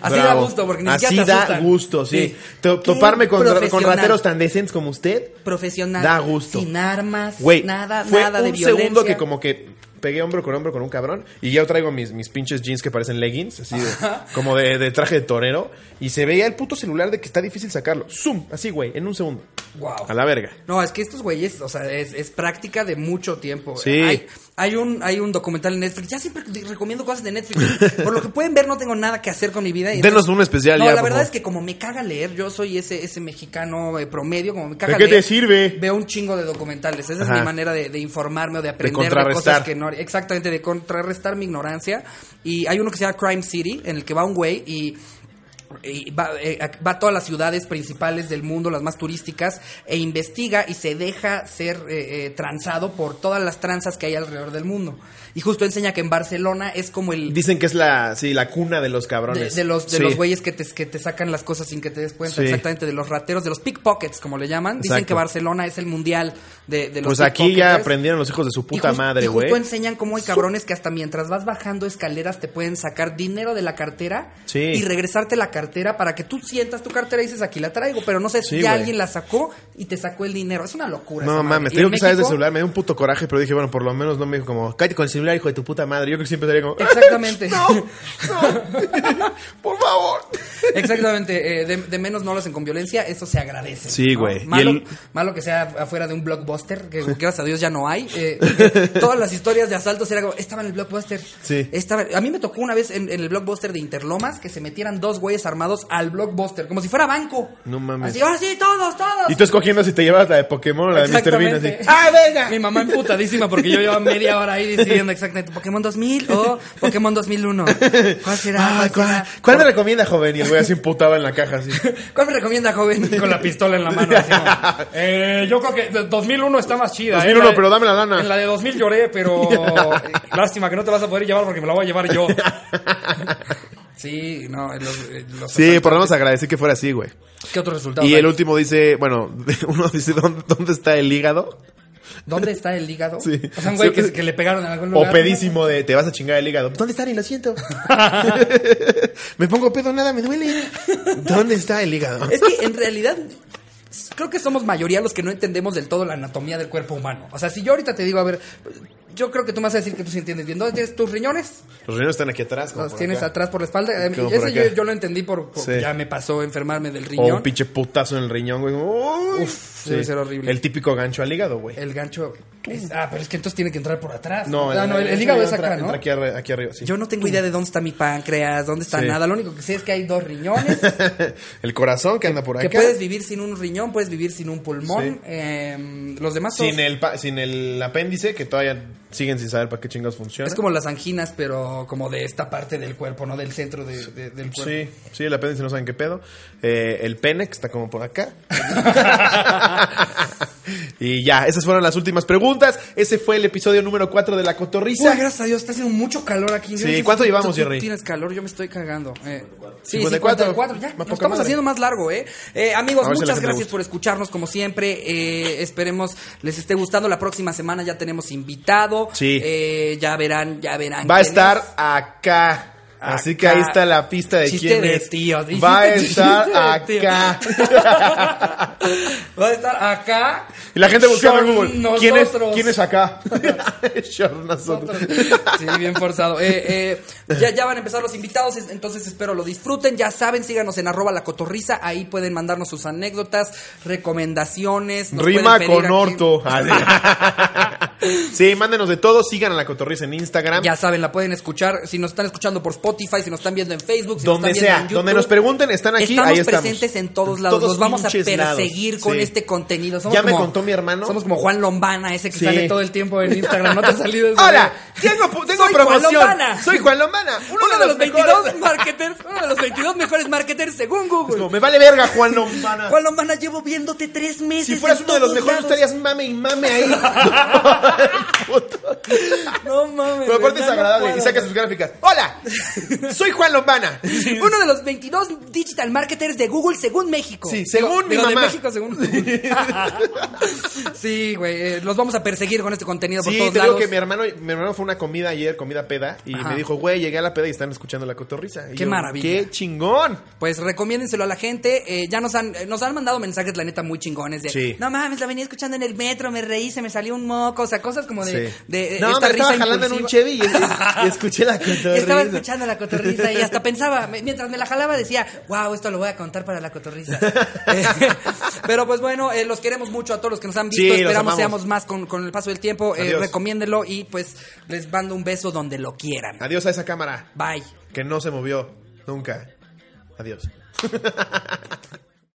[SPEAKER 1] Así da
[SPEAKER 2] Bravo.
[SPEAKER 1] gusto, porque ni
[SPEAKER 2] Así
[SPEAKER 1] siquiera te
[SPEAKER 2] da
[SPEAKER 1] asustan.
[SPEAKER 2] gusto, sí.
[SPEAKER 1] Sí.
[SPEAKER 2] To-
[SPEAKER 1] Qué
[SPEAKER 2] Toparme con, con
[SPEAKER 1] profesional.
[SPEAKER 2] rateros tan decentes como usted.
[SPEAKER 1] Profesional.
[SPEAKER 2] Da gusto.
[SPEAKER 1] Sin armas,
[SPEAKER 2] Güey,
[SPEAKER 1] nada,
[SPEAKER 2] fue
[SPEAKER 1] nada de
[SPEAKER 2] un
[SPEAKER 1] violencia.
[SPEAKER 2] segundo que como que pegué hombro con hombro con un cabrón y yo traigo mis, mis pinches jeans que parecen leggings, así de- como de, de traje de torero y se veía el puto celular de que está difícil sacarlo. Zoom, así güey, en un segundo.
[SPEAKER 1] Wow.
[SPEAKER 2] A la verga.
[SPEAKER 1] No, es que estos güeyes, o sea, es, es práctica de mucho tiempo.
[SPEAKER 2] Sí.
[SPEAKER 1] Hay, hay un, hay un documental en Netflix. Ya siempre te recomiendo cosas de
[SPEAKER 2] [laughs]
[SPEAKER 1] Netflix. Por lo que pueden ver, no tengo nada que hacer con mi vida. y
[SPEAKER 2] Denos
[SPEAKER 1] entonces-
[SPEAKER 2] un especial
[SPEAKER 1] No,
[SPEAKER 2] ya,
[SPEAKER 1] la
[SPEAKER 2] por
[SPEAKER 1] verdad
[SPEAKER 2] favor.
[SPEAKER 1] es que como me caga leer, yo soy ese, ese mexicano eh, promedio, como me caga
[SPEAKER 2] ¿De qué
[SPEAKER 1] leer.
[SPEAKER 2] te sirve?
[SPEAKER 1] Veo un chingo de documentales. Esa es
[SPEAKER 2] Ajá.
[SPEAKER 1] mi manera de, de informarme o de aprender de,
[SPEAKER 2] contrarrestar.
[SPEAKER 1] cosas que no. Exactamente, de contrarrestar mi ignorancia. Y hay uno que se llama Crime City, en el que va un güey y y va, eh, va a todas las ciudades principales del mundo, las más turísticas, e investiga y se deja ser eh, eh, transado por todas las tranzas que hay alrededor del mundo. Y justo enseña que en Barcelona es como el...
[SPEAKER 2] Dicen que es la sí, la cuna de los
[SPEAKER 1] De,
[SPEAKER 2] cabrones.
[SPEAKER 1] de los de
[SPEAKER 2] Sí.
[SPEAKER 1] los güeyes que te, que te sacan las cosas sin que te des cuenta,
[SPEAKER 2] Sí.
[SPEAKER 1] exactamente, de los rateros, de los pickpockets, como le llaman. Dicen
[SPEAKER 2] Exacto.
[SPEAKER 1] que Barcelona es el mundial de, de los
[SPEAKER 2] Pues aquí ya
[SPEAKER 1] pickpocketers.
[SPEAKER 2] aprendieron los hijos de su
[SPEAKER 1] Y
[SPEAKER 2] puta
[SPEAKER 1] jus-
[SPEAKER 2] madre,
[SPEAKER 1] y
[SPEAKER 2] güey.
[SPEAKER 1] justo enseñan cómo hay cabrones que hasta mientras vas bajando escaleras te pueden sacar dinero de la cartera
[SPEAKER 2] Sí.
[SPEAKER 1] y regresarte la cartera para que tú sientas tu cartera y dices aquí la traigo, pero no sé si
[SPEAKER 2] Sí,
[SPEAKER 1] ya
[SPEAKER 2] güey.
[SPEAKER 1] alguien la sacó y te sacó el dinero. Es una locura. esa
[SPEAKER 2] No
[SPEAKER 1] madre.
[SPEAKER 2] mames,
[SPEAKER 1] Y
[SPEAKER 2] te digo
[SPEAKER 1] en
[SPEAKER 2] que sabes de
[SPEAKER 1] México-
[SPEAKER 2] celular, me dio un puto coraje, pero dije, bueno, por lo menos no me dijo como, cállate con el celular, hijo de tu puta madre. Yo creo que siempre estaría como,
[SPEAKER 1] Eh.
[SPEAKER 2] [laughs]
[SPEAKER 1] Exactamente. [laughs]
[SPEAKER 2] por favor.
[SPEAKER 1] Exactamente. eh, de, de menos no lo hacen con violencia, eso se agradece.
[SPEAKER 2] Sí,
[SPEAKER 1] ¿no?
[SPEAKER 2] güey. Y
[SPEAKER 1] Malo,
[SPEAKER 2] el-
[SPEAKER 1] malo que sea afuera de un blockbuster,
[SPEAKER 2] [laughs]
[SPEAKER 1] que gracias a Dios ya no hay. eh, porque todas las historias de asaltos era como, estaba en el blockbuster.
[SPEAKER 2] Sí.
[SPEAKER 1] Estaba, a mí me tocó una vez en, en el blockbuster de Interlomas que se metieran dos güeyes armados al blockbuster, como si fuera banco.
[SPEAKER 2] No mames.
[SPEAKER 1] Así, ahora sí, todos, todos.
[SPEAKER 2] Y tú escogiendo si te llevas la de Pokémon o la de Mr. Bean, así.
[SPEAKER 1] Exactamente. Mi mamá emputadísima porque yo llevaba media hora ahí decidiendo exactamente Pokémon 2000 o Pokémon
[SPEAKER 2] [laughs]
[SPEAKER 1] 2001. ¿Cuál será?
[SPEAKER 2] Ah,
[SPEAKER 1] ¿Cuál
[SPEAKER 2] ¿cuál,
[SPEAKER 1] será?
[SPEAKER 2] cuál me recomienda, joven? Y el güey así imputaba en la caja, así.
[SPEAKER 1] ¿Cuál me recomienda, joven?
[SPEAKER 4] [laughs] Con la pistola en la mano. así
[SPEAKER 1] [laughs]
[SPEAKER 4] como, eh, yo creo que de- 2001 está más chida. eh,
[SPEAKER 2] 2001,
[SPEAKER 4] la de-
[SPEAKER 2] pero dame la lana.
[SPEAKER 4] En la de 2000 lloré,
[SPEAKER 2] [laughs]
[SPEAKER 4] pero eh, lástima que no te vas a poder llevar porque me la voy a llevar yo.
[SPEAKER 1] Sí, no. Los, eh, los
[SPEAKER 2] [laughs] Sí, por lo menos agradecí que fuera así, güey.
[SPEAKER 1] ¿Qué otro resultado?
[SPEAKER 2] Y
[SPEAKER 1] hay?
[SPEAKER 2] [laughs] el último dice, bueno, uno dice, ¿dónde, dónde está el hígado?
[SPEAKER 1] ¿Dónde está el hígado?
[SPEAKER 2] [laughs] Sí.
[SPEAKER 1] O sea, un güey que, que le pegaron en algún lugar.
[SPEAKER 2] O pedísimo de te vas a chingar el hígado. ¿Dónde está? Ni
[SPEAKER 1] [laughs]
[SPEAKER 2] lo siento. [laughs] me pongo pedo, nada me duele. ¿Dónde está el hígado?
[SPEAKER 1] Es que en realidad creo que somos mayoría los que no entendemos del todo la anatomía del cuerpo humano. O sea, si yo ahorita te digo, a ver, yo creo que tú me vas a decir que tú sí entiendes bien. ¿Dónde tienes tus riñones?
[SPEAKER 2] Los riñones están aquí atrás. como
[SPEAKER 1] Los
[SPEAKER 2] por
[SPEAKER 1] tienes
[SPEAKER 2] acá.
[SPEAKER 1] atrás por la espalda. Eh,
[SPEAKER 2] Como por
[SPEAKER 1] Ese yo,
[SPEAKER 2] acá.
[SPEAKER 1] yo lo entendí por, por-
[SPEAKER 2] Sí.
[SPEAKER 1] ya me pasó enfermarme del
[SPEAKER 2] O
[SPEAKER 1] riñón.
[SPEAKER 2] un pinche putazo en el riñón, güey. Uy.
[SPEAKER 1] Uf, debe ser horrible.
[SPEAKER 2] El típico gancho al hígado, güey.
[SPEAKER 1] El gancho. es- ah, pero es que entonces tiene que entrar por atrás.
[SPEAKER 2] No,
[SPEAKER 1] Ah, no, el, el hígado es
[SPEAKER 2] entra-
[SPEAKER 1] acá, ¿no?
[SPEAKER 2] entra aquí, arri- aquí arriba, sí.
[SPEAKER 1] Yo no tengo idea de dónde está mi páncreas, dónde está
[SPEAKER 2] Sí.
[SPEAKER 1] nada. Lo único que sé es que hay dos riñones.
[SPEAKER 2] el corazón que anda por
[SPEAKER 1] que
[SPEAKER 2] [laughs] acá.
[SPEAKER 1] puedes vivir sin un riñón, puedes vivir sin un pulmón.
[SPEAKER 2] Sí.
[SPEAKER 1] eh, los demás son.
[SPEAKER 2] Sin el, pa- sin el apéndice, que todavía siguen sin saber para qué chingados funciona.
[SPEAKER 1] Es como las anginas, pero como de esta parte del cuerpo, no del centro de- de- del cuerpo.
[SPEAKER 2] Sí, sí, el apéndice no saben qué pedo. Eh, el pene, que está como
[SPEAKER 1] [laughs]
[SPEAKER 2] por acá. y ya, esas fueron las últimas preguntas. Ese fue el episodio número 4 de La
[SPEAKER 1] Uy,
[SPEAKER 2] Cotorrisa.
[SPEAKER 1] gracias a Dios, está haciendo mucho calor aquí. Yo
[SPEAKER 2] Sí,
[SPEAKER 1] no sé
[SPEAKER 2] ¿cuánto
[SPEAKER 1] si-
[SPEAKER 2] llevamos,
[SPEAKER 1] tú- tú
[SPEAKER 2] Jerry?
[SPEAKER 1] Tienes calor, yo me estoy cagando. Eh, sí,
[SPEAKER 2] 54.
[SPEAKER 1] 54. ya.
[SPEAKER 2] Más
[SPEAKER 1] Lo
[SPEAKER 2] poca
[SPEAKER 1] estamos
[SPEAKER 2] madre.
[SPEAKER 1] haciendo más largo, ¿eh? Eh, amigos,
[SPEAKER 2] A ver si
[SPEAKER 1] muchas
[SPEAKER 2] a la gente le
[SPEAKER 1] gracias
[SPEAKER 2] gusta.
[SPEAKER 1] por escucharnos, como siempre. Eh, esperemos les esté gustando. La próxima semana ya tenemos invitado.
[SPEAKER 2] Sí.
[SPEAKER 1] Eh, ya verán, ya verán.
[SPEAKER 2] Va a
[SPEAKER 1] quién
[SPEAKER 2] estar
[SPEAKER 1] es.
[SPEAKER 2] acá. Así que
[SPEAKER 1] Acá.
[SPEAKER 2] ahí está la pista de
[SPEAKER 1] Chiste
[SPEAKER 2] quién
[SPEAKER 1] de
[SPEAKER 2] es.
[SPEAKER 1] tío, dijiste
[SPEAKER 2] Va
[SPEAKER 1] [laughs]
[SPEAKER 2] a
[SPEAKER 1] chiste de
[SPEAKER 2] estar
[SPEAKER 1] tío.
[SPEAKER 2] acá.
[SPEAKER 1] [laughs] Va a estar acá.
[SPEAKER 2] y la gente buscando en
[SPEAKER 1] Son
[SPEAKER 2] Google. ¿Quién es,
[SPEAKER 1] nosotros.
[SPEAKER 2] ¿Quién es acá? [laughs] Son nosotros.
[SPEAKER 1] Sí, bien forzado. Eh, eh, ya, ya van a empezar los invitados, es- entonces espero lo disfruten. Ya saben, síganos en arroba la cotorriza, ahí pueden mandarnos sus anécdotas, recomendaciones. nos pueden
[SPEAKER 2] Rima
[SPEAKER 1] pedir
[SPEAKER 2] con
[SPEAKER 1] aquí-
[SPEAKER 2] orto.
[SPEAKER 1] [laughs]
[SPEAKER 2] Ah, sí. sí, mándenos de todo. Sigan a la cotorriza en Instagram.
[SPEAKER 1] Ya saben, la pueden escuchar, si nos están escuchando por Spotify, si nos están viendo en Facebook, si
[SPEAKER 2] donde
[SPEAKER 1] nos están viendo
[SPEAKER 2] sea,
[SPEAKER 1] en YouTube.
[SPEAKER 2] donde nos pregunten, están aquí.
[SPEAKER 1] Estamos
[SPEAKER 2] ahí estamos.
[SPEAKER 1] presentes en todos lados.
[SPEAKER 2] Todos
[SPEAKER 1] nos vamos a
[SPEAKER 2] pinches lados.
[SPEAKER 1] perseguir con
[SPEAKER 2] Sí.
[SPEAKER 1] este contenido. Somos
[SPEAKER 2] Ya me
[SPEAKER 1] como-
[SPEAKER 2] contó mi hermano.
[SPEAKER 1] Somos como Juan Lombana, ese que
[SPEAKER 2] Sí.
[SPEAKER 1] sale todo el tiempo en Instagram. No te ha salido ese
[SPEAKER 2] [laughs] Hola,
[SPEAKER 1] video.
[SPEAKER 2] tengo,
[SPEAKER 1] [laughs]
[SPEAKER 2] pu- tengo
[SPEAKER 1] Soy Juan
[SPEAKER 2] promoción.
[SPEAKER 1] Lombana.
[SPEAKER 2] Soy
[SPEAKER 1] [laughs]
[SPEAKER 2] Juan Lombana. Uno,
[SPEAKER 1] Uno de los 22
[SPEAKER 2] mejores.
[SPEAKER 1] marketers, uno de los 22 mejores marketers según Google.
[SPEAKER 2] No, me vale verga, Juan Lombana.
[SPEAKER 1] Juan Lombana, llevo viéndote tres meses.
[SPEAKER 2] Si fueras
[SPEAKER 1] en
[SPEAKER 2] uno de los
[SPEAKER 1] todos
[SPEAKER 2] mejores,
[SPEAKER 1] lados.
[SPEAKER 2] estarías mame y
[SPEAKER 1] [laughs]
[SPEAKER 2] mame ahí. Puto.
[SPEAKER 1] No mames.
[SPEAKER 2] Pero
[SPEAKER 1] ¿verdad?
[SPEAKER 2] aparte es agradable.
[SPEAKER 1] No
[SPEAKER 2] Y saca
[SPEAKER 1] puedo.
[SPEAKER 2] sus gráficas.
[SPEAKER 1] [laughs]
[SPEAKER 2] ¡Hola! Soy Juan Lombana.
[SPEAKER 1] Uno de los 22 digital marketers de Google según México.
[SPEAKER 2] Sí, según mi
[SPEAKER 1] digo, de
[SPEAKER 2] mamá.
[SPEAKER 1] México según Google. [laughs] sí, güey. eh, Los vamos a perseguir con este contenido por
[SPEAKER 2] Sí,
[SPEAKER 1] todos
[SPEAKER 2] te digo
[SPEAKER 1] lados.
[SPEAKER 2] que mi hermano, mi hermano fue a una comida ayer, comida peda, y
[SPEAKER 1] Ajá.
[SPEAKER 2] me dijo, güey, llegué a la peda y están escuchando la cotorrisa. Y
[SPEAKER 1] Qué maravilla.
[SPEAKER 2] ¡Qué chingón!
[SPEAKER 1] Pues recomiéndenselo a la gente. Eh, ya nos han, eh, nos han mandado mensajes, la neta, muy chingones. De,
[SPEAKER 2] Sí.
[SPEAKER 1] No mames, la venía escuchando en el metro, me reí, se me salió un moco. O sea, cosas como de.
[SPEAKER 2] Sí.
[SPEAKER 1] de, de eh,
[SPEAKER 2] no,
[SPEAKER 1] esta
[SPEAKER 2] me
[SPEAKER 1] risa
[SPEAKER 2] estaba jalando en un
[SPEAKER 1] impulsiva.
[SPEAKER 2] Chevy
[SPEAKER 1] [laughs]
[SPEAKER 2] y, y escuché la cotorrisa.
[SPEAKER 1] Estaba escuchando la cotorriza y hasta pensaba, me- mientras me la jalaba decía, wow, esto lo voy a contar para la cotorriza. [laughs] Eh, Pero pues bueno, eh, los queremos mucho a todos los que nos han visto,
[SPEAKER 2] Sí, los
[SPEAKER 1] esperamos
[SPEAKER 2] amamos.
[SPEAKER 1] seamos más con, con el paso del tiempo, eh,
[SPEAKER 2] Adiós.
[SPEAKER 1] recomiéndelo y pues les mando un beso donde lo quieran.
[SPEAKER 2] Adiós a esa cámara
[SPEAKER 1] Bye.
[SPEAKER 2] que no se movió nunca. Adiós.